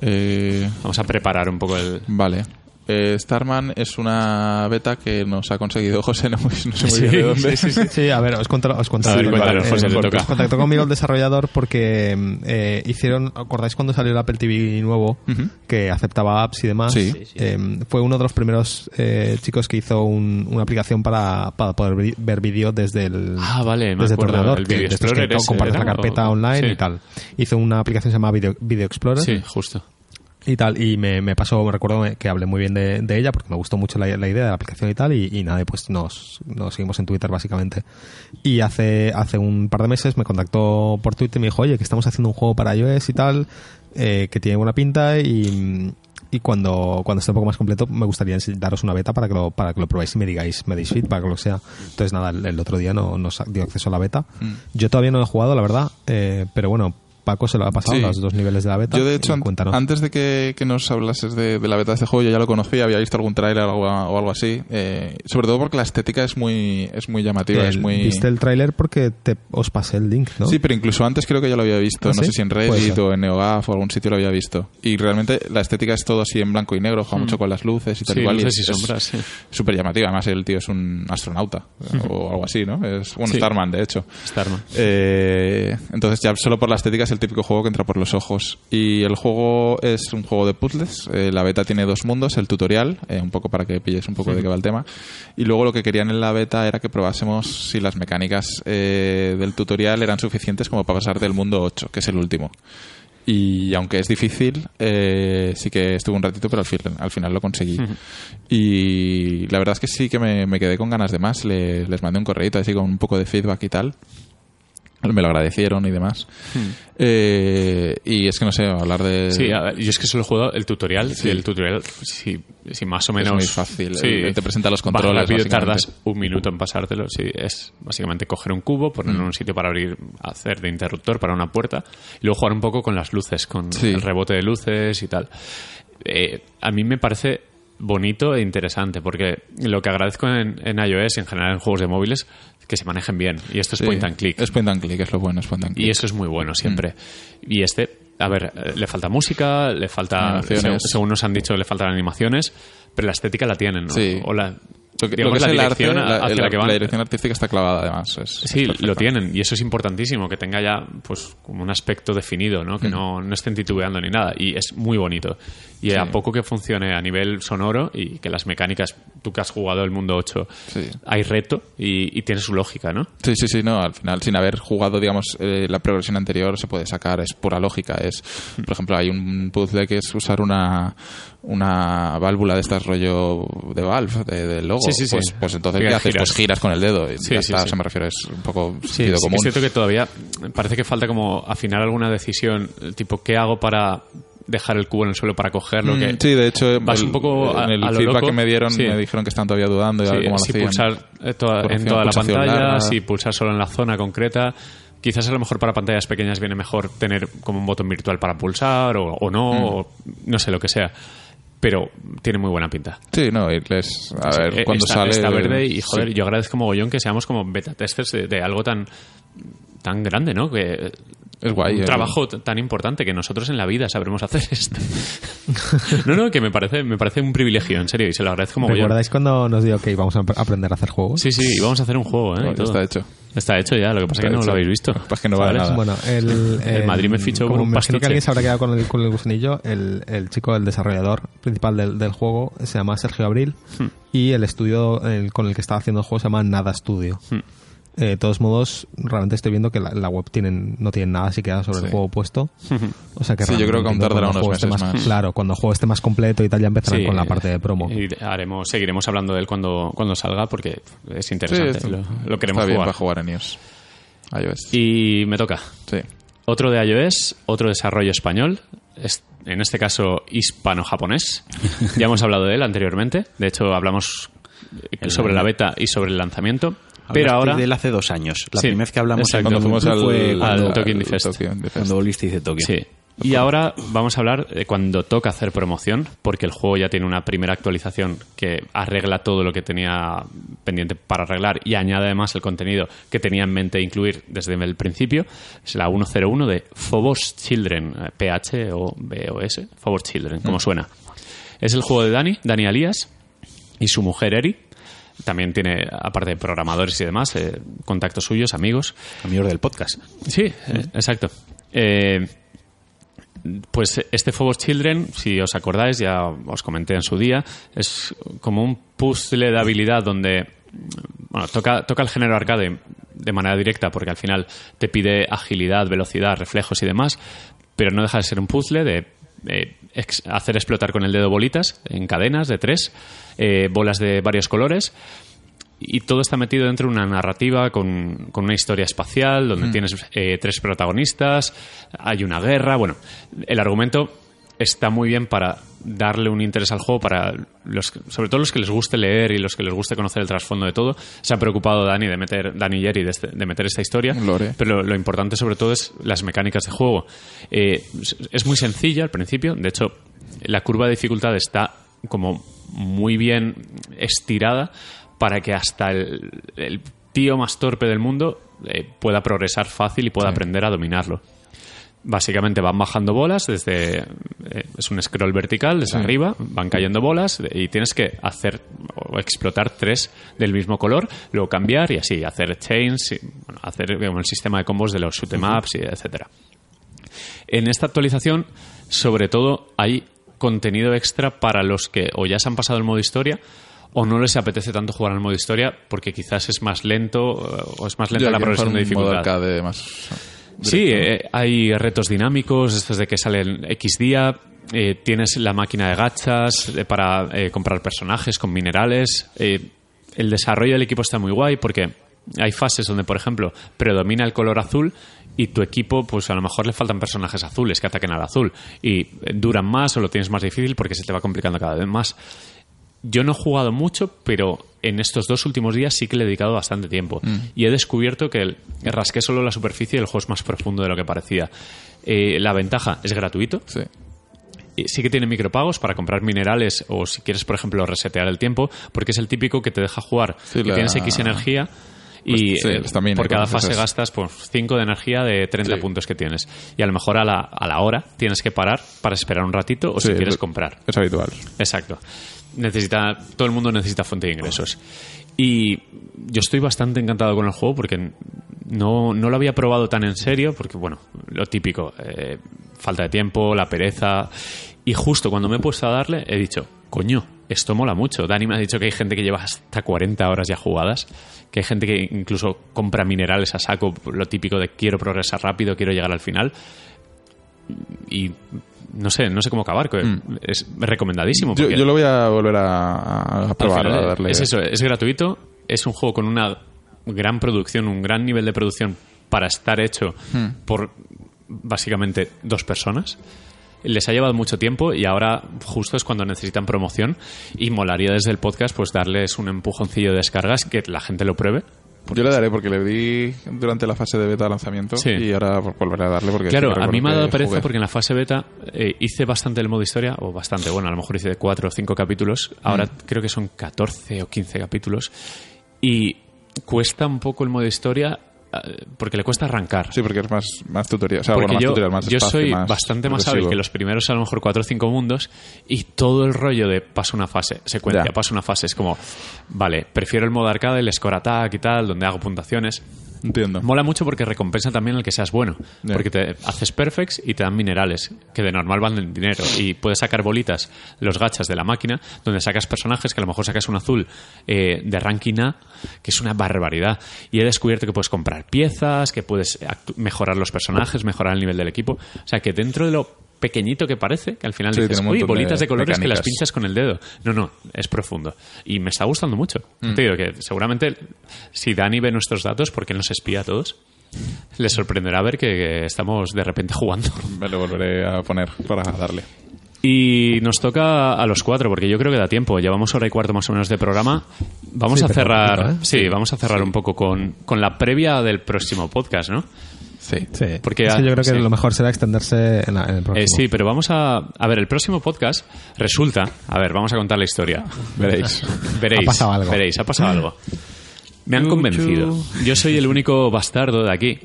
S2: Eh,
S1: Vamos a preparar un poco el,
S2: Vale. Eh, Starman es una beta que nos ha conseguido José, no, muy- no sé muy
S1: Sí,
S2: bien de dónde.
S1: sí, sí, sí.
S3: Sí, a ver, os contaré. Os
S1: A
S3: contaré.
S1: ver, cuéntanos,
S3: Vale, eh,
S1: José, pues te toca.
S3: Contactó conmigo el desarrollador porque mm, eh, hicieron, ¿acordáis cuando salió el Apple TV nuevo?
S2: Ujú.
S3: Que aceptaba apps y demás.
S2: Sí. Sí,
S3: Eh, fue uno de los primeros eh, chicos que hizo un- una aplicación para, para poder vi- ver vídeo desde el,
S1: Ah, vale, me
S3: desde tu
S1: acuerdo,
S3: ordenador.
S1: el
S3: que-
S1: Video
S3: de estos que
S1: Explorer
S3: co-
S1: ese,
S3: compartes la
S1: ¿verdad?
S3: carpeta
S1: O-
S3: online
S1: sí.
S3: y tal. Hizo una aplicación llamada Video, Video Explorer
S1: Sí, justo.
S3: y tal y me, me pasó recuerdo que hablé muy bien de, de ella porque me gustó mucho la, la idea de la aplicación y tal y, y nada y pues nos, nos seguimos en Twitter básicamente y hace hace un par de meses me contactó por Twitter y me dijo oye que estamos haciendo un juego para iOS y tal eh, que tiene buena pinta y, y cuando, cuando esté un poco más completo me gustaría ense- daros una beta para que lo, para que lo probéis y me digáis me deis feedback o lo que sea entonces nada el, el otro día no nos dio acceso a la beta
S2: Mm.
S3: yo todavía no lo he jugado la verdad eh, pero bueno Paco se lo ha pasado
S2: Sí.
S3: los dos niveles de la beta
S2: Yo, de
S3: y
S2: hecho, an-
S3: cuéntanos.
S2: antes de que, que nos hablases de, de la beta de este juego, yo ya lo conocía, había visto algún tráiler o, o algo así. eh, sobre todo porque la estética es muy, es muy llamativa,
S3: El-
S2: es muy...
S3: Viste el tráiler porque te, os pasé el link, ¿no?
S2: Sí, pero incluso antes creo que ya lo había visto.
S3: ¿Ah,
S2: no
S3: sí?
S2: sé si en
S3: Puede
S2: Reddit
S3: ser.
S2: o en NeoGAF o algún sitio lo había visto. Y realmente la estética es todo así en blanco y negro, juega mucho con las luces y
S1: Hmm.
S2: tal
S1: Sí,
S2: y cual.
S1: luces y
S2: y, es-
S1: sombras, sí.
S2: Súper llamativa. Además, el tío es un astronauta o algo así, ¿no? Es un
S1: Sí.
S2: Starman, de hecho.
S1: Starman.
S2: Eh, entonces ya solo por la estética es el típico juego que entra por los ojos. Y el juego es un juego de puzzles. Eh, la beta tiene dos mundos, el tutorial, eh, un poco para que pilléis un poco de qué va el tema. Y luego lo que querían en la beta era que probásemos si las mecánicas eh, del tutorial eran suficientes como para pasar del mundo 8, que es el último. Y aunque es difícil, eh, sí que estuve un ratito, pero al, fin- al final lo conseguí. Y la verdad es que sí que me, me quedé con ganas de más. Le- les mandé un correíto así con un poco de feedback y tal. Me lo agradecieron y demás. Eh, y es que no sé, hablar de...
S1: Hmm. Sí, a ver, yo es que solo he jugado el tutorial.
S2: Eh, Sí.
S1: y el tutorial, si, si más o menos.
S2: muy fácil, él te presenta los controles,
S1: Vas rápido,
S2: básicamente.
S1: tardas un minuto en pasártelo. Sí, es básicamente coger un cubo, ponerlo
S2: Mm.
S1: en un sitio para abrir, hacer de interruptor para una puerta. Y luego jugar un poco con las luces, con
S2: Sí.
S1: el rebote de luces y tal. Eh, a mí me parece bonito e interesante porque lo que agradezco en, en iOS y en general en juegos de móviles que se manejen bien. Y esto es
S2: Sí,
S1: point and click.
S2: Es point and click, es lo bueno, es point and click.
S1: Y eso es muy bueno siempre.
S2: Mm.
S1: Y este, a ver, eh, le falta música, le falta.
S2: Animaciones.
S1: seg- Según nos han dicho, le faltan animaciones, pero la estética la tienen, ¿no?
S2: Sí.
S1: O la,
S2: Lo que, lo
S1: digamos,
S2: que es el
S1: la
S2: arte,
S1: dirección
S2: la,
S1: hacia
S2: el-
S1: la que van.
S2: la dirección artística está clavada además. es-
S1: Sí,
S2: es
S1: lo
S2: perfecta.
S1: tienen y eso es importantísimo, que tenga ya pues como un aspecto definido, ¿no?
S2: Mm.
S1: Que no, no estén titubeando ni nada y es muy bonito. Y a poco que funcione a nivel sonoro y que las mecánicas, tú que has jugado el mundo 8,
S2: Sí.
S1: hay reto y, y tiene su lógica, ¿no?
S2: Sí, sí, sí, no, al final, sin haber jugado, digamos, eh, la progresión anterior, se puede sacar, es pura lógica. Es, por ejemplo, hay un puzzle que es usar una, una válvula de estas rollo de Valve, de, del logo,
S1: Sí, sí, sí.
S2: pues, pues entonces, ¿qué
S1: Giras,
S2: haces?
S1: giras.
S2: Pues giras con el dedo. y
S1: Sí,
S2: ya
S1: sí,
S2: está,
S1: sí.
S2: O sea, me refiero, es un poco
S1: Sí,
S2: sentido
S1: sí que
S2: común.
S1: es cierto que todavía parece que falta como afinar alguna decisión, tipo, ¿qué hago para dejar el cubo en el suelo para cogerlo?
S2: Mm,
S1: que
S2: Sí, de hecho,
S1: vas
S2: el-
S1: un poco a-
S2: en el
S1: a lo
S2: feedback
S1: loco.
S2: que me dieron
S1: Sí.
S2: me dijeron que están todavía dudando y a
S1: Sí,
S2: ver cómo lo
S1: si
S2: hacían.
S1: pulsar eh, toda- en
S2: Corrección,
S1: toda la
S2: pulsación
S1: pantalla,
S2: larga.
S1: si pulsar solo en la zona concreta. Quizás a lo mejor para pantallas pequeñas viene mejor tener como un botón virtual para pulsar o, o
S2: Mm.
S1: no, o no sé lo que sea. Pero tiene muy buena pinta.
S2: Sí, no, y les- a
S1: Sí,
S2: ver
S1: eh,
S2: cuando
S1: está,
S2: sale.
S1: está verde y joder,
S2: sí.
S1: yo agradezco mogollón que seamos como beta testers de, de algo tan tan grande, ¿no? Que
S2: Es guay,
S1: un
S2: eh.
S1: trabajo t- tan importante que nosotros en la vida sabremos hacer esto. no, no, que me parece me parece un privilegio, en serio, y se lo agradezco mogollón.
S3: ¿Recordáis cuando nos dijo que íbamos a ap- aprender a hacer juegos?
S1: Sí, sí, y vamos a hacer un juego, ¿eh?
S2: Bueno,
S1: Y
S2: ya
S1: todo.
S2: está hecho.
S1: Está hecho ya, lo que pasa es
S2: Está
S1: que no
S2: hecho.
S1: lo habéis visto.
S2: Lo que pasa es que no vale
S1: Chavales.
S2: nada.
S3: Bueno, el,
S1: El Madrid me fichó
S3: como
S1: por un
S3: me imagino
S1: pastuche.
S3: que alguien se habrá quedado con el, con el gusanillo. El, el chico, el desarrollador principal del, del juego, se llama Sergio Abril.
S2: Hmm.
S3: Y el estudio el- con el que estaba haciendo el juego se llama Nada Studio.
S2: Hmm.
S3: Eh, de todos modos, realmente estoy viendo que la, la web tienen, no tienen nada así queda sobre
S2: Sí.
S3: el juego puesto. O sea que
S2: Sí, yo creo que aún
S3: realmente entiendo
S2: tardará
S3: cuando el
S2: unos
S3: juego esté
S2: meses más.
S3: Claro, cuando el juego esté más completo y tal, ya empezarán
S1: Sí,
S3: con la parte de promo.
S1: Y haremos, seguiremos hablando de él cuando, cuando salga porque es interesante.
S2: Sí,
S1: lo,
S2: está-
S1: lo queremos
S2: está bien
S1: jugar.
S2: para jugar en iOS. iOS.
S1: Y me toca.
S2: Sí.
S1: Otro de iOS, otro desarrollo español, es- en este caso hispano-japonés. Ya hemos hablado de él anteriormente. De hecho, hablamos
S5: El-
S1: sobre la beta y sobre el lanzamiento.
S4: Hablaste
S1: Pero ahora.
S4: de él hace dos años. La
S1: Sí,
S4: primera vez que hablamos
S1: exacto.
S4: en
S2: Cuando
S4: Tokyo
S2: fuimos al,
S4: fue
S1: al
S4: cuando,
S1: Tokyo Indie Fest.
S2: Tokyo Indie Fest.
S4: cuando volviste de Tokio.
S1: Sí. Y ahora vamos a hablar de cuando toca hacer promoción, porque el juego ya tiene una primera actualización que arregla todo lo que tenía pendiente para arreglar y añade además el contenido que tenía en mente incluir desde el principio. Es la 101 de Phobos Children, eh, PH o BOS, Phobos Children, como suena. Es el juego de Dani, Dani Alías, y su mujer Eri. También tiene, aparte de programadores y demás, eh, contactos suyos, amigos.
S4: Amigos del podcast.
S1: Sí, eh, exacto. Eh, pues este Phobos Children, si os acordáis, ya os comenté en su día, es como un puzzle de habilidad donde bueno, toca, toca el género arcade de manera directa porque al final te pide agilidad, velocidad, reflejos y demás, pero no deja de ser un puzzle de eh, ex- hacer explotar con el dedo bolitas en cadenas de tres, eh, bolas de varios colores y todo está metido dentro de una narrativa con, con una historia espacial donde tienes eh, tres protagonistas, hay una guerra. Bueno, el argumento está muy bien para darle un interés al juego para los que- sobre todo los que les guste leer y los que les guste conocer el trasfondo de todo se ha preocupado Dani de meter Dani Yeri de, este- de meter esta historia
S2: Lore.
S1: pero lo, lo importante sobre todo es las mecánicas de juego Eh, es- es muy sencilla al principio de hecho la curva de dificultad está como muy bien estirada para que hasta el, el tío más torpe del mundo eh, pueda progresar fácil y pueda aprender a dominarlo. Básicamente van bajando bolas desde... eh, es un scroll vertical desde arriba, van cayendo bolas y tienes que hacer o explotar tres del mismo color, luego cambiar y así, hacer chains, y, bueno, hacer como el sistema de combos de los shoot em ups, y etcétera. En esta actualización, sobre todo, hay contenido extra para los que o ya se han pasado el modo historia o no les apetece tanto jugar al modo historia porque quizás es más lento eh, o es más lenta
S2: Ya
S1: la
S2: quieren
S1: progresión de
S2: jugar un modo
S1: dificultad.
S2: arcade más.
S1: Sí, eh, hay retos dinámicos, estos de que salen X día, eh, tienes la máquina de gachas eh, para eh, comprar personajes con minerales. eh, el desarrollo del equipo está muy guay porque hay fases donde, por ejemplo, predomina el color azul y tu equipo, pues a lo mejor le faltan personajes azules que ataquen al azul y eh, duran más o lo tienes más difícil porque se te va complicando cada vez más. Yo no he jugado mucho, pero en estos dos últimos días sí que le he dedicado bastante tiempo.
S2: Mm.
S1: Y he descubierto que el, rasqué solo la superficie y el juego es más profundo de lo que parecía. Eh, la ventaja es gratuito.
S2: Sí.
S1: Eh, Sí que tiene micropagos para comprar minerales o si quieres, por ejemplo, resetear el tiempo, porque es el típico que te deja jugar.
S2: Sí,
S1: que
S2: la-
S1: tienes X energía y
S2: Pues, sí,
S1: eh,
S2: la estamina,
S1: por cada
S2: cosas
S1: fase
S2: esas.
S1: gastas pues, 5 de energía de 30
S2: Sí.
S1: puntos que tienes. Y a lo mejor a la, a la hora tienes que parar para esperar un ratito o si
S2: Sí,
S1: quieres
S2: lo-
S1: comprar.
S2: Es habitual.
S1: Exacto. Necesita, todo el mundo necesita fuente de ingresos. Y yo estoy bastante encantado con el juego porque no, no lo había probado tan en serio, porque bueno, lo típico, eh, falta de tiempo, la pereza. Y justo cuando me he puesto a darle, he dicho, coño, esto mola mucho. Dani me ha dicho que hay gente que lleva hasta 40 horas ya jugadas, que hay gente que incluso compra minerales a saco, lo típico de quiero progresar rápido, quiero llegar al final y no sé, no sé cómo acabar. que Es recomendadísimo.
S2: Mm. Yo,
S1: porque
S2: yo lo voy a volver a, a
S1: al
S2: probar,
S1: final
S2: a darle.
S1: Es eso, es gratuito, es un juego con una gran producción, un gran nivel de producción para estar hecho
S2: Hmm.
S1: por básicamente dos personas. Les ha llevado mucho tiempo y ahora justo es cuando necesitan promoción y molaría desde el podcast pues darles un empujoncillo de descargas que la gente lo pruebe.
S2: Yo le daré porque le di durante la fase de beta lanzamiento
S1: Sí.
S2: y ahora vol- volveré a darle porque... sí
S1: Claro,
S2: que
S1: a mí me ha
S2: recuerdo
S1: dado
S2: que
S1: pereza
S2: jugué.
S1: porque en la fase beta eh, hice bastante el modo historia, o bastante, bueno, a lo mejor hice cuatro o cinco capítulos, ahora
S2: Mm.
S1: creo que son 14 o 15 capítulos, y cuesta un poco el modo historia eh, porque le cuesta arrancar.
S2: Sí, porque es más, más tutorial. O sea,
S1: Porque
S2: bueno, más
S1: yo,
S2: tutorial, más
S1: yo
S2: espacio,
S1: soy
S2: más
S1: bastante más
S2: progresivo.
S1: hábil que los primeros, a lo mejor cuatro o cinco mundos, y todo el rollo de paso una fase, secuencia,
S2: Ya.
S1: paso una fase, es como, vale, prefiero el modo arcade, el score attack y tal, donde hago puntuaciones,
S2: Entiendo.
S1: Mola mucho porque recompensa también el que seas bueno.
S2: Ya.
S1: Porque te haces perfects y te dan minerales, que de normal van en dinero. Y puedes sacar bolitas, los gachas de la máquina, donde sacas personajes que a lo mejor sacas un azul eh, de ranking A, que es una barbaridad. Y he descubierto que puedes comprar piezas, que puedes actu- mejorar los personajes, mejorar el nivel del equipo. O sea que dentro de lo pequeñito que parece, que al final
S2: Sí,
S1: dices,
S2: tiene un
S1: uy,
S2: montón de
S1: bolitas de, colores que las
S2: mecánicas.
S1: pinchas con el dedo. No, no, es profundo. Y me está gustando mucho.
S2: Mm.
S1: Te digo que seguramente si Dani ve nuestros datos, porque él nos espía a todos, le sorprenderá ver que, que estamos de repente jugando.
S2: Me lo volveré a poner para darle.
S1: Y nos toca a los cuatro, porque yo creo que da tiempo. Llevamos hora y cuarto más o menos de programa. Vamos
S3: Sí,
S1: a
S3: pero
S1: cerrar,
S3: poquito, ¿eh?
S1: sí, vamos a cerrar un poco con, con la previa del próximo podcast, ¿no?
S2: Sí.
S3: Sí,
S1: Porque,
S3: Es que yo
S1: ah,
S3: creo
S1: sí.
S3: que lo mejor será extenderse en, la- en el próximo.
S1: Eh, sí, pero vamos a. A ver, el próximo podcast resulta. A ver, vamos a contar la historia.
S2: Veréis.
S1: Veréis.
S3: Ha pasado algo.
S1: Veréis, ha pasado algo. Me han convencido. Yo soy el único bastardo de aquí.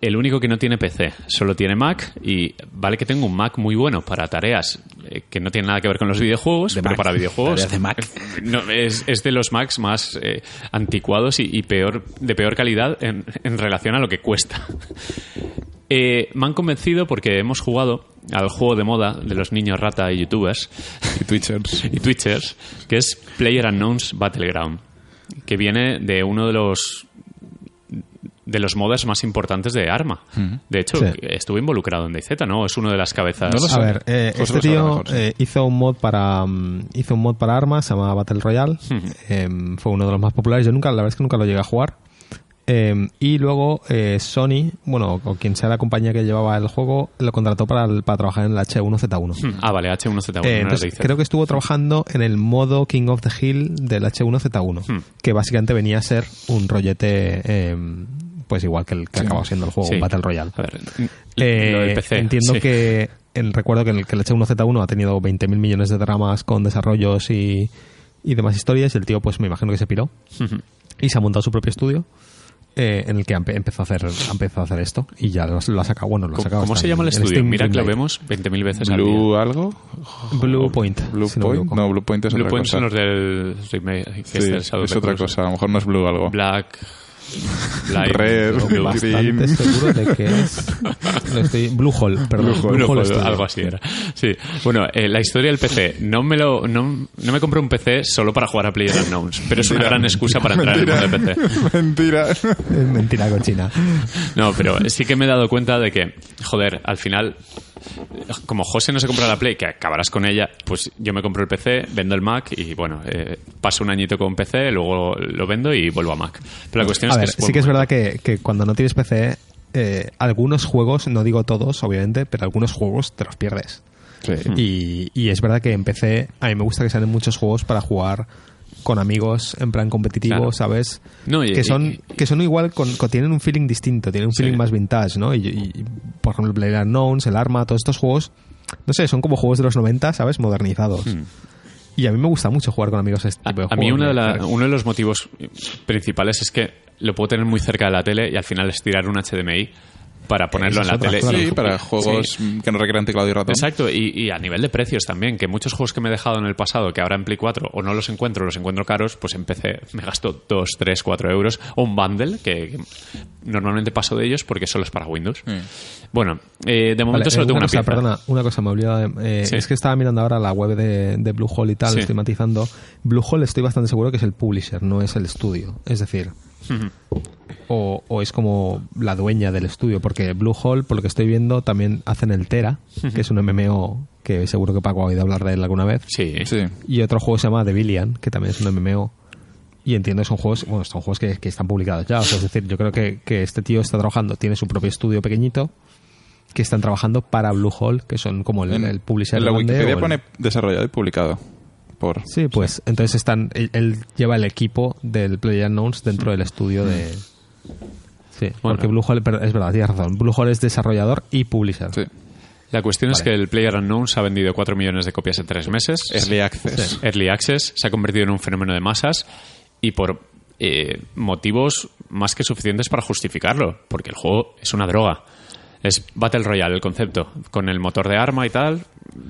S1: El único que no tiene PC. Solo tiene Mac y vale que tengo un Mac muy bueno para tareas eh, que no tienen nada que ver con los videojuegos, pero
S5: Mac.
S1: para videojuegos.
S5: Tareas de Mac.
S1: No, es, es de los Macs más eh, anticuados y, y peor, de peor calidad en, en relación a lo que cuesta. Eh, me han convencido porque hemos jugado al juego de moda de los niños rata y youtubers
S2: Y Twitchers.
S1: y twitchers, que es Player Unknowns Battleground, que viene de uno de los de los modders más importantes de Arma. De hecho,
S3: Sí.
S1: estuve involucrado en DayZ, ¿no? Es uno de las cabezas.
S2: No lo sé.
S3: A ver,
S2: Vosotros
S3: eh, este
S2: sabrá
S3: tío
S2: mejor, sí.
S3: eh, hizo un mod para mm, hizo un mod para armas, se llamaba Battle Royale. Em, fue uno de los más populares. Yo nunca, la verdad es que nunca lo llegué a jugar. Em, y luego eh, Sony, bueno, o quien sea la compañía que llevaba el juego, lo contrató para, el- para trabajar en la H1Z1.
S1: Ah, vale, H1Z1.
S3: Eh,
S1: no era
S3: entonces,
S1: DayZ.
S3: creo que estuvo trabajando en el modo King of the Hill del H1Z1,
S1: Hmm.
S3: que básicamente venía a ser un rollete, em, pues igual que el que acabó siendo el juego,
S1: Sí.
S3: un Battle Royale.
S1: A ver,
S3: Eh,
S1: lo del PC,
S3: entiendo
S1: sí.
S3: que el, recuerdo que el, que el H1Z1 ha tenido 20.000 millones de dramas con desarrollos y, y demás historias. Y el tío, pues me imagino que se piró
S1: Ujú.
S3: y se ha montado su propio estudio eh, en el que ha empe- empezó a hacer empezó a hacer esto y ya lo, lo ha sacado. Bueno, lo ha
S1: ¿Cómo,
S3: sacado.
S1: cómo
S3: está
S1: se
S3: en-
S1: llama el
S3: en
S1: estudio?
S3: Steam
S1: Mira que lo
S3: Greenlight.
S1: vemos 20.000 veces al día.
S2: Blue algo.
S3: Blue Point.
S2: Blue
S3: si no me
S2: Point.
S3: equivoco.
S2: No, Blue Point es
S1: Blue
S2: otra
S1: Point
S2: cosa.
S1: son los del remake, que
S2: Sí,
S1: es del
S2: es
S1: Shadow of the
S2: otra
S1: Colossus.
S2: cosa. A lo mejor no es Blue algo.
S1: Black. Light,
S2: Rare,
S1: Blue-
S2: Black.
S3: Bastante
S2: Green.
S3: seguro de que es. lo estoy- Blue Hole, perdón.
S2: Blue Hole,
S1: Bueno,
S2: Hole
S1: pues,
S2: Studio.
S1: algo así era. Sí. Bueno, eh, la historia del PC. No me lo, no, no me compré un PC solo para jugar a PlayerUnknown's, pero es una gran excusa para entrar en el mundo de PC.
S2: Mentira.
S3: Es mentira cochina.
S1: No, pero sí que me he dado cuenta de que, joder, al final, como José no se compra la Play, que acabarás con ella, pues yo me compro el PC, vendo el Mac y bueno, eh, paso un añito con PC, luego lo vendo y vuelvo a Mac. Pero la cuestión
S3: A
S1: es
S3: ver,
S1: que
S3: sí que es verdad que, que cuando no tienes PC, eh, algunos juegos, no digo todos, obviamente, pero algunos juegos te los pierdes.
S1: Hmm.
S3: Y, y es verdad que en PC a mí me gusta que salen muchos juegos para jugar con amigos en plan competitivo,
S1: Claro.
S3: ¿sabes?
S1: No, y-
S3: que son
S1: y-
S3: que son igual, con, con- tienen un feeling distinto, tienen un
S1: Sí.
S3: feeling más vintage, ¿no? Y, y, por ejemplo, Player Unknowns, el Arma, todos estos juegos, no sé, son como juegos de los 90, ¿sabes? Modernizados. Y a mí me gusta mucho jugar con amigos este
S1: Hmm. A,
S3: tipo de
S1: a mí
S3: juegos,
S1: una de
S3: ¿no?
S1: la-
S3: Claro.
S1: uno de los motivos principales es que lo puedo tener muy cerca de la tele y al final es tirar un HDMI para ponerlo en
S3: Esa es
S1: la
S3: otra,
S1: tele.
S3: claro.
S2: Sí, para juegos mm, que no requieran teclado y ratón.
S1: Exacto, y, y a nivel de precios también, que muchos juegos que me he dejado en el pasado, que ahora en Play 4 o no los encuentro, los encuentro caros, pues en PC me gasto 2, 3, 4 euros o un bundle, que que normalmente paso de ellos porque solo es para Windows. Bueno, eh, de momento
S3: Vale,
S1: solo
S3: eh,
S1: tengo una,
S3: una cosa,
S1: pieza.
S3: perdona, una cosa, me he olvidado. de- eh,
S1: Sí.
S3: Es que estaba mirando ahora la web de, de Bluehole y tal,
S1: Sí.
S3: estoy matizando. Bluehole estoy bastante seguro que es el publisher, no es el estudio. Es decir, o, o es como la dueña del estudio, porque Blue Hole, por lo que estoy viendo, también hacen el Tera, que es un MMO que seguro que Paco ha oído hablar de él alguna vez.
S1: Sí.
S2: Sí.
S3: Y otro juego se llama Devillian, que también es un MMO. Y entiendo que son juegos, bueno, son juegos que, que están publicados ya. O sea, es decir, yo creo que, que este tío está trabajando, tiene su propio estudio pequeñito, que están trabajando para Bluehole, que son como el, el publisher
S2: En la
S3: grande o
S2: Wikipedia
S3: el-
S2: pone desarrollado y publicado. Por...
S3: Sí, pues entonces están, él, él lleva el equipo del PlayerUnknown's dentro del estudio de...
S2: Mm.
S3: Sí, porque Bluehole, pero es verdad, tienes razón. Bluehole es desarrollador y publisher.
S2: Sí.
S1: La cuestión es que el PlayerUnknown's ha vendido 4 millones de copias en 3 meses.
S2: Early Access.
S1: Early Access se ha convertido en un fenómeno de masas y por eh, motivos más que suficientes para justificarlo, porque el juego es una droga. Es Battle Royale el concepto, con el motor de arma y tal,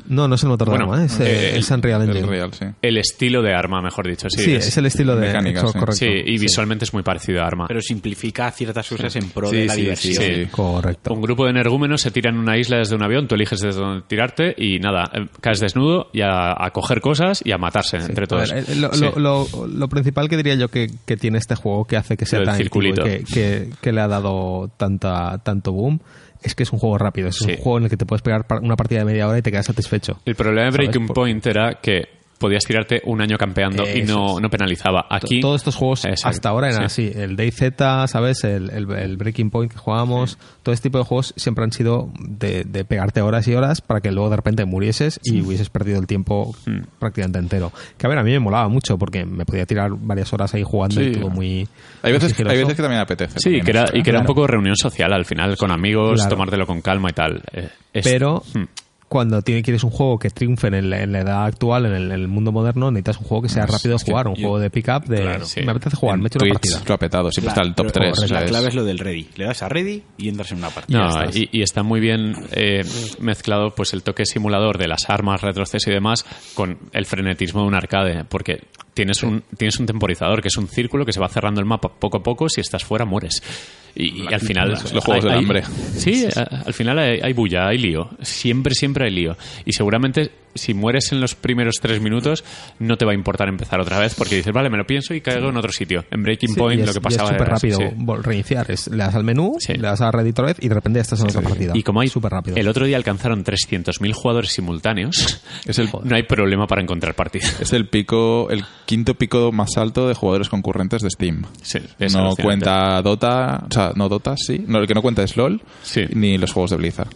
S3: No, no es el motor de
S1: Bueno,
S3: arma, es, eh,
S1: eh,
S3: es Unreal
S2: El
S3: Engine.
S2: Real, sí.
S1: el estilo de arma, mejor dicho. Sí,
S3: Sí, es, el estilo de...
S2: mecánica,
S3: hecho,
S2: sí.
S3: correcto.
S1: sí, y visualmente es muy parecido a arma.
S4: Pero simplifica ciertas cosas en pro
S1: Sí,
S4: de la
S1: sí,
S4: diversión.
S1: sí, sí.
S3: Correcto.
S1: Un grupo de energúmenos se tira en una isla desde un avión, tú eliges desde dónde tirarte y nada, eh, caes desnudo y a, a coger cosas y a matarse entre
S3: A
S1: todos.
S3: ver, eh, lo,
S1: Sí.
S3: lo- lo- lo principal que diría yo que, que tiene este juego que hace que sea
S1: Lo del
S3: tan adictivo y
S1: circulito.
S3: que, que- que le ha dado tanta, tanto boom es que es un juego rápido. Es
S1: Sí.
S3: un juego en el que te puedes pegar par- una partida de media hora y te quedas satisfecho.
S1: El problema de
S3: ¿Sabes?
S1: Breaking
S3: Por-
S1: Point era que podías tirarte un año campeando y
S3: Eso
S1: no,
S3: es.
S1: no penalizaba. Aquí,
S3: To- Todos estos juegos
S1: Exacto,
S3: hasta ahora eran
S1: sí.
S3: así. El DayZ, ¿sabes? El, el- el Breaking Point que jugábamos. Todo este tipo de juegos siempre han sido de, de pegarte horas y horas para que luego de repente murieses y hubieses perdido el tiempo
S2: Hmm.
S3: prácticamente entero. Que a ver, a mí me molaba mucho porque me podía tirar varias horas ahí jugando y
S2: Sí.
S3: todo muy.
S2: Hay
S3: muy
S2: veces,
S3: sigiloso.
S2: hay veces que también apetece.
S1: sí,
S2: también
S1: que era,
S2: esto,
S1: y que era un
S2: claro.
S1: poco reunión social al final, con amigos,
S3: Claro.
S1: tomártelo con calma y tal. Eh, es-
S3: Pero
S1: Hmm.
S3: cuando tiene- quieres un juego que triunfe en la, en la edad actual, en el, en el mundo moderno, necesitas un juego que sea rápido de jugar, un
S2: yo-
S3: juego de pick-up, de
S1: Claro, sí.
S3: me apetece jugar,
S2: En
S3: me echo una
S2: Twitch
S3: partida.
S2: lo ha petado, siempre está el top
S4: pero
S2: 3.
S4: La clave es lo del ready. Le das a ready y entras en una partida.
S1: No,
S4: Ya estás.
S1: y, y está muy bien eh, mezclado pues el toque simulador de las armas, retroceso y demás con el frenetismo de un arcade, porque tienes un, tienes un temporizador que es un círculo que se va cerrando el mapa poco a poco, si estás fuera mueres. Y, y al final...
S2: los- los juegos del hambre.
S1: Sí, a- al final hay, hay bulla, hay lío. Siempre, siempre hay lío. Y seguramente si mueres en los primeros tres minutos no te va a importar empezar otra vez porque dices, vale, me lo pienso y caigo en otro sitio. En Breaking
S3: Sí,
S1: Point
S3: y es,
S1: lo que
S3: y
S1: pasaba
S3: es súper
S1: era así,
S3: rápido
S1: sí.
S3: vol- reiniciar. Es- le das al menú,
S1: Sí.
S3: le das a Reddit otra vez y de repente ya estás en otra partida.
S1: Y como hay
S3: súper rápido.
S1: El otro día alcanzaron 300.000 jugadores simultáneos.
S2: Es el-
S1: no hay problema para encontrar partida.
S2: Es el pico, el quinto pico más alto de jugadores concurrentes de Steam.
S1: Sí, es
S2: No
S1: alucinante.
S2: cuenta Dota, o sea, no Dota, sí. No, el que no cuenta es LOL,
S1: Sí.
S2: ni los juegos de Blizzard.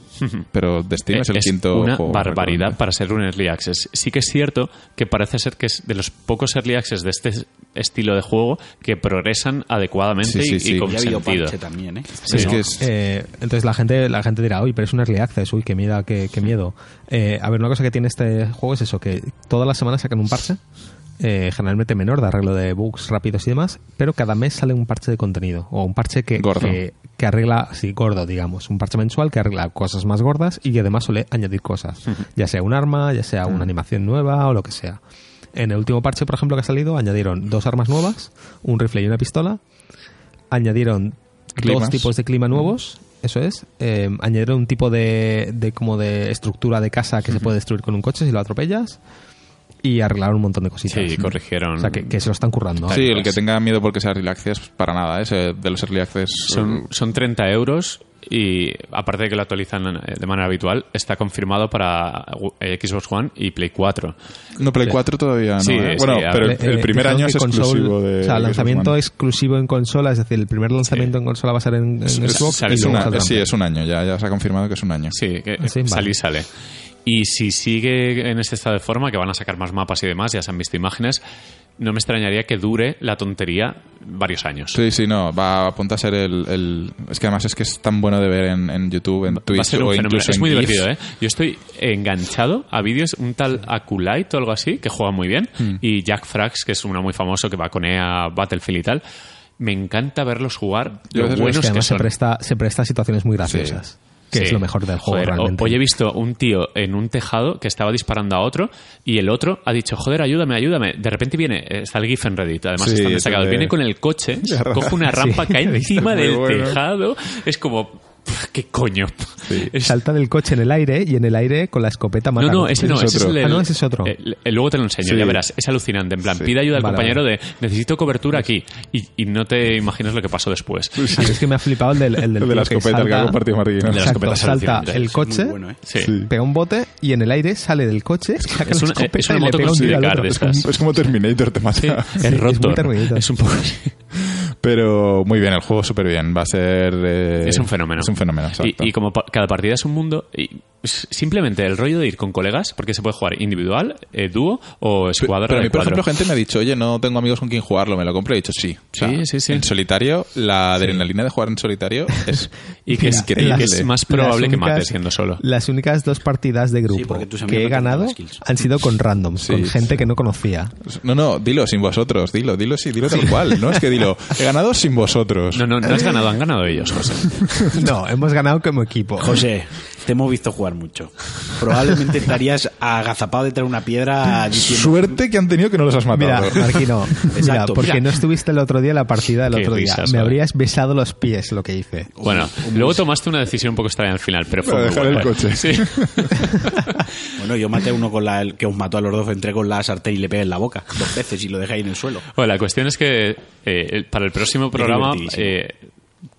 S2: Pero de Steam
S1: Eh,
S2: es el quinto
S1: una
S2: juego
S1: barbaridad
S2: recurrente.
S1: para ser un early access. Sí que es cierto que parece ser que es de los pocos early access de este es- estilo de juego que progresan adecuadamente
S2: Sí, sí,
S1: y- y,
S2: sí.
S1: con
S4: Ya ha habido
S1: sentido.
S4: parche también, ¿eh?
S1: Sí,
S2: Es
S1: ¿no?
S2: que es-
S3: Eh, entonces la gente la gente dirá, uy, pero es un early access, uy, qué miedo, qué, qué miedo. Eh, a ver, una cosa que tiene este juego es eso, que todas las semanas sacan un parche, eh, generalmente menor, de arreglo de bugs rápidos y demás, pero cada mes sale un parche de contenido, o un parche que,
S2: Gordo.
S3: que, que arregla, sí, gordo, digamos, un parche mensual que arregla cosas más gordas y que además suele añadir cosas, ya sea un arma, ya sea una animación nueva o lo que sea. En el último parche, por ejemplo, que ha salido, añadieron dos armas nuevas, un rifle y una pistola, añadieron
S2: Climas.
S3: dos tipos de clima nuevos, eso es. Eh, añadieron un tipo de, de como de estructura de casa que se puede destruir con un coche si lo atropellas. Y arreglaron un montón de cositas.
S1: Sí, corrigieron.
S3: O sea, que, que se lo están currando.
S2: sí, el que tenga miedo porque sea Early Access, para nada, ¿eh? Ese de los Early Access.
S1: Son, son 30 euros y aparte de que lo actualizan eh, de manera habitual, está confirmado para eh, Xbox One y Play 4.
S2: No, Play 4 todavía no.
S1: Sí, sí,
S2: ¿eh? bueno,
S1: a-
S2: pero
S3: Le-
S2: el, el
S3: eh,
S2: primer
S3: dijeron
S2: año es
S3: que console-
S2: exclusivo de.
S3: O sea,
S2: de
S3: lanzamiento
S2: Xbox One.
S3: exclusivo en consola, es decir, el primer lanzamiento en consola va a ser en, en Xbox.
S1: sale
S3: y
S2: Es
S3: luego
S2: una-
S3: saldrá.
S2: sí, es un año, ya, ya se ha confirmado que es un año.
S1: Sí, que
S3: Ah, sí, vale.
S1: salí sale. Y si sigue en este estado de forma, que van a sacar más mapas y demás, ya se han visto imágenes, no me extrañaría que dure la tontería varios años.
S2: Sí, sí, no, va, apunta a ser el, el- Es que además es que es tan bueno de ver en, en YouTube, en Twitch
S1: Va a ser
S2: o
S1: un fenómeno.
S2: incluso
S1: Es
S2: en
S1: muy
S2: GIFs.
S1: divertido, ¿eh? Yo estoy enganchado a vídeos, un tal Aculite o algo así, que juega muy bien,
S3: Hmm.
S1: y Jack Frax, que es uno muy famoso que va con EA Battlefield y tal. Me encanta verlos jugar, lo
S2: Yo a veces
S1: buenos
S3: que
S1: que
S3: además se
S1: son.
S3: presta, se presta a situaciones muy graciosas. Que
S1: Sí.
S3: es lo mejor del juego
S1: Joder, o-
S3: realmente.
S1: Hoy he visto un tío en un tejado que estaba disparando a otro y el otro ha dicho, joder, ayúdame, ayúdame. De repente viene, eh, está el GIF en Reddit, además
S2: Sí,
S1: están destacados.
S2: de-
S1: Viene con el coche, coge una rampa,
S3: Sí,
S1: cae
S3: he visto,
S1: encima
S2: muy
S1: del
S2: bueno.
S1: tejado. Es como, pff, ¿Qué coño?
S2: Sí.
S1: Es-
S3: Salta del coche en el aire y en el aire con la escopeta
S1: no,
S3: mata.
S1: no, ese no,
S2: Ese es
S1: ese
S2: eh,
S1: es
S2: otro.
S1: el,
S3: Ah, no, ese es otro.
S1: el- el- luego te lo enseño,
S2: Sí.
S1: ya verás. Es alucinante. En plan,
S2: Sí.
S1: pide ayuda al
S3: Vale,
S1: compañero de necesito cobertura aquí. Y, y no te imaginas lo que pasó después.
S2: Pues
S3: Ah, Es que me ha flipado el del, el del
S2: El de la
S3: tío que
S2: escopeta, el que ha compartido Martín. El de la
S3: Exacto,
S1: escopeta es
S3: salta
S1: alucinante.
S3: el
S1: Es
S3: coche,
S4: muy bueno, ¿eh?
S1: Sí.
S2: Sí.
S3: pega un bote y en el aire sale del coche, saca
S1: Es
S3: la
S1: una-
S3: escopeta
S1: es una
S3: y le
S1: moto
S3: pega un tiro al
S1: Crucificar
S3: otro.
S1: de
S2: Es como,
S1: estas.
S2: es como Terminator, te mata.
S1: Es
S3: es muy
S1: roto.
S3: Terminator.
S1: Es un poco.
S2: Pero muy bien, el juego súper bien. Va a ser... eh,
S1: es un fenómeno.
S2: Es un fenómeno,
S1: Y,
S2: exacto.
S1: y como pa- cada partida es un mundo, y s- simplemente el rollo de ir con colegas, porque se puede jugar individual, eh, dúo o escuadra.
S2: Pero a
S1: de
S2: mí, por
S1: cuatro.
S2: ejemplo, gente me ha dicho, oye, no tengo amigos con quien jugarlo, me lo compro. Y he dicho, sí. O sea,
S1: Sí, sí, sí.
S2: En solitario, la adrenalina de jugar en solitario es
S1: y que es,
S2: increíble.
S1: y que es más probable
S3: Las
S1: que
S3: únicas-
S1: mates siendo solo.
S3: Las únicas dos partidas de grupo
S4: porque tus amigos
S3: que he
S4: no tienen
S3: ganado
S4: tantas kills.
S3: han sido con random,
S2: Sí,
S3: con gente que no conocía.
S2: Pues, No, no, dilo sin vosotros, dilo, dilo sí, dilo tal cual. No es que dilo, he ganado sin vosotros.
S1: No, no, no has ganado, han ganado ellos, José.
S3: No, hemos ganado como equipo.
S4: José, te hemos visto jugar mucho. Probablemente estarías agazapado detrás de una piedra diciendo...
S2: Suerte que han tenido que no los has
S3: Mira,
S2: matado.
S3: Marquino, mira,
S4: Exacto,
S3: porque
S4: mira.
S3: no estuviste el otro día en la partida del
S1: Qué
S3: otro día.
S1: risas,
S3: Me
S1: joder.
S3: habrías besado los pies lo que hice.
S1: Bueno, luego tomaste una decisión un poco extraña al final, pero fue
S2: Para
S1: muy
S2: dejar
S1: guapa.
S2: el coche.
S1: Sí.
S4: Bueno, yo maté a uno con la, el que os mató a los dos, entré con la sartén y le pegué en la boca dos veces y lo dejé ahí en el suelo.
S1: Bueno, la cuestión es que eh, el- para el próximo programa,
S4: divertidísimo.
S1: eh,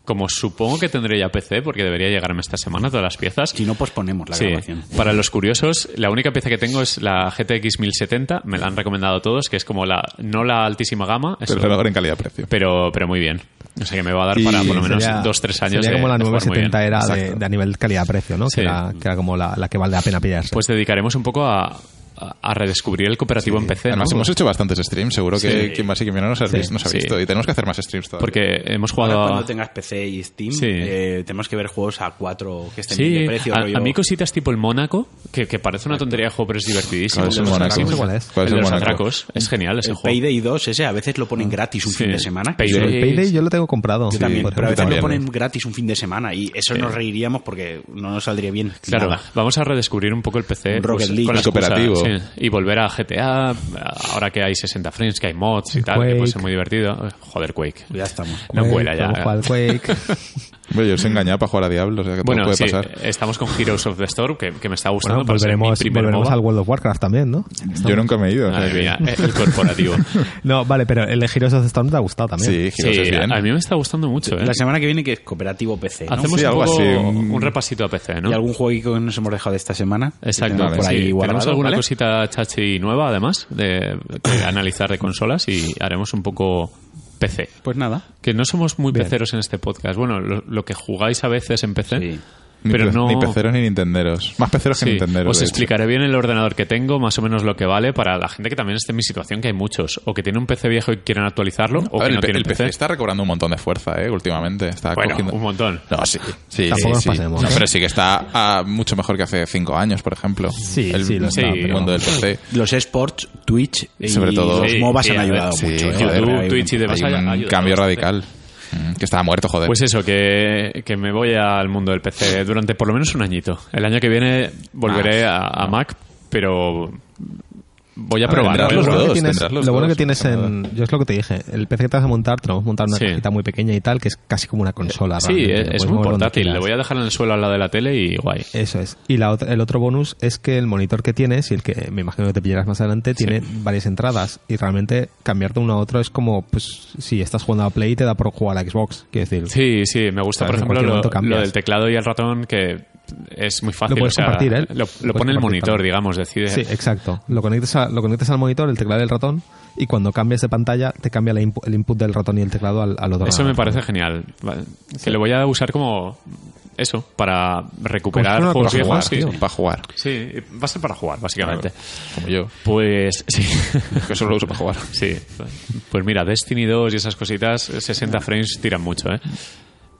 S1: como supongo que tendré ya PC, porque debería llegarme esta semana todas las piezas.
S4: Si no, posponemos la
S1: Sí,
S4: grabación.
S1: para los curiosos, la única pieza que tengo es la GTX 1070, me la han recomendado todos, que es como la no la altísima gama, eso,
S2: Pero lo mejor en calidad-precio.
S1: pero, pero muy bien. O sea que me va a dar
S2: Y
S1: para Ah, por lo menos
S3: Sería-
S1: dos, tres años.
S3: sería
S1: de-
S3: como la
S1: de jugar muy bien.
S3: 970 era de,
S2: Exacto.
S3: de a nivel calidad-precio, ¿no?
S1: Sí.
S3: Que, era, que era como la, la que vale la pena pillarse.
S1: Pues dedicaremos un poco a, a- a redescubrir el cooperativo en PC. ¿no?
S2: Además, hemos hecho bastantes streams, seguro que
S1: Sí.
S2: quien más y quien menos nos ha,
S1: Sí.
S2: visto, nos ha
S1: Sí.
S2: visto. Y tenemos que hacer más streams todavía.
S1: Porque hemos jugado
S4: Ahora,
S1: a-
S4: cuando tengas PC y Steam,
S1: Ah. Sí.
S4: eh, tenemos que ver juegos a 4 que estén bien
S1: Sí,
S4: este de precio.
S1: a,
S4: rollo-
S1: a mí cositas tipo el Mónaco, que, que parece una tontería de juego, pero es divertidísimo.
S2: ¿Cuál es el
S1: de los
S2: Mónaco?
S1: atracos.
S3: ¿Cuál es?
S2: ¿Cuál es
S1: El de
S2: el
S1: los
S2: Mónaco?
S1: atracos. Es genial ese
S4: el
S1: juego.
S4: Payday 2, ese a veces lo ponen gratis un
S1: Ah. Sí.
S4: fin de semana.
S1: Payday.
S3: Pero el Payday yo lo tengo comprado.
S4: Yo también,
S3: por
S4: pero a veces
S3: ejemplo.
S2: también.
S4: lo ponen gratis un fin de semana y eso nos reiríamos porque no nos saldría bien.
S1: Claro,
S4: nada.
S1: vamos a redescubrir un poco el PC
S4: Rocket League.
S1: con la
S2: El cooperativo.
S1: excusa, sí, y volver a GTA, ahora que hay 60 frames, que hay mods y
S3: El
S1: tal, que puede ser
S3: Quake.
S1: muy divertido. Joder, Quake.
S4: Pues Ya estamos.
S1: No
S3: Quake,
S1: cuela
S3: vamos a jugar
S1: ya.
S3: al Quake.
S4: pues
S2: Hombre, yo os he engañado para jugar a Diablo, o sea que todo
S1: Bueno,
S2: puede
S1: sí, eh,
S2: pasar.
S1: estamos con Heroes of the Storm, que, que me está gustando.
S3: Bueno,
S1: para ser mi
S3: pues volveremos,
S1: primer
S3: volveremos
S1: MOBA.
S3: al World of Warcraft también, ¿no?
S2: Yo nunca me he ido. o sea
S1: Madre
S2: que-
S1: mía, eh, el corporativo.
S3: No, vale, pero el de Heroes of the Storm te ha gustado también.
S2: Sí,
S1: Sí,
S2: Giros es bien.
S1: a mí me está gustando mucho. ¿eh?
S4: La semana que viene que es cooperativo PC. ¿no?
S1: Hacemos
S2: Sí,
S1: un,
S2: algo
S1: poco-
S2: así, un-
S1: un... repasito a PC, ¿no?
S4: ¿Y algún juego que nos hemos dejado de esta semana? que
S1: Exacto.
S4: tenemos por
S1: sí.
S4: ahí
S1: Tenemos
S4: guardado,
S1: alguna
S4: ¿vale?
S1: cosita chachi nueva, además, de, de analizar de consolas y haremos un poco PC.
S4: Pues nada.
S1: Que no somos muy
S3: Bien.
S1: peceros en este podcast. Bueno, lo, lo que jugáis a veces en PC,
S4: Sí.
S2: Ni
S1: pero
S2: pe-
S1: no...
S2: Ni peceros ni nintenderos. Más peceros
S1: Sí,
S2: que nintenderos.
S1: os
S2: de hecho.
S1: explicaré bien el ordenador que tengo, más o menos lo que vale para la gente que también esté en mi situación, que hay muchos, o que tiene un PC viejo y quieren actualizarlo, o que
S2: A ver,
S1: no
S2: el, pe-
S1: tiene
S2: el
S1: el PC.
S2: PC está recobrando un montón de fuerza, ¿eh? Últimamente. Está
S1: Bueno,
S2: cogiendo...
S1: un montón.
S2: No, sí. sí,
S3: Tampoco
S2: sí,
S3: nos
S2: sí.
S3: pasemos,
S2: No,
S3: ¿eh?
S2: pero sí que está ah, mucho mejor que hace cinco años, por ejemplo.
S3: Sí,
S2: el,
S3: sí, lo
S1: está,
S2: el
S1: pero-
S2: mundo del PC.
S4: Los esports, Twitch y
S2: Sobre todo-
S4: los
S1: Sí,
S4: MOBAs
S1: sí,
S4: han
S1: a ver,
S4: ayudado
S1: sí,
S4: mucho. ¿eh?
S1: YouTube,
S4: Joder, hay un-
S1: Twitch y demás
S2: Hay un
S1: ha- ha ayudado
S2: cambio
S1: bastante.
S2: radical. Mm, Que estaba muerto, joder.
S1: Pues eso, que, que me voy al mundo del PC durante por lo menos un añito. El año que viene volveré a, a Mac, pero voy a
S2: Ah, A ver,
S1: probar.
S2: tendrás
S1: voy a
S2: los
S3: Lo
S1: probar.
S3: bueno que
S2: dos,
S3: tienes,
S2: tendrás los
S3: lo bueno
S2: dos,
S3: que tienes
S2: no pasa
S3: en. Yo es lo que te dije. El PC que te vas a montar, te lo vas a montar en una
S1: Sí.
S3: cajita muy pequeña y tal, que es casi como una consola. pues
S1: Sí,
S3: realmente,
S2: pues
S1: es,
S3: que
S1: es
S3: puedes
S1: muy
S3: mover donde
S1: portátil.
S3: quieras.
S1: Le voy a dejar en el suelo al lado de la tele y guay.
S3: Eso es. Y la otra- el otro bonus es que el monitor que tienes y el que me imagino que te pillarás más adelante tiene varias entradas y realmente cambiar de uno a otro es como, pues, si estás jugando a Play te da por jugar a Xbox, quiero decir.
S1: Sí, sí, me gusta, por ejemplo,
S3: Claro, en cualquier
S1: lo,
S3: momento cambias.
S1: lo del teclado y el ratón, que es muy fácil.
S3: Lo puedes
S1: o sea,
S3: compartir,
S1: Lo,
S3: ¿eh? Lo
S1: lo
S3: puedes
S1: pone el
S3: compartir
S1: monitor,
S3: también.
S1: digamos, decide.
S3: Sí, exacto. Lo conectas, a- lo conectas al monitor, el teclado y el ratón y cuando cambias de pantalla te cambia la inpu- el input del ratón y el teclado al, al otro.
S1: Eso me
S3: lado.
S1: parece genial. Vale. Que lo voy a usar como eso, para recuperar
S3: fuera una
S1: juegos
S3: consola,
S1: viejos. Sí,
S3: tío.
S2: Para jugar.
S1: sí, va a ser para jugar, básicamente.
S2: Como yo.
S1: Pues sí.
S2: Que solo lo uso para jugar.
S1: Sí. Pues mira, Destiny 2 y esas cositas, 60 frames tiran mucho, ¿eh?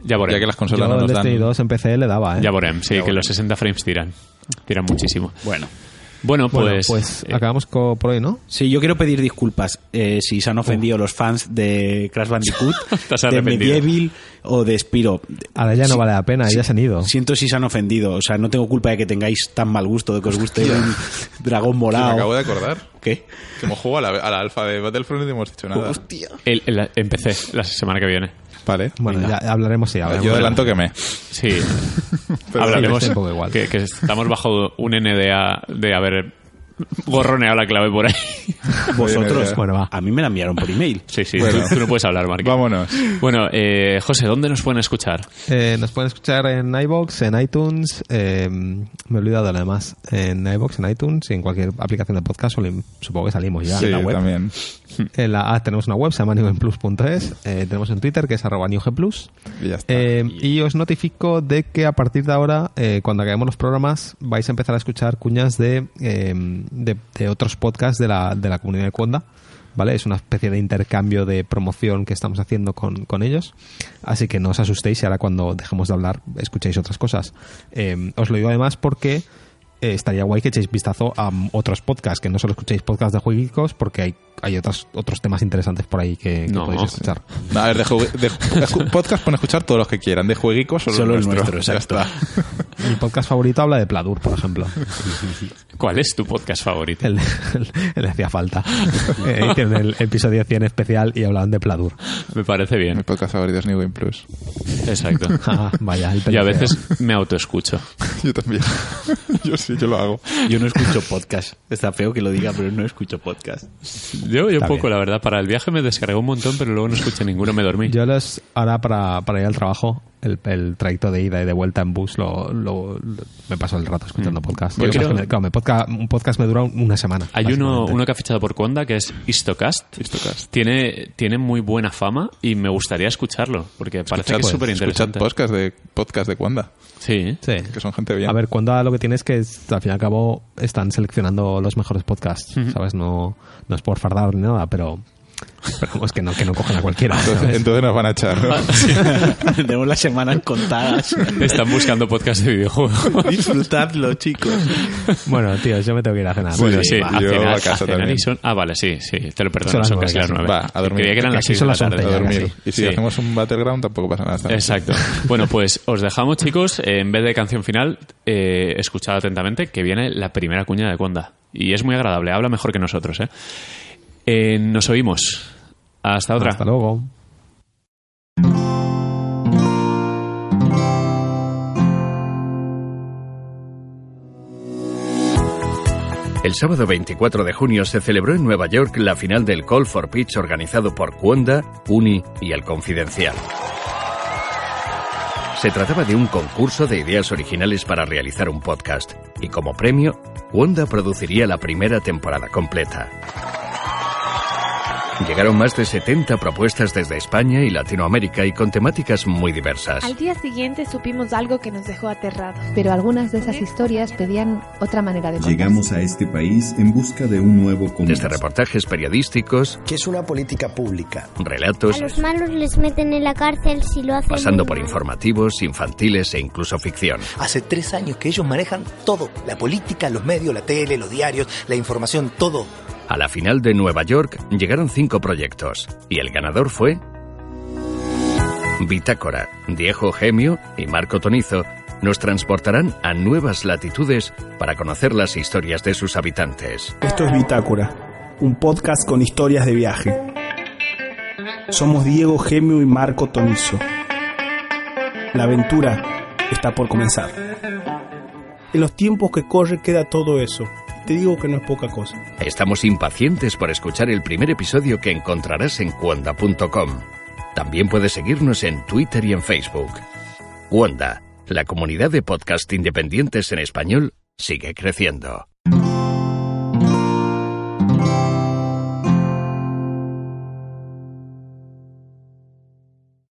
S1: Ya por
S2: Ya que
S1: em.
S2: las
S3: Yo este
S2: consolas no
S3: el
S2: nos
S3: Destiny
S2: dan.
S3: 2 en PC le daba, ¿eh?
S1: Ya por em, sí,
S2: Ya
S1: que
S2: por em.
S1: los 60 frames tiran. Tiran muchísimo.
S4: Bueno.
S1: Bueno, pues.
S3: Bueno, pues,
S1: eh,
S3: acabamos co- por hoy, ¿no?
S4: Sí, yo quiero pedir disculpas eh, si se han ofendido los fans de Crash Bandicoot,
S1: Estás
S4: de
S1: arrepentido.
S4: Medieval o de Spiro.
S3: Ahora ya no
S4: Sí,
S3: vale la pena, ya se han ido.
S4: Siento si se han ofendido. O sea, no tengo culpa de que tengáis tan mal gusto, de que os guste un dragón
S2: Sí, me acabo
S4: morado.
S2: de acordar.
S4: ¿Qué?
S2: Que hemos jugado a la, a la alfa de Battlefront y no hemos dicho nada.
S1: el- el- empecé la semana que viene.
S2: Vale.
S3: Bueno,
S1: Venga.
S3: ya hablaremos sí, hablaremos.
S2: Yo adelanto que me.
S1: Sí. Hablaremos
S3: sí, un poco igual.
S1: Que, que estamos bajo un NDA de haber gorroneado la clave por ahí.
S4: Vosotros,
S1: pues,
S3: Bueno, va.
S4: a mí me la enviaron por email.
S1: Sí, sí,
S2: Bueno.
S1: tú, tú no puedes hablar, Marc.
S2: Vámonos.
S1: Bueno, eh, José, ¿dónde nos pueden escuchar?
S3: Eh, nos pueden escuchar en iBox, en iTunes. eh, me he olvidado nada más. En iBox, en iTunes y en cualquier aplicación de podcast. solim- Supongo que salimos ya
S2: Sí,
S3: en la web.
S2: también.
S3: En la- ah, tenemos una web, se llama newgenplus.es. eh, tenemos en Twitter, que es arroba newgenplus.
S2: Y ya está.
S3: Eh, y os notifico de que a partir de ahora, eh, cuando acabemos los programas, vais a empezar a escuchar cuñas de, eh, de, de otros podcasts de la, de la comunidad de Cuonda. ¿Vale? Es una especie de intercambio de promoción que estamos haciendo con, con ellos. Así que no os asustéis y ahora cuando dejemos de hablar escuchéis otras cosas. Eh, os lo digo además porque eh, estaría guay que echéis vistazo a mm, otros podcasts, que no solo escuchéis podcasts de juegos porque hay, hay otros, otros temas interesantes por ahí que, que
S1: No.
S3: podéis escuchar.
S2: No, a ver, de, jugue- de ju- de ju- podcast pueden escuchar todos los que quieran. De jueguicos solo,
S4: Solo
S2: el
S4: el
S2: nuestro.
S4: nuestro,
S2: Ya
S4: exacto.
S2: está.
S3: Mi podcast favorito habla de Pladur, por ejemplo.
S1: ¿Cuál es tu podcast favorito?
S3: El- el- le hacía falta. Eh, hicieron el episodio 100 especial y hablaban de Pladur.
S1: Me parece
S2: Mi
S1: bien.
S2: podcast favorito es New Game Plus.
S1: Exacto.
S3: Ah, vaya, el
S1: Y a
S3: peloteo.
S1: veces me autoescucho.
S2: Yo también. yo sí, yo lo hago.
S4: Yo no escucho podcast. Está feo que lo diga, pero no escucho podcast.
S1: Yo, yo
S3: Está
S1: poco,
S3: bien.
S1: la verdad. Para el viaje me descargué un montón, pero luego no escuché ninguno, me dormí.
S3: Yo los, ahora para, para ir al trabajo, el, el trayecto de ida y de vuelta en bus, lo, lo- lo- me paso el rato escuchando podcast.
S1: Mm. Yo
S3: Lo que
S1: creo-
S3: pasa es que me- claro, me podca- un podcast me dura un- una semana.
S1: Hay uno,
S3: básicamente.
S1: uno que ha fichado por Conda que es Istocast.
S2: Histocast.
S1: Tiene, tiene muy buena fama y me gustaría escucharlo, porque parece
S2: Escuchad-
S1: que es súper
S2: Pues, escuchad
S1: interesante.
S2: podcast de, podcast de Cuanda,
S1: Sí.
S3: Sí.
S2: que son gente bien.
S3: A ver, cuando lo que tienes que es, al fin y al cabo están seleccionando los mejores podcasts, ¿sabes? No, no es por fardar ni nada, pero, pero es que no, que no cogen a cualquiera.
S2: entonces,
S3: ¿sabes?
S2: entonces nos van a echar, ¿no?
S4: Tenemos las semanas contadas.
S1: Están buscando podcast de videojuegos.
S4: Disfrutadlo, chicos.
S3: Bueno, tío, yo me tengo que ir a cenar.
S2: Bueno,
S1: Sí,
S2: sí,
S1: a
S2: yo
S1: cenar-
S2: a casa
S1: a cenar
S2: también.
S1: y son- ah, vale, sí, sí, te lo
S3: Son
S1: perdono,
S3: las
S1: son
S3: nueve,
S1: casi las
S3: casi.
S1: nueve.
S2: Va, a dormir.
S1: Creía que eran
S3: Aquí
S1: las seis de
S3: son
S1: la
S3: las once
S1: tarde.
S2: a
S3: ya,
S2: dormir.
S3: casi.
S2: Y si
S1: Sí.
S2: hacemos un battleground tampoco pasa nada. ¿sabes?
S1: Exacto. Bueno, pues os dejamos, chicos. Eh, En vez de canción final, eh, escuchad atentamente que viene la primera cuña de Conda. Y es muy agradable, habla mejor que nosotros. ¿eh? Eh, nos oímos. Hasta otra.
S3: Hasta luego.
S6: El sábado 24 de junio se celebró en Nueva York la final del Call for Pitch organizado por Cuonda, Uni y El Confidencial. Se trataba de un concurso de ideas originales para realizar un podcast y como premio, Cuonda produciría la primera temporada completa. Llegaron más de 70 propuestas desde España y Latinoamérica y con temáticas muy diversas.
S7: Al día siguiente supimos algo que nos dejó aterrados.
S8: Pero algunas de esas historias pedían otra manera de contar.
S9: Llegamos a este país en busca de un nuevo
S6: Desde
S9: comienzo.
S6: reportajes periodísticos,
S10: que es una política pública.
S6: relatos,
S7: malos les meten en la cárcel si lo hacen.
S6: pasando por informativos, infantiles e incluso ficción.
S10: Hace tres años que ellos manejan todo, la política, los medios, la tele, los diarios, la información, todo.
S6: A la final de Nueva York llegaron cinco proyectos y el ganador fue Bitácora, Diego Gemio y Marco Tonizo nos transportarán a nuevas latitudes para conocer las historias de sus habitantes.
S11: Esto es Bitácora, un podcast con historias de viaje. Somos Diego Gemio y Marco Tonizo. La aventura está por comenzar. En los tiempos que corre queda todo eso. Te digo que no es poca cosa.
S6: Estamos impacientes por escuchar el primer episodio que encontrarás en cuonda.com. También puedes seguirnos en Twitter y en Facebook. Cuonda, la comunidad de podcast independientes en español, sigue creciendo.